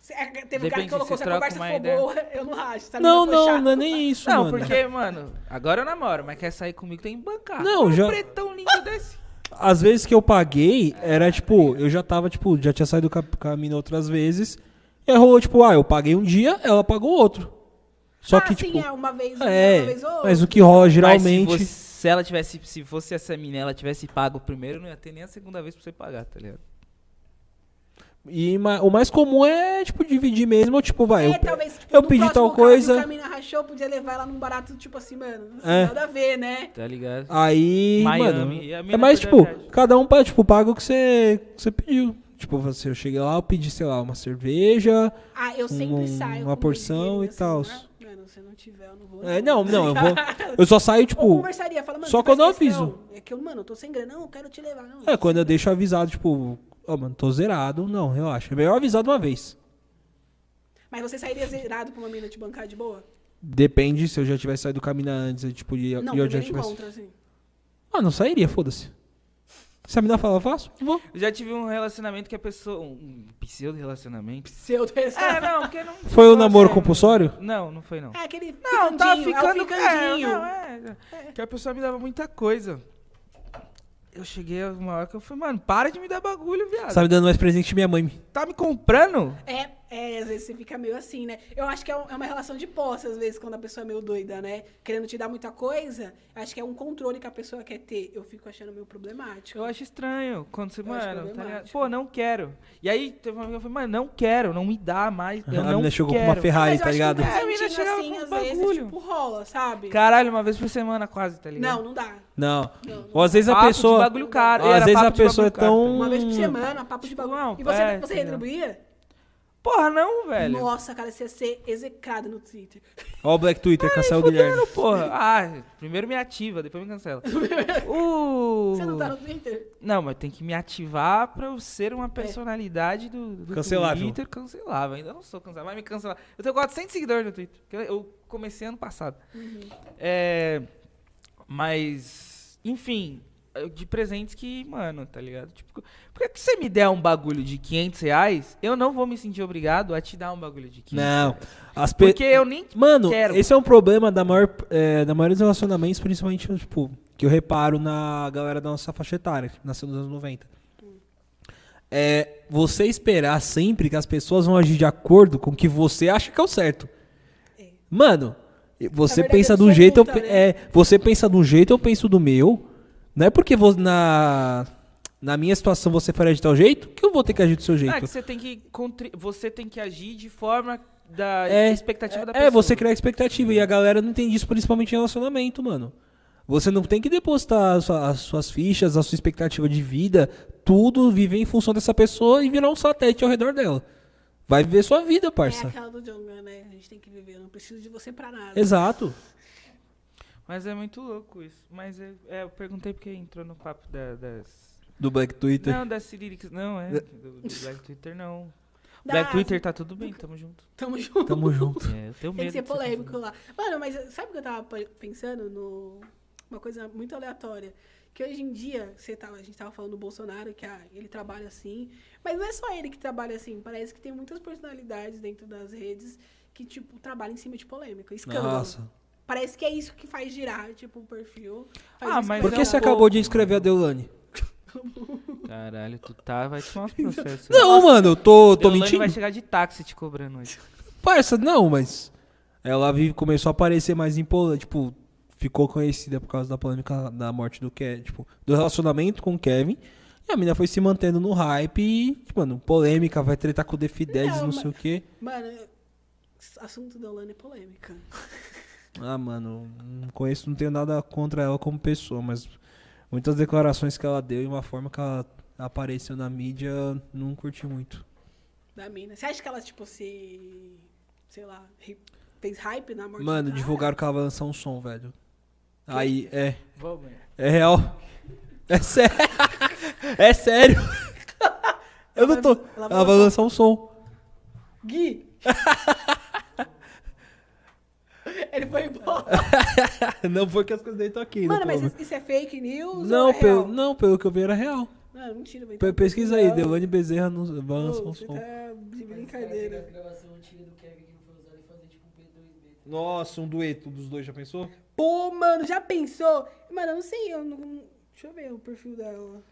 Speaker 1: Se- é, Teve um cara
Speaker 2: Depende
Speaker 1: que
Speaker 2: se
Speaker 1: colocou,
Speaker 2: você
Speaker 1: se a
Speaker 2: troca
Speaker 1: conversa
Speaker 2: uma
Speaker 1: for
Speaker 2: ideia."
Speaker 1: boa, (laughs) eu não racho. se a
Speaker 3: Não,
Speaker 1: menina for
Speaker 3: não,
Speaker 1: chata.
Speaker 3: não é nem isso,
Speaker 2: não,
Speaker 3: mano.
Speaker 2: porque, mano, agora eu namoro, mas quer sair comigo tem que bancar.
Speaker 3: Não,
Speaker 2: um
Speaker 3: já-
Speaker 2: pretão lindo desse.
Speaker 3: As vezes que eu paguei, era tipo, eu já tava, tipo, já tinha saído com a, com a mina outras vezes. E aí rolou, tipo, ah, eu paguei um dia, ela pagou outro. Só
Speaker 1: Ah,
Speaker 3: que,
Speaker 1: sim,
Speaker 3: tipo.
Speaker 1: é uma vez, uma
Speaker 3: É,
Speaker 1: vez ou outra.
Speaker 3: mas o que rola (laughs)
Speaker 2: Mas
Speaker 3: geralmente.
Speaker 2: se Se ela tivesse, se fosse essa mina, ela tivesse pago primeiro, não ia ter nem a segunda vez pra você pagar, tá ligado?
Speaker 3: E ma- o mais comum é, tipo, dividir mesmo, ou tipo, vai.
Speaker 1: é,
Speaker 3: eu-
Speaker 1: talvez, tipo,
Speaker 3: eu
Speaker 1: no
Speaker 3: pedi
Speaker 1: próximo
Speaker 3: tal
Speaker 1: caso que
Speaker 3: coisa.
Speaker 1: a mina rachou, podia levar ela num barato, tipo assim, mano, não tem
Speaker 3: É.
Speaker 1: nada a ver, né?
Speaker 2: Tá ligado?
Speaker 3: Ah. Aí,
Speaker 2: Miami, e a
Speaker 3: mano.
Speaker 2: mina
Speaker 3: É mais,
Speaker 2: perdeu
Speaker 3: tipo,
Speaker 2: a viagem.
Speaker 3: cada um pa- tipo, paga o que você, que você pediu. Tipo, você, eu cheguei lá, eu pedi, sei lá, uma cerveja.
Speaker 1: Ah, eu sempre
Speaker 3: Um-
Speaker 1: saio.
Speaker 3: uma
Speaker 1: com meu
Speaker 3: porção
Speaker 1: dinheiro
Speaker 3: e
Speaker 1: assim,
Speaker 3: tals.
Speaker 1: né? Mano, se não tiver, eu não vou.
Speaker 3: É, não, não,
Speaker 1: (laughs)
Speaker 3: eu vou. Eu só saio,
Speaker 1: Ou
Speaker 3: tipo.
Speaker 1: conversaria, fala, mano,
Speaker 3: só
Speaker 1: você
Speaker 3: quando
Speaker 1: faz
Speaker 3: eu
Speaker 1: questão.
Speaker 3: aviso.
Speaker 1: É que eu, mano, eu tô sem grana, não, eu quero te levar. Não,
Speaker 3: É, quando eu deixo avisado, tipo, ó, mano, tô zerado. Não, relaxa. É melhor avisar de uma vez.
Speaker 1: Mas você sairia zerado pra uma mina te bancar de boa?
Speaker 3: Depende se eu já tivesse saído do caminho antes, tipo, e,
Speaker 1: não,
Speaker 3: e eu já
Speaker 1: primeiro
Speaker 3: tivesse.
Speaker 1: encontro, assim.
Speaker 3: Ah, não sairia, foda-se. Se a mina falar, eu faço, vou.
Speaker 2: Eu já tive um relacionamento que a pessoa. Um pseudo-relacionamento.
Speaker 1: Seu terceiro.
Speaker 2: É, não, porque não.
Speaker 3: Foi o
Speaker 2: não,
Speaker 3: namoro
Speaker 2: assim,
Speaker 3: compulsório?
Speaker 2: Não, não foi não.
Speaker 1: (laughs) É aquele
Speaker 2: Não, tava
Speaker 1: ficandinho, é o
Speaker 2: ficando. É,
Speaker 1: ficandinho.
Speaker 2: não, é, é. Que a pessoa me dava muita coisa. Eu cheguei a uma hora que eu falei, mano, para de me dar bagulho, viado.
Speaker 3: Você tá me dando mais presente que minha mãe.
Speaker 2: Tá me comprando?
Speaker 1: É, é, às vezes você fica meio assim, né? Eu acho que é, um- é uma relação de posse, às vezes, quando a pessoa é meio doida, né? Querendo te dar muita coisa, acho que é um controle que a pessoa quer ter. Eu fico achando meio problemático.
Speaker 2: Eu acho estranho quando você,
Speaker 1: Eu acho
Speaker 2: mano, tá ligado?
Speaker 1: problemático.
Speaker 2: Pô, não quero. E aí teve uma amiga que falou, mano, não quero, não me dá mais. Eu
Speaker 3: a
Speaker 2: não
Speaker 3: mina chegou
Speaker 2: quero.
Speaker 3: com uma Ferrari,
Speaker 1: Mas eu
Speaker 3: tá
Speaker 1: acho que
Speaker 3: ligado?
Speaker 1: um
Speaker 2: A mina
Speaker 1: presentinho
Speaker 2: chegava com
Speaker 1: assim,
Speaker 2: um
Speaker 1: às vezes,
Speaker 2: bagulho.
Speaker 1: tipo, rola, sabe?
Speaker 2: Caralho, uma vez por semana quase, tá ligado?
Speaker 1: Não, não dá.
Speaker 3: Não.
Speaker 1: Não. é.
Speaker 3: Ou às vezes a
Speaker 2: Papo de
Speaker 3: pessoa.
Speaker 2: bagulho caro.
Speaker 3: Às
Speaker 2: Era
Speaker 3: vezes
Speaker 2: papo
Speaker 3: a
Speaker 2: de
Speaker 3: pessoa é
Speaker 2: bagulho caro, tá
Speaker 3: tão.
Speaker 1: Uma vez por semana, papo de bagulho.
Speaker 2: não,
Speaker 1: e você,
Speaker 2: é,
Speaker 1: você
Speaker 2: tá
Speaker 1: retribuía?
Speaker 2: Porra, não, velho.
Speaker 1: Nossa, cara, você ia ser execrado no Twitter.
Speaker 3: Ó, o Black Twitter, cancela o
Speaker 2: Fudendo,
Speaker 3: Guilherme.
Speaker 2: porra. Ah, primeiro me ativa, depois me (laughs) cancela. O...
Speaker 1: Você não tá no Twitter?
Speaker 2: Não, mas tem que me ativar pra eu ser uma personalidade do, do
Speaker 3: Cancelável.
Speaker 2: Twitter cancelável. Ainda não sou cancelável, vai me cancelar. Eu tenho 400 seguidores no Twitter. que eu- Eu comecei ano passado. É, mas, enfim, eu- de presentes que, mano, tá ligado? Tipo, porque se você me der um bagulho de 500 reais, eu não vou me sentir obrigado a te dar um bagulho de 500
Speaker 3: Não. As pe...
Speaker 2: Porque eu nem
Speaker 3: Mano,
Speaker 2: quero.
Speaker 3: esse é um problema da maior, é, da maioria dos relacionamentos, principalmente, tipo, que eu reparo na galera da nossa faixa etária, que nasceu nos anos 90. É você esperar sempre que as pessoas vão agir de acordo com o que você acha que é o certo.
Speaker 1: É.
Speaker 3: Mano, você
Speaker 1: verdade,
Speaker 3: pensa de um
Speaker 1: absoluta,
Speaker 3: jeito, eu, pe-
Speaker 1: né?
Speaker 3: é, você pensa de um jeito, eu penso do meu. Não é porque vo- na, na minha situação você faria de tal jeito que eu vou ter que agir do seu
Speaker 2: Ah,
Speaker 3: jeito.
Speaker 2: que você tem que, contri- você tem que agir de forma da
Speaker 3: É,
Speaker 2: expectativa da pessoa.
Speaker 3: É, você criar expectativa. E a galera não entende isso, principalmente em relacionamento, mano. Você não tem que depositar as sua- as suas fichas, a sua expectativa de vida, tudo viver em função dessa pessoa e virar um satélite ao redor dela. Vai viver sua vida,
Speaker 1: É
Speaker 3: parça.
Speaker 1: aquela do Jonga, né? A gente tem que viver, eu não preciso de você pra nada.
Speaker 3: Exato.
Speaker 2: Mas é muito louco isso. Mas é, é, eu perguntei porque entrou no papo da- das.
Speaker 3: Do Black Twitter.
Speaker 2: Não, das Cirílicas. Não, é. Do, do Black Twitter, não.
Speaker 1: Da-
Speaker 2: Black Twitter tá tudo bem, tamo junto.
Speaker 1: Tamo junto.
Speaker 3: Tamo junto.
Speaker 2: É, eu tenho medo.
Speaker 1: Tem que ser
Speaker 2: de ser
Speaker 1: polêmico lá. Mano, mas sabe o que eu tava pe- pensando? No... Uma coisa muito aleatória. Que hoje em dia, você tava, a gente tava falando do Bolsonaro, que ah, ele trabalha assim. Mas não é só ele que trabalha assim. Parece que tem muitas personalidades dentro das redes que, tipo, trabalham em cima de polêmica. Escândalo.
Speaker 3: Nossa.
Speaker 1: Parece que é isso que faz girar, tipo, o perfil. Faz
Speaker 2: Ah,
Speaker 1: isso
Speaker 2: mas
Speaker 3: Por
Speaker 1: faz
Speaker 3: que
Speaker 2: é
Speaker 1: girar.
Speaker 3: você
Speaker 2: um pouco.
Speaker 3: acabou de escrever a Deolane?
Speaker 2: Caralho, tu tá. Vai tomar uns processos.
Speaker 3: Não, mano, eu tô, tô
Speaker 2: Deolane
Speaker 3: mentindo.
Speaker 2: vai chegar de táxi te cobrando hoje.
Speaker 3: Parça, não, mas. Ela vi- começou a aparecer mais em polêmica. Tipo, ficou conhecida por causa da polêmica da morte do Kevin. Tipo, do relacionamento com o Kevin. E a mina foi se mantendo no hype e, tipo, mano, polêmica, vai tretar com o Defidelis,
Speaker 1: Não,
Speaker 3: não,
Speaker 1: mas-
Speaker 3: sei o quê.
Speaker 1: Mano, eu- assunto da Olana é polêmica.
Speaker 3: Ah, mano, não conheço, não tenho nada contra ela como pessoa, mas muitas declarações que ela deu e uma forma que ela apareceu na mídia, não curti muito.
Speaker 1: Da mina. Você acha que ela, tipo, se. Sei lá, ri- fez hype na morte
Speaker 3: Mano,
Speaker 1: do cara?
Speaker 3: divulgaram que ela vai lançar um som, velho. Aí, é.
Speaker 2: Vamos.
Speaker 3: É real. É sério.
Speaker 1: (laughs)
Speaker 3: (laughs) é sério. Eu não tô.
Speaker 1: Ela vai-
Speaker 3: Ela
Speaker 1: ela
Speaker 3: vai,
Speaker 1: vai lançar-
Speaker 3: lançar um som.
Speaker 1: Gui! Ele foi embora.
Speaker 3: (laughs) não foi que as coisas dele estão aqui.
Speaker 1: Mano,
Speaker 3: né,
Speaker 1: mas
Speaker 3: pelo-
Speaker 1: isso, isso é fake news? ou
Speaker 3: não,
Speaker 1: é
Speaker 3: pelo,
Speaker 1: real?
Speaker 3: não, pelo que eu vi era real.
Speaker 1: Não, mentira, vai
Speaker 3: Pe-
Speaker 1: ter-
Speaker 3: Pesquisa aí,
Speaker 1: Não.
Speaker 3: Deolane Bezerra não- vai
Speaker 1: então. Ô,
Speaker 3: lançar um
Speaker 1: Você
Speaker 3: som.
Speaker 1: tá de
Speaker 4: Mas os caras pegam as
Speaker 1: brincadeira.
Speaker 4: gravações antigas do Kevin que não foi usado e fazer tipo um P2B.
Speaker 3: Nossa, um dueto dos dois, já pensou?
Speaker 1: Pô, mano, já pensou? Mano, eu não sei, eu não. Deixa eu ver o perfil dela.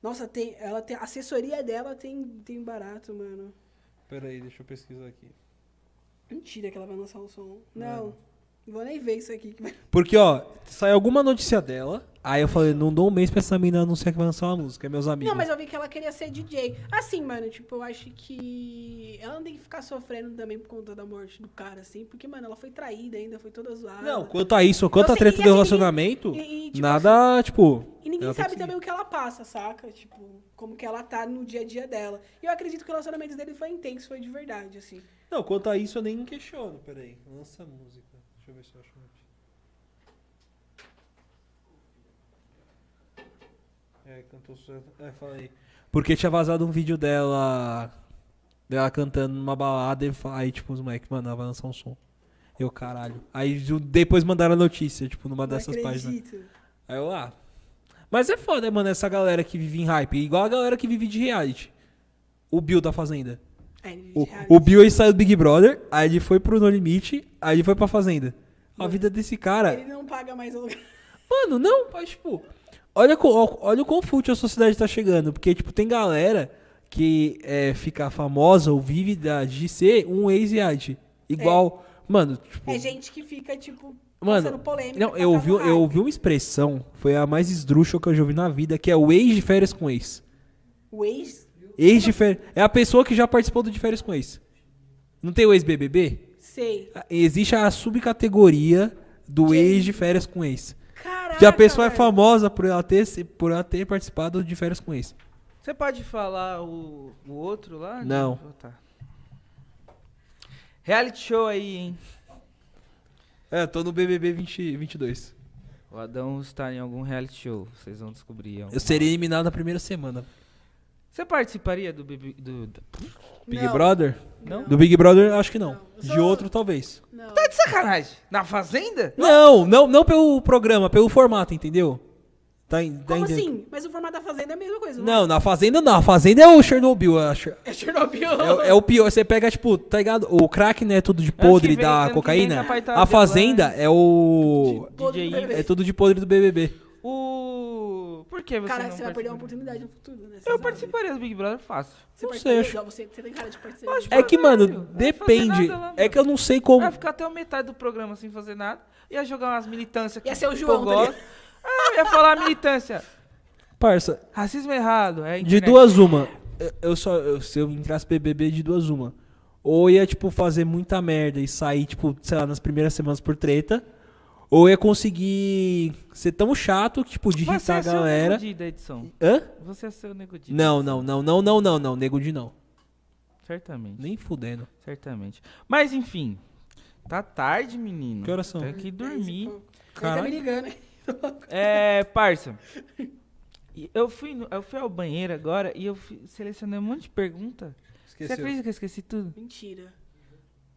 Speaker 1: Nossa, tem, ela tem, a assessoria dela tem, tem barato, mano.
Speaker 3: Pera aí, deixa eu pesquisar aqui.
Speaker 1: Mentira que ela vai lançar um som.
Speaker 3: Não.
Speaker 1: Não. Não vou nem ver isso aqui. que vai-
Speaker 3: Porque, ó, saiu alguma notícia dela. Aí eu falei, não dou um mês pra essa menina anunciar que vai lançar uma música, é meus amigos.
Speaker 1: Não, mas eu vi que ela queria ser DJ. Assim, mano, tipo, eu acho que ela não tem que ficar sofrendo também por conta da morte do cara, assim. Porque, mano, ela foi traída ainda, foi toda zoada.
Speaker 3: Não, quanto a isso, quanto
Speaker 1: Eu
Speaker 3: a
Speaker 1: sei,
Speaker 3: treta
Speaker 1: e
Speaker 3: do
Speaker 1: assim,
Speaker 3: relacionamento,
Speaker 1: e- e, tipo,
Speaker 3: nada, tipo.
Speaker 1: E ninguém
Speaker 3: ela tem que
Speaker 1: sabe
Speaker 3: seguir.
Speaker 1: também o que ela passa, saca? Tipo, como que ela tá no dia a dia dela. E eu acredito que o relacionamento dele foi intenso, foi de verdade, assim.
Speaker 3: Não, quanto a isso eu nem questiono. Peraí, lança música. Deixa eu ver se eu acho É, cantou É, falei. Porque tinha vazado um vídeo dela. dela cantando numa balada e fa- aí, tipo, os moleques, mano, ela vai lançar um som. Eu, caralho. Aí ju- depois mandaram a notícia, tipo, numa
Speaker 1: Não
Speaker 3: dessas páginas.
Speaker 1: acredito.
Speaker 3: Aí eu lá. Mas é foda, mano, essa galera que vive em hype. Igual a galera que vive de reality. O Bill da Fazenda.
Speaker 1: É, ele
Speaker 3: O,
Speaker 1: de reality.
Speaker 3: o Bill ele saiu do Big Brother, aí ele foi pro No Limite, aí ele foi pra Fazenda. A vida desse
Speaker 1: Ele
Speaker 3: cara.
Speaker 1: não paga mais o lugar.
Speaker 3: Mano, não, mas tipo. Olha, co- ó- olha o quão fútil a sociedade tá chegando. Porque, tipo, tem galera que é, fica famosa ou vive da, de ser um ex-reality. Igual. Mano, tipo.
Speaker 1: É gente que fica, tipo,
Speaker 3: Mano,
Speaker 1: passando polêmica.
Speaker 3: não,
Speaker 1: por
Speaker 3: eu
Speaker 1: causa
Speaker 3: ouvi,
Speaker 1: do
Speaker 3: eu
Speaker 1: hype.
Speaker 3: ouvi uma expressão, foi a mais esdrúxula que eu já ouvi na vida, que é o ex de férias com ex.
Speaker 1: O ex,
Speaker 3: Ex de férias. É a pessoa que já participou do de férias com ex. Não tem o ex-BBB?
Speaker 1: sei.
Speaker 3: Existe a subcategoria do
Speaker 1: Que
Speaker 3: ex
Speaker 1: isso?
Speaker 3: de férias com ex.
Speaker 1: Caraca,
Speaker 3: Que a pessoa é
Speaker 1: velho.
Speaker 3: famosa por ela ter, se- por ela ter participado de férias com ex.
Speaker 2: Você pode falar o, o outro lá?
Speaker 3: Não.
Speaker 2: Ah, tá. Reality show aí, hein?
Speaker 3: É, tô no BBB 20, 22.
Speaker 2: O Adão está em algum reality show. Vocês vão descobrir.
Speaker 3: Eu seria eliminado na primeira semana.
Speaker 2: Você participaria do, BB do, do- Tá
Speaker 3: Big
Speaker 1: Não,
Speaker 3: Brother?
Speaker 2: Não?
Speaker 3: Do Big Brother, acho que não.
Speaker 1: Não. Eu
Speaker 3: De
Speaker 1: sou-
Speaker 3: outro, talvez.
Speaker 1: Não.
Speaker 2: Tá de sacanagem. Na Fazenda?
Speaker 3: Não, não, não pelo programa, pelo formato, entendeu? Tá, en- tá
Speaker 1: Como
Speaker 3: entendendo?
Speaker 1: assim? Mas o formato da Fazenda é a mesma coisa.
Speaker 3: Não, na Fazenda não. A Fazenda é o Chernobyl, eu acho.
Speaker 1: É Chernobyl.
Speaker 3: É, o- é o pior. Você pega, tipo, tá ligado? O crack, né? Tudo de
Speaker 2: que
Speaker 3: podre
Speaker 2: vem- ano que
Speaker 3: da
Speaker 2: vem
Speaker 3: cocaína.
Speaker 2: capaz tá
Speaker 3: A Fazenda é o.
Speaker 1: Todo
Speaker 2: DJ.
Speaker 1: BBB.
Speaker 3: É tudo de podre do BBB.
Speaker 2: O. Por que você
Speaker 1: Cara,
Speaker 2: não
Speaker 1: você vai perder uma
Speaker 2: participa?
Speaker 1: oportunidade no futuro, né? Você
Speaker 2: Eu
Speaker 1: sabe.
Speaker 2: participaria do Big Brother fácil.
Speaker 1: Você
Speaker 3: Não
Speaker 1: participaria,
Speaker 3: sei,
Speaker 1: ó, Você, você tem cara de participar. tipo,
Speaker 2: Acho-
Speaker 3: É que,
Speaker 2: Caralho,
Speaker 3: mano,
Speaker 2: não vai fazer
Speaker 3: depende.
Speaker 2: nada Ah, lá,
Speaker 3: É que eu não sei como.
Speaker 2: Ia ficar até a metade do programa sem fazer nada. Ia jogar umas militâncias que
Speaker 1: Ia ser o
Speaker 2: eu
Speaker 1: João, tá
Speaker 2: gosto. Ah, eu ia falar militância.
Speaker 3: Parça,
Speaker 2: Racismo é errado. É
Speaker 3: de
Speaker 2: internet.
Speaker 3: duas uma. Eu- Eu só. eu- se eu entrasse BBB de duas uma. Ou ia, tipo, fazer muita merda e sair, tipo, sei lá, nas primeiras semanas por treta. Ou ia conseguir ser tão chato que, tipo, de
Speaker 2: Você
Speaker 3: irritar a
Speaker 2: ia ser o
Speaker 3: galera.
Speaker 2: Nego Di da edição.
Speaker 3: Hã?
Speaker 2: Você ia ser o Nego Di.
Speaker 3: Não, não, não, não, não, não, não. Nego de não.
Speaker 2: Certamente.
Speaker 3: Nem fudendo.
Speaker 2: Certamente. Mas enfim. Tá tarde, menino.
Speaker 3: Que horas são?
Speaker 2: Tem que dormir.
Speaker 1: Ele tá
Speaker 3: Caralho.
Speaker 1: me ligando, hein?
Speaker 2: É, parça. e Eu fui, no- eu fui ao banheiro agora e eu fui- selecionei um monte de pergunta. Você acredita que eu esqueci tudo?
Speaker 1: Mentira.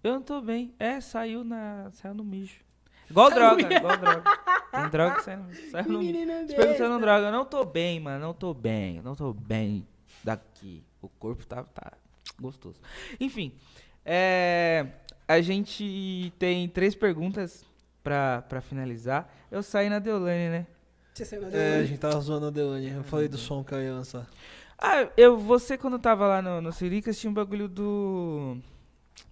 Speaker 2: Eu não tô bem. É, saiu na. Saiu no mijo. Igual
Speaker 1: Saiu no
Speaker 2: droga,
Speaker 1: mijo.
Speaker 2: igual droga. Tem droga que sai no mijo.
Speaker 3: É,
Speaker 2: Saiu no mijo.
Speaker 1: Menina é
Speaker 2: Tô perguntando
Speaker 1: besta.
Speaker 2: droga. Eu não tô bem, mano. Não tô bem. Não tô bem daqui. O corpo tá, tá gostoso. Enfim. é, a gente tem três perguntas pra, pra finalizar. Eu saí na Deolane, né?
Speaker 1: Você saiu na
Speaker 3: É, a
Speaker 1: dúvida.
Speaker 3: gente tava zoando a Delaney. Eu falei do som que eu ia lançar.
Speaker 2: Ah, eu, você quando tava lá no, no Siricas tinha um bagulho do.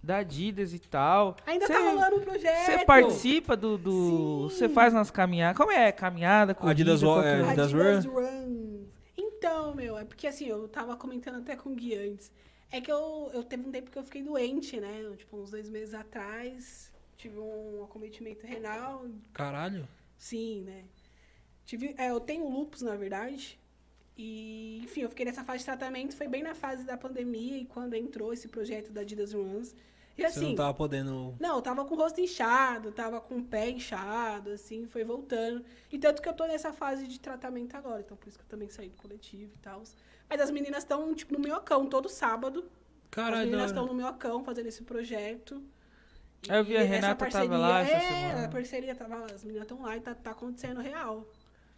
Speaker 2: Da Adidas e tal.
Speaker 1: Ainda
Speaker 2: Cê-
Speaker 1: tá rolando o projeto.
Speaker 2: Você participa do. do-
Speaker 1: Sim.
Speaker 2: Você faz nas caminhadas. Como é? Caminhada, corrida,
Speaker 3: Adidas Wa-
Speaker 2: qualquer-
Speaker 3: é,
Speaker 1: Adidas
Speaker 3: Das
Speaker 1: Runs. Então, meu, é porque assim, eu tava comentando até com o Gui antes. É que eu, eu teve um tempo que eu fiquei doente, né? Tipo, uns dois meses atrás. Tive um acometimento renal.
Speaker 3: Caralho.
Speaker 1: Sim, né? Tive, é, eu tenho lupus, na verdade. E, enfim, eu fiquei nessa fase de tratamento. Foi bem na fase da pandemia e quando entrou esse projeto da Adidas Runs. E
Speaker 3: Você
Speaker 1: assim.
Speaker 3: não tava podendo.
Speaker 1: Não, eu tava com o rosto inchado, tava com o pé inchado, assim, foi voltando. E tanto que eu tô nessa fase de tratamento agora, então por isso que eu também saí do coletivo e tal. Mas as meninas estão, tipo, no minhocão, todo sábado. as
Speaker 3: Caralho.
Speaker 1: meninas estão
Speaker 3: não.
Speaker 1: no minhocão fazendo esse projeto.
Speaker 2: Aí eu vi a
Speaker 1: essa
Speaker 2: Renata tava lá essa semana.
Speaker 1: É, a parceria tava, as meninas estão lá e tá, tá acontecendo real.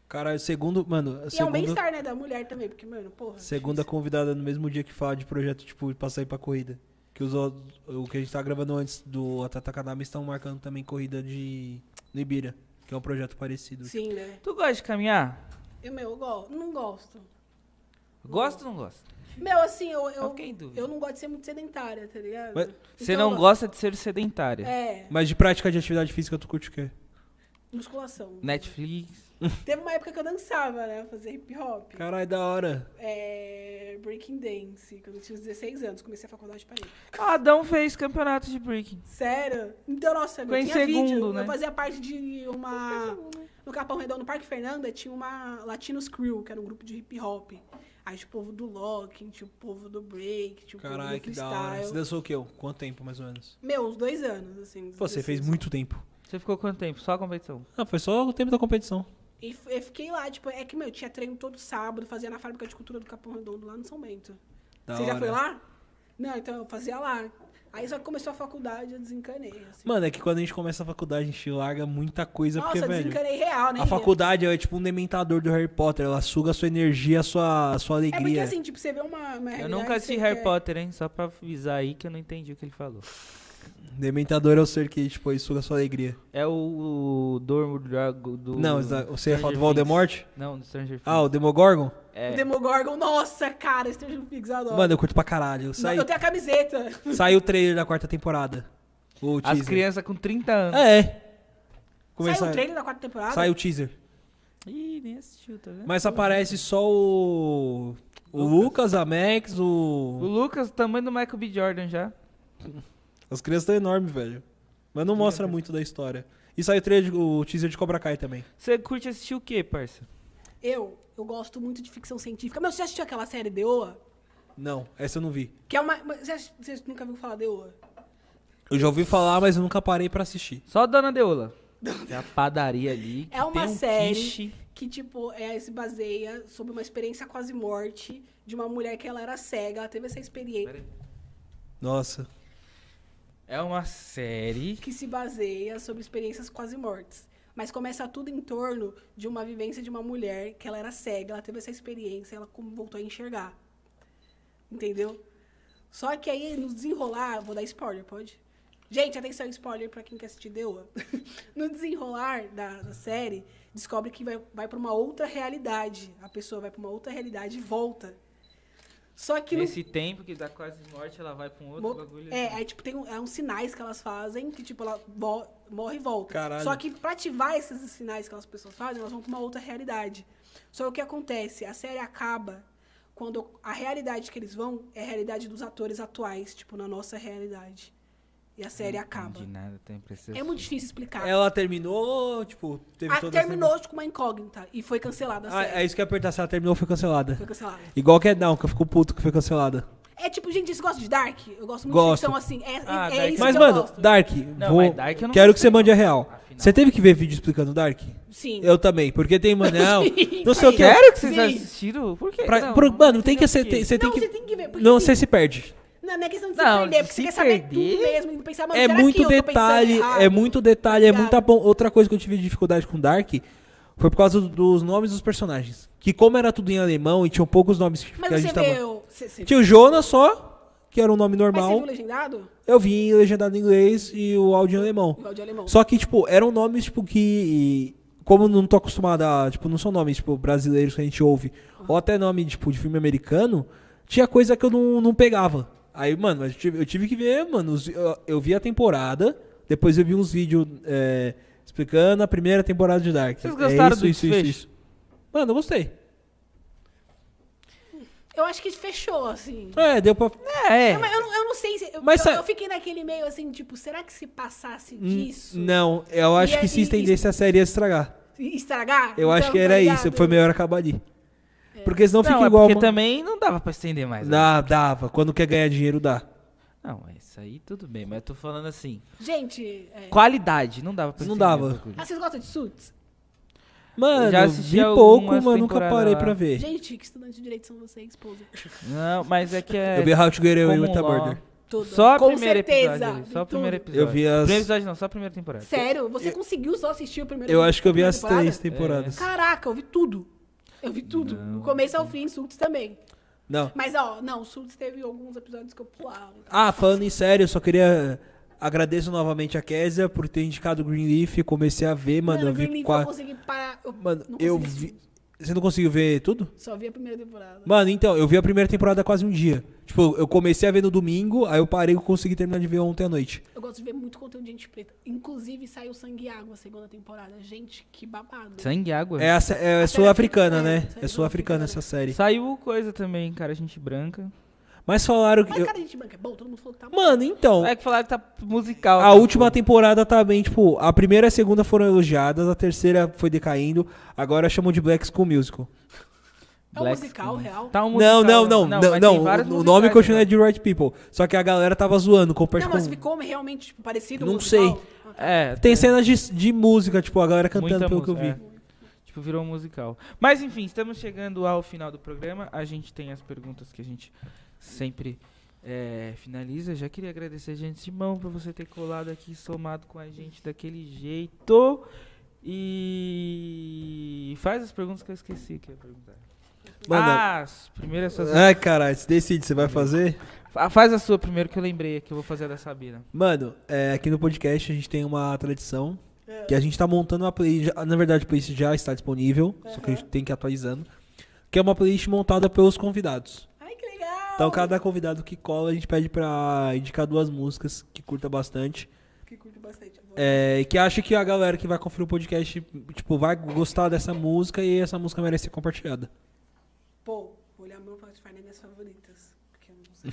Speaker 3: Caralho, segundo. Mano,
Speaker 1: E é um
Speaker 3: segunda,
Speaker 1: bem-estar, né, da mulher também, porque, mano, porra. é
Speaker 3: segunda convidada no mesmo dia que fala de projeto, tipo, pra sair pra corrida. Que os, o- o que a gente tá gravando antes do Atatakanami estão marcando também corrida de no Ibira, que é um projeto parecido.
Speaker 1: Sim, né?
Speaker 2: Tu gosta de caminhar?
Speaker 1: Eu, meu, eu go- não gosto.
Speaker 2: Gosta ou não gosta?
Speaker 1: Meu, assim, eu,
Speaker 2: Eu
Speaker 1: eu,
Speaker 2: fiquei em dúvida.
Speaker 1: eu não gosto de ser muito sedentária, tá ligado?
Speaker 3: Mas-
Speaker 2: Você
Speaker 1: Então,
Speaker 2: não gosta de ser sedentária.
Speaker 1: É,
Speaker 3: Mas de prática de atividade física, tu curte o quê?
Speaker 1: musculação.
Speaker 2: Netflix.
Speaker 1: Teve uma época que eu dançava, né? Fazer hip hop.
Speaker 3: Caralho, da hora.
Speaker 1: É, breaking dance, quando eu tinha uns 16 anos, comecei a faculdade parei.
Speaker 2: Ah, Adão fez campeonato de breaking.
Speaker 1: Sério? Então, nossa, eu
Speaker 2: Ficou em
Speaker 1: tinha
Speaker 2: segundo,
Speaker 1: vídeo.
Speaker 2: né?
Speaker 1: Eu fazia parte de uma. No Capão Redondo, no Parque Fernanda, tinha uma Latinos Crew, que era um grupo de hip hop. Aí tinha o povo do locking, tinha o povo do break, tinha o povo
Speaker 3: Caralho,
Speaker 1: do
Speaker 3: que da hora. Você
Speaker 1: freestyle.
Speaker 3: dançou o quê? Um, Quanto tempo, mais ou menos?
Speaker 1: Meu, uns dois anos, assim. uns
Speaker 3: Pô, você fez
Speaker 1: 16.
Speaker 3: muito tempo.
Speaker 2: Você ficou quanto tempo? Só a competição?
Speaker 3: Ah, foi só o tempo da competição.
Speaker 1: E f- eu fiquei lá, tipo, é que, meu, tinha treino todo sábado, fazia na fábrica de cultura do Capão Redondo, lá no São Bento.
Speaker 3: Da
Speaker 1: Você já
Speaker 3: hora.
Speaker 1: foi lá? Não, então eu fazia lá. Aí só que começou a faculdade, eu desencanei, assim.
Speaker 3: Mano, é que quando a gente começa a faculdade, a gente larga muita coisa,
Speaker 1: Nossa,
Speaker 3: porque,
Speaker 1: eu
Speaker 3: velho.
Speaker 1: desencanei real, né?
Speaker 3: A
Speaker 1: Ian?
Speaker 3: faculdade é tipo um dementador do Harry Potter, ela suga a sua energia, a sua, a sua
Speaker 1: É porque
Speaker 3: alegria.
Speaker 1: assim, tipo, você vê uma. uma
Speaker 2: eu
Speaker 1: realidade
Speaker 2: nunca
Speaker 1: que
Speaker 2: assisti
Speaker 1: você
Speaker 2: Harry
Speaker 1: quer-
Speaker 2: Potter, hein? Só pra avisar aí que eu não entendi o que ele falou.
Speaker 3: Dementador é o ser que, tipo, ele suga a sua alegria.
Speaker 2: É o, o Dormo Drago do.
Speaker 3: Não, exa- você ia falar do
Speaker 2: Stranger
Speaker 3: Voldemort?
Speaker 2: Things. Não, do Stranger
Speaker 3: Ah, o
Speaker 2: Things.
Speaker 3: Demogorgon?
Speaker 2: É.
Speaker 1: O Demogorgon, nossa, cara, Stranger Things, eu adoro.
Speaker 3: Mano, eu curto pra caralho. Sai,
Speaker 1: Eu tenho a camiseta.
Speaker 3: Saiu o trailer da quarta temporada. O
Speaker 2: As
Speaker 3: teaser.
Speaker 2: crianças com 30 anos.
Speaker 3: É.
Speaker 1: Saiu
Speaker 3: Começa...
Speaker 1: o trailer da quarta temporada?
Speaker 3: Saiu o teaser.
Speaker 2: Ih, nem assistiu, tá vendo?
Speaker 3: Mas aparece só o. O Lucas, a Max,
Speaker 2: O
Speaker 3: o.
Speaker 2: Lucas, tamanho do Michael B. Jordan já.
Speaker 3: As crianças estão enormes, velho. Mas não mostra muito da história. E saiu o, trailer de- o teaser de Cobra Kai também.
Speaker 2: Você curte assistir o quê, parça?
Speaker 1: Eu, eu gosto muito de ficção científica. Mas você já assistiu aquela série Deoa?
Speaker 3: Não, essa eu não vi.
Speaker 1: Que é uma. mas Você, acha- você nunca viu falar Deoa?
Speaker 3: Eu já ouvi falar, mas eu nunca parei pra assistir.
Speaker 2: Só Dona Deola. Tem a padaria ali. que
Speaker 1: É uma
Speaker 2: tem um
Speaker 1: série.
Speaker 2: quiche.
Speaker 1: Que, tipo, é, se baseia sobre uma experiência quase morte de uma mulher que ela era cega, ela teve essa experiência.
Speaker 3: Nossa.
Speaker 2: É uma série.
Speaker 1: que se baseia sobre experiências quase mortes. Mas começa tudo em torno de uma vivência de uma mulher que ela era cega, ela teve essa experiência, ela como voltou a enxergar. Entendeu? Só que aí no desenrolar, vou dar spoiler, pode? Gente, atenção, spoiler pra quem quer assistir Deua. (laughs) no desenrolar da, da série, descobre que vai, vai para uma outra realidade. A pessoa vai pra uma outra realidade e volta. Só que no
Speaker 2: Nesse tempo que dá quase morte, ela vai pra um outro
Speaker 1: Mo-
Speaker 2: bagulho.
Speaker 1: É, aí, tipo, tem um- é uns sinais que elas fazem, que, tipo, ela vo- morre e volta.
Speaker 3: Caralho.
Speaker 1: Só que pra ativar esses sinais que as pessoas fazem, elas vão pra uma outra realidade. Só que o que acontece? A série acaba quando a realidade que eles vão é a realidade dos atores atuais, tipo, na nossa realidade. E a série acaba.
Speaker 2: De nada, tem impressão.
Speaker 1: É muito difícil explicar.
Speaker 3: Ela terminou, tipo, teve
Speaker 1: Ah,
Speaker 3: toda essa-
Speaker 1: terminou tipo, uma incógnita e foi cancelada a
Speaker 3: Ah,
Speaker 1: série.
Speaker 3: é isso que eu ia apertar. Se ela terminou, foi cancelada.
Speaker 1: Foi cancelada.
Speaker 3: Igual que é não, que eu fico puto que foi cancelada.
Speaker 1: É tipo, gente, vocês gostam de Dark? Eu gosto muito
Speaker 3: Gosto.
Speaker 1: de ficção assim. É,
Speaker 2: Ah,
Speaker 1: é
Speaker 2: Dark.
Speaker 1: isso que
Speaker 3: mas,
Speaker 1: eu
Speaker 3: mano,
Speaker 1: gosto.
Speaker 3: Dark,
Speaker 2: Não,
Speaker 3: vou...
Speaker 2: mas Dark eu não
Speaker 3: quero que
Speaker 2: gostei,
Speaker 3: você mande a
Speaker 2: não.
Speaker 3: real.
Speaker 2: Afinal.
Speaker 3: Você teve que ver vídeo explicando Dark?
Speaker 1: Sim.
Speaker 3: Eu também, porque tem, mano, não,
Speaker 1: (laughs)
Speaker 3: não sei o que.
Speaker 2: Sério que vocês
Speaker 1: Sim.
Speaker 2: assistiram? Por quê?
Speaker 3: Pra-
Speaker 2: Não,
Speaker 3: pro-
Speaker 2: não
Speaker 3: mano, tem que,
Speaker 2: entendeu
Speaker 3: você
Speaker 2: por quê.
Speaker 3: tem, você tem
Speaker 1: não,
Speaker 3: que-
Speaker 1: você tem que ver. Porque
Speaker 3: não,
Speaker 1: assim,
Speaker 3: você se perde.
Speaker 1: Não, não é questão de se
Speaker 2: Não,
Speaker 1: perder, porque
Speaker 2: se
Speaker 1: você quer saber
Speaker 2: perder-
Speaker 1: tudo mesmo. E pensar, mano,
Speaker 3: É
Speaker 1: será que
Speaker 3: muito
Speaker 1: eu tô
Speaker 3: detalhe,
Speaker 1: pensando
Speaker 3: é
Speaker 1: errado? Tá.
Speaker 3: muito detalhe, é
Speaker 1: Obrigada.
Speaker 3: muita bom. Outra coisa que eu tive dificuldade com Dark foi por causa do- dos nomes dos personagens. Que como era tudo em alemão e tinham poucos nomes que
Speaker 1: Mas
Speaker 3: a
Speaker 1: você
Speaker 3: gente tá Tipo, tava.
Speaker 1: viu. Você, você,
Speaker 3: Tinha o Jonas só, que era um nome
Speaker 1: mas você
Speaker 3: normal.
Speaker 1: viu legendado?
Speaker 3: Eu vi legendado em inglês e o áudio em alemão.
Speaker 1: Igual de é alemão.
Speaker 3: Só que, tipo, eram nomes, tipo, que. Como eu não tô acostumado a. Tipo, não são nomes, tipo, brasileiros que a gente ouve. Ou até nome, tipo, de filme americano. Tinha coisa que eu não, não pegava. Aí, mano, eu tive, eu tive que ver, mano. os- eu, eu vi a temporada. Depois eu vi uns vídeos é, explicando a primeira temporada de Dark.
Speaker 2: Vocês
Speaker 3: É
Speaker 2: gostaram
Speaker 3: isso,
Speaker 2: do
Speaker 3: isso, isso,
Speaker 2: desfecho?
Speaker 3: isso. Mano, eu gostei.
Speaker 1: Eu acho que fechou, assim.
Speaker 3: É, deu pra.
Speaker 2: É, é.
Speaker 1: Mas eu, não- eu não sei se. Eu,
Speaker 3: Mas
Speaker 1: eu,
Speaker 3: sa-
Speaker 1: eu fiquei naquele meio assim, tipo, será que se passasse
Speaker 3: N-
Speaker 1: disso
Speaker 3: Hum, Não, eu acho
Speaker 1: E
Speaker 3: que
Speaker 1: aí-
Speaker 3: se estendesse a série ia estragar.
Speaker 1: e estragar?
Speaker 3: Eu acho
Speaker 1: Então,
Speaker 3: que
Speaker 1: tá
Speaker 3: era isso.
Speaker 1: ligado?
Speaker 3: Foi melhor acabar ali. Porque senão
Speaker 2: Não,
Speaker 3: fica
Speaker 2: é
Speaker 3: igual.
Speaker 2: porque
Speaker 3: uma-
Speaker 2: também não dava pra estender mais. né?
Speaker 3: Dá, dava. Quando quer ganhar dinheiro, dá.
Speaker 2: Não, isso aí tudo bem, mas eu tô falando assim.
Speaker 1: Gente, é...
Speaker 2: Qualidade, não dava pra
Speaker 3: Não
Speaker 2: estender
Speaker 3: dava.
Speaker 2: o bagulho.
Speaker 1: ah, vocês gostam de Suits?
Speaker 3: Mano,
Speaker 2: Eu já assisti
Speaker 3: vi
Speaker 2: algumas
Speaker 3: pouco, mas nunca
Speaker 2: temporadas
Speaker 3: parei
Speaker 2: lá.
Speaker 3: pra ver.
Speaker 1: Gente, que estudante de direito são vocês, poser?
Speaker 2: Não, mas é que é.
Speaker 3: eu vi How to Get Away
Speaker 2: Common
Speaker 3: with a
Speaker 2: Law.
Speaker 3: Murder.
Speaker 1: Tudo.
Speaker 2: Só o
Speaker 1: Com
Speaker 2: primeiro
Speaker 1: certeza.
Speaker 2: episódio. ali, Só o
Speaker 1: de
Speaker 2: primeiro
Speaker 1: tudo.
Speaker 2: episódio.
Speaker 3: Eu vi as-
Speaker 2: Primeiro episódio não, só a primeira temporada.
Speaker 1: Sério? Você conseguiu só assistir o primeiro
Speaker 3: Eu acho que eu vi
Speaker 1: primeira
Speaker 3: as
Speaker 1: temporada?
Speaker 3: três temporadas.
Speaker 2: É.
Speaker 1: Caraca, eu vi tudo. Eu vi tudo.
Speaker 2: Não.
Speaker 1: Do começo ao fim, Suits também.
Speaker 3: Não.
Speaker 1: Mas, ó, não, o Suits teve alguns episódios que eu pulava.
Speaker 3: Ah, falando em sério, eu só queria... Agradeço novamente a Kézia por ter indicado Greenleaf. Eu comecei a ver, mano. eu vi
Speaker 1: Greenleaf é eu
Speaker 3: quatro...
Speaker 1: consegui parar. Eu
Speaker 3: Mano,
Speaker 1: não
Speaker 3: eu
Speaker 1: consegui
Speaker 3: vi...
Speaker 1: assistir.
Speaker 3: Você não conseguiu ver tudo?
Speaker 1: Só vi a primeira temporada.
Speaker 3: Mano, então, eu vi a primeira temporada quase um dia. Tipo, eu comecei a ver no domingo, aí eu parei e consegui terminar de ver ontem à noite.
Speaker 1: Eu gosto de ver muito conteúdo de gente preta. Inclusive, saiu Sangue e Água, a segunda temporada. Gente, que babado.
Speaker 2: Sangue e água.
Speaker 3: É, a sé- é
Speaker 1: A
Speaker 3: sul-africana,
Speaker 1: série- é,
Speaker 3: né?
Speaker 1: série
Speaker 3: É sul-africana essa série.
Speaker 2: Saiu coisa também, cara, gente branca.
Speaker 3: Mas falaram que.
Speaker 1: Mas
Speaker 3: eu-
Speaker 1: cara, gente branca é bom, todo mundo falou que tá bom.
Speaker 3: Mano, então.
Speaker 2: É que falaram que tá musical.
Speaker 3: A última temporada tá bem, tipo, a primeira e a segunda foram elogiadas, a terceira foi decaindo, agora chamam de Black School Musical.
Speaker 1: É um
Speaker 2: Black
Speaker 1: musical
Speaker 2: Skin.
Speaker 1: real.
Speaker 2: Tá um
Speaker 3: Não,
Speaker 2: musical.
Speaker 3: não, não, não,
Speaker 2: mas
Speaker 3: não,
Speaker 2: tem vários
Speaker 3: o- o
Speaker 2: musicais,
Speaker 3: nome continua
Speaker 2: né?
Speaker 3: é de Right People, só que a galera tava zoando,
Speaker 1: não,
Speaker 3: compartilhando
Speaker 1: mas
Speaker 3: com...
Speaker 1: ficou realmente tipo, parecido
Speaker 3: Não
Speaker 1: um musical?
Speaker 3: sei.
Speaker 1: Ah,
Speaker 2: É,
Speaker 3: Tem cenas de, de música, tipo, a galera
Speaker 2: muita
Speaker 3: cantando pelo que eu vi.
Speaker 2: música, é. Tipo, virou um musical. Mas enfim, estamos chegando ao final do programa. A gente tem as perguntas que a gente sempre é, finaliza. Já queria agradecer de antemão por você ter colado aqui, somado com a gente daquele jeito. E faz as perguntas que eu esqueci que eu ia perguntar.
Speaker 3: Manda. É.
Speaker 2: Ah, as primeiras suas...
Speaker 3: Ai, caralho, se decide, você vai fazer?
Speaker 2: Fa- Faz a sua primeiro que eu lembrei, que eu vou fazer a da Sabina.
Speaker 3: Mano, é, aqui no podcast a gente tem uma tradição
Speaker 1: É.
Speaker 3: que a gente tá montando uma playlist. já- Na verdade, a playlist já está disponível, só que a gente tem que ir atualizando. Que é uma playlist montada pelos convidados.
Speaker 1: Ai, que legal.
Speaker 3: Então, cada convidado que cola, a gente pede pra indicar duas músicas que curta bastante.
Speaker 1: Que curto bastante.
Speaker 3: É, e que acha que a galera que vai conferir o podcast, tipo, vai gostar dessa música e essa música merece ser compartilhada.
Speaker 1: Pô, vou olhar meu Spotify nas minhas favoritas. Porque eu não sei.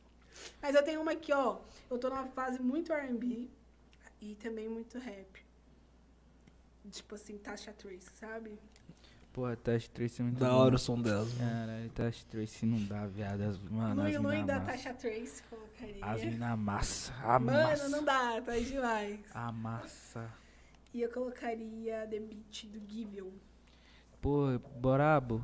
Speaker 1: (laughs) Mas eu tenho uma aqui, ó. Eu tô numa fase muito RB e também muito rap. Tipo assim, Tasha Trace, sabe?
Speaker 2: Porra, Tash Trace é muito
Speaker 3: Da
Speaker 2: bom.
Speaker 3: hora o som delas. né?
Speaker 2: Caralho, Tash Trace não dá, viado. As, mano, as
Speaker 1: Lui Lui
Speaker 2: mina
Speaker 1: da
Speaker 2: amassa.
Speaker 1: Tasha Trace, colocaria.
Speaker 2: As mina amassa.
Speaker 1: Mano, não
Speaker 2: Amassa.
Speaker 1: dá, tá demais.
Speaker 2: Amassa.
Speaker 1: E eu colocaria The Beat do Givion.
Speaker 2: Pô, Borabo,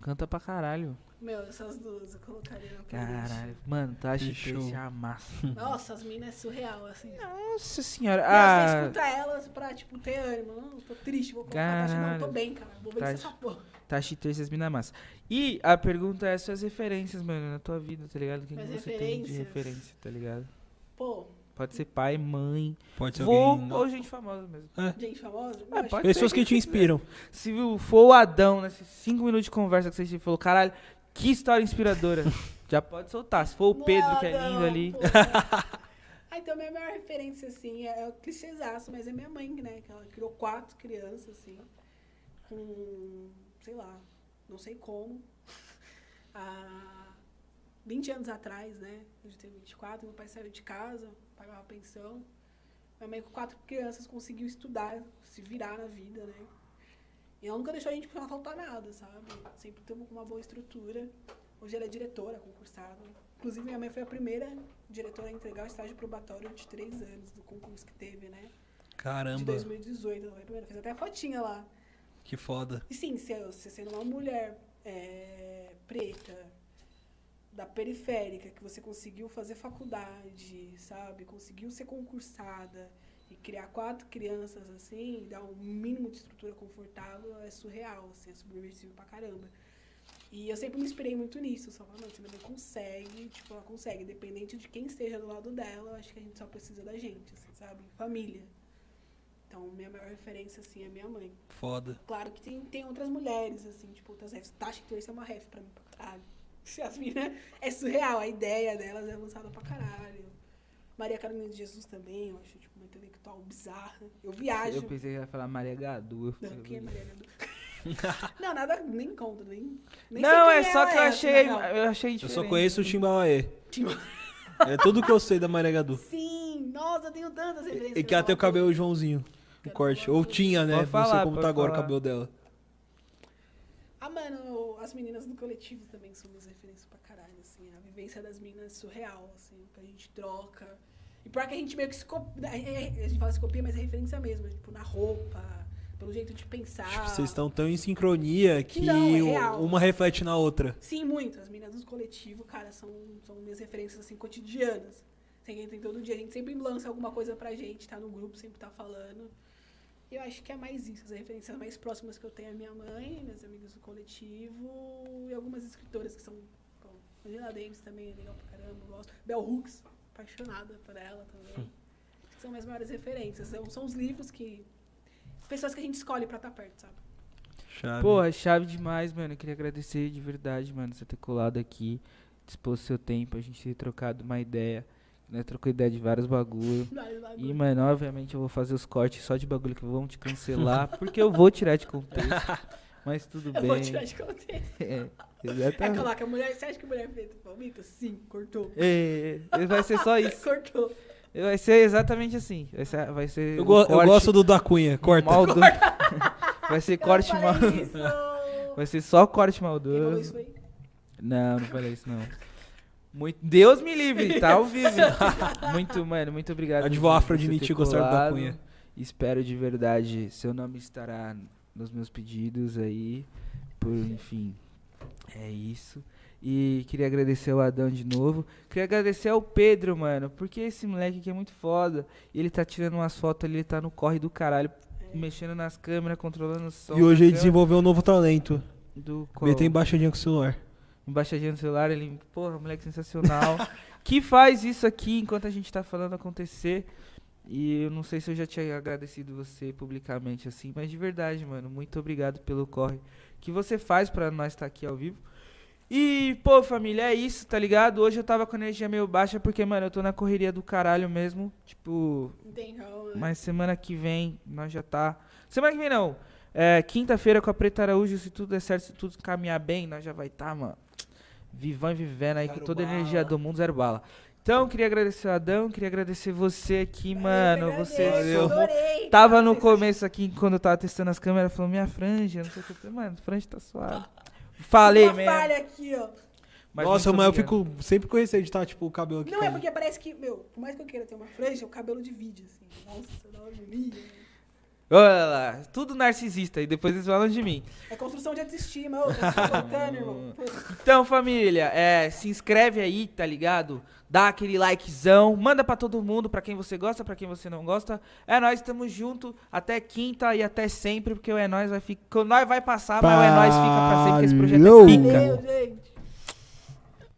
Speaker 2: canta pra caralho.
Speaker 1: Meu, essas duas eu colocaria na playlist.
Speaker 2: Caralho. Mano, Tash Trace
Speaker 3: Fechou.
Speaker 2: amassa.
Speaker 1: Nossa, as minas é surreal, assim.
Speaker 2: Ah. Nossa senhora.
Speaker 1: Não, você
Speaker 2: Ah,
Speaker 1: escuta elas pra, tipo, ter ânimo. Não, tô triste, vou colocar tá a taxa. Não,
Speaker 2: Caralho. Tá
Speaker 1: tô bem, cara. Vou vencer
Speaker 2: Taxa.
Speaker 1: essa porra.
Speaker 2: Tash Trace as mina amassa. E a pergunta é suas referências, mano, na tua vida, tá ligado? O que, que
Speaker 1: Minhas
Speaker 2: você tem de
Speaker 1: referências?
Speaker 2: referência, tá ligado?
Speaker 1: Pô,
Speaker 2: Pode ser pai, mãe,
Speaker 3: Pode
Speaker 2: vô ou gente famosa mesmo.
Speaker 1: gente famosa? eu
Speaker 2: É,
Speaker 1: acho.
Speaker 2: pode
Speaker 3: Pessoas
Speaker 2: ser
Speaker 3: que te inspiram.
Speaker 2: Se o- for o Adão, nesses cinco minutos de conversa que vocês tiveram, falou, caralho, que história (laughs) inspiradora. Já pode soltar. Se for o
Speaker 1: Não é
Speaker 2: Pedro, que é
Speaker 1: Adão,
Speaker 2: lindo ali.
Speaker 1: pô.
Speaker 2: (laughs)
Speaker 1: Ah, então minha maior referência, assim, é, é o clichêzaço, mas é minha mãe, né? Que ela criou quatro crianças, assim, com, sei lá, não sei como. Há 20 anos atrás, né? Hoje eu tenho 24, meu pai saiu de casa, pagava pensão. Minha mãe com quatro crianças conseguiu estudar, se virar na vida, né? E ela nunca deixou a gente pra faltar nada, sabe? Sempre teve uma boa estrutura. Hoje ela é diretora, concursada. Inclusive, minha mãe foi a primeira diretora a entregar o estágio probatório de três anos do concurso que teve, né? De
Speaker 3: Caramba,
Speaker 1: 2018. Ela foi a primeira. Fez até a fotinha lá.
Speaker 3: que foda.
Speaker 1: E sim, se você sendo uma mulher é, preta, da periférica, que você conseguiu fazer faculdade, sabe? Conseguiu ser concursada e criar quatro crianças assim, e dar um mínimo de estrutura confortável, é surreal, assim, é subversivo pra caramba. E eu sempre me inspirei muito nisso, só falando, se minha mãe consegue, tipo, ela consegue, independente de quem esteja do lado dela, eu acho que a gente só precisa da gente, assim, sabe? Família. Então, minha maior referência, assim, é minha mãe.
Speaker 3: Foda.
Speaker 1: Claro que tem, tem outras mulheres, assim, tipo, outras refs. Tasha Trace é uma ref pra mim pra caralho. (laughs) As minas, é surreal, a ideia delas é lançada pra caralho. Maria Carolina de Jesus também, eu acho, tipo, uma intelectual bizarra. Eu viajo.
Speaker 2: Eu pensei que ia falar Maria Gadu. eu
Speaker 1: Não, quem é
Speaker 2: falei,
Speaker 1: Maria Carolina? (laughs) Não, nada, nem conta, nem. nem sei
Speaker 2: Não,
Speaker 1: quem
Speaker 2: é só
Speaker 1: ela
Speaker 2: que eu
Speaker 1: é, na
Speaker 2: achei.
Speaker 1: real.
Speaker 2: Eu achei
Speaker 3: Eu
Speaker 2: diferente.
Speaker 3: só conheço o Timbalaê.
Speaker 1: Timba-
Speaker 3: É tudo que eu sei da Maria Gadu.
Speaker 1: Sim, nossa, eu tenho tantas referências.
Speaker 3: E que ela tem o cabelo Joãozinho. O corte. Ou tinha, né?
Speaker 2: Pode
Speaker 3: não sei
Speaker 2: falar,
Speaker 3: como
Speaker 2: pode
Speaker 3: tá agora
Speaker 2: falar.
Speaker 3: o cabelo dela.
Speaker 1: Ah, mano, as meninas do coletivo também são minhas referências pra caralho, assim. A vivência das meninas é surreal, assim, que a gente troca. E pior que a gente meio que se copia. A gente fala se copia, mas é referência mesmo, tipo, na roupa, pelo jeito de pensar.
Speaker 2: Tá.
Speaker 3: Tipo, vocês estão tão em sincronia que
Speaker 1: Não, é
Speaker 3: um-
Speaker 1: real.
Speaker 3: uma reflete na outra.
Speaker 1: Sim, muito. As meninas do coletivo, cara, são, são minhas referências, assim, cotidianas. Assim, que tem todo dia. A gente sempre lança alguma coisa pra gente, tá no grupo, sempre tá falando. E eu acho que é mais isso. As referências mais próximas que eu tenho é minha mãe, minhas amigas do coletivo e algumas escritoras que são... bom, Angela Davis também é legal pra caramba, eu gosto. Bell Hooks, apaixonada por ela
Speaker 2: Hum.
Speaker 1: também. Acho que São minhas maiores referências. São, são os livros que... Pessoas que a gente escolhe pra estar tá perto, sabe?
Speaker 3: Chave.
Speaker 2: Porra, chave demais, mano. Eu queria agradecer de verdade, mano, você ter colado aqui, dispor seu tempo, a gente ter trocado uma ideia. Né, trocou ideia de vários bagulho.
Speaker 1: Tá
Speaker 2: E, mano, obviamente eu vou fazer os cortes só de bagulho que vão te cancelar, porque eu vou tirar de contexto.
Speaker 3: (laughs)
Speaker 2: Mas tudo
Speaker 1: Eu
Speaker 2: bem.
Speaker 1: vou tirar de contexto.
Speaker 2: (laughs) É,
Speaker 1: É
Speaker 2: exatamente.
Speaker 1: aquela que a mulher. Você acha que a mulher é feita vomita? Sim, cortou.
Speaker 2: É, é, vai ser só
Speaker 1: (laughs)
Speaker 2: isso.
Speaker 1: Cortou.
Speaker 2: Vai ser exatamente assim. Vai ser, vai ser
Speaker 3: Eu,
Speaker 2: um
Speaker 3: go- eu
Speaker 2: corte
Speaker 3: gosto do da Cunha, corta.
Speaker 2: maldoso. (laughs) Vai ser corte
Speaker 1: Eu
Speaker 2: mal.
Speaker 1: falei
Speaker 2: (laughs)
Speaker 1: isso.
Speaker 2: Vai ser só
Speaker 1: Quem
Speaker 2: corte
Speaker 1: falou isso
Speaker 2: maldoso.
Speaker 1: aí?
Speaker 2: Não, não falei isso não. Muito... Deus me livre, tá ao
Speaker 1: (laughs)
Speaker 2: vivo. muito, mano, muito obrigado.
Speaker 3: Advogado
Speaker 2: por você
Speaker 3: Afrodite
Speaker 2: ter
Speaker 3: gostando da
Speaker 2: colado.
Speaker 3: Cunha.
Speaker 2: Espero de verdade, seu nome estará nos meus pedidos aí. Por, enfim, é isso. E queria agradecer ao Adão de novo. Queria agradecer ao Pedro, mano, porque esse moleque aqui é muito foda. Ele tá tirando umas fotos ali, ele tá no corre do caralho,
Speaker 1: É,
Speaker 2: mexendo nas câmeras, controlando o som.
Speaker 3: E hoje
Speaker 2: da
Speaker 3: ele
Speaker 2: câmera,
Speaker 3: desenvolveu um novo talento.
Speaker 2: do né, qual?
Speaker 3: Meter embaixadinha com o celular.
Speaker 2: embaixadinha no celular, ele, porra, moleque
Speaker 3: (laughs)
Speaker 2: sensacional, que faz isso aqui enquanto a gente tá falando acontecer. E eu não sei se eu já tinha agradecido você publicamente assim, mas de verdade, mano, muito obrigado pelo corre que você faz pra nós estar aqui ao vivo. E, pô, família, é isso, tá ligado? Hoje eu tava com a energia meio baixa porque, mano, eu tô na correria do caralho mesmo, tipo,
Speaker 1: Não tem rola.
Speaker 2: mas semana que vem nós já tá. Semana que vem não. É, quinta-feira com a Preta Araújo, se tudo der certo, se tudo caminhar bem, nós já vai tá, mano. Vivão e vivendo aí com
Speaker 3: Zero
Speaker 2: toda a
Speaker 3: bala.
Speaker 2: energia do mundo, zero bala. Então, queria agradecer o Adão, queria agradecer você aqui,
Speaker 1: Eu
Speaker 2: mano.
Speaker 1: agradeço,
Speaker 2: Você
Speaker 3: valeu.
Speaker 1: adorei.
Speaker 2: tava no começo aqui, quando eu tava testando as câmeras, falou, minha franja, não sei o que. Eu falei, mano, franja tá suave. Falei
Speaker 1: Uma
Speaker 2: mesmo.
Speaker 1: falha aqui, ó.
Speaker 2: mas
Speaker 3: Nossa,
Speaker 2: muito né?
Speaker 3: mas eu
Speaker 2: obrigado.
Speaker 3: fico sempre com receio de tá, tipo, o cabelo aqui.
Speaker 1: Não é
Speaker 3: caindo.
Speaker 1: porque parece que, meu, por mais que eu queira ter uma franja, é o cabelo divide, assim. Nossa, dá uma agonia.
Speaker 2: Olha lá, tudo narcisista, e depois eles falam de mim.
Speaker 1: É construção de autoestima, ô. Tá se sabotando, irmão. Pô,
Speaker 2: Então, família, é, se inscreve aí, tá ligado? Dá aquele likezão, manda pra todo mundo, pra quem você gosta, pra quem você não gosta. É nós, tamo junto até quinta e até sempre, porque o é nós vai ficar, nós vai passar, mas o é nós fica pra sempre, porque esse projeto é
Speaker 3: Falou!
Speaker 2: pica.
Speaker 1: Valeu, gente.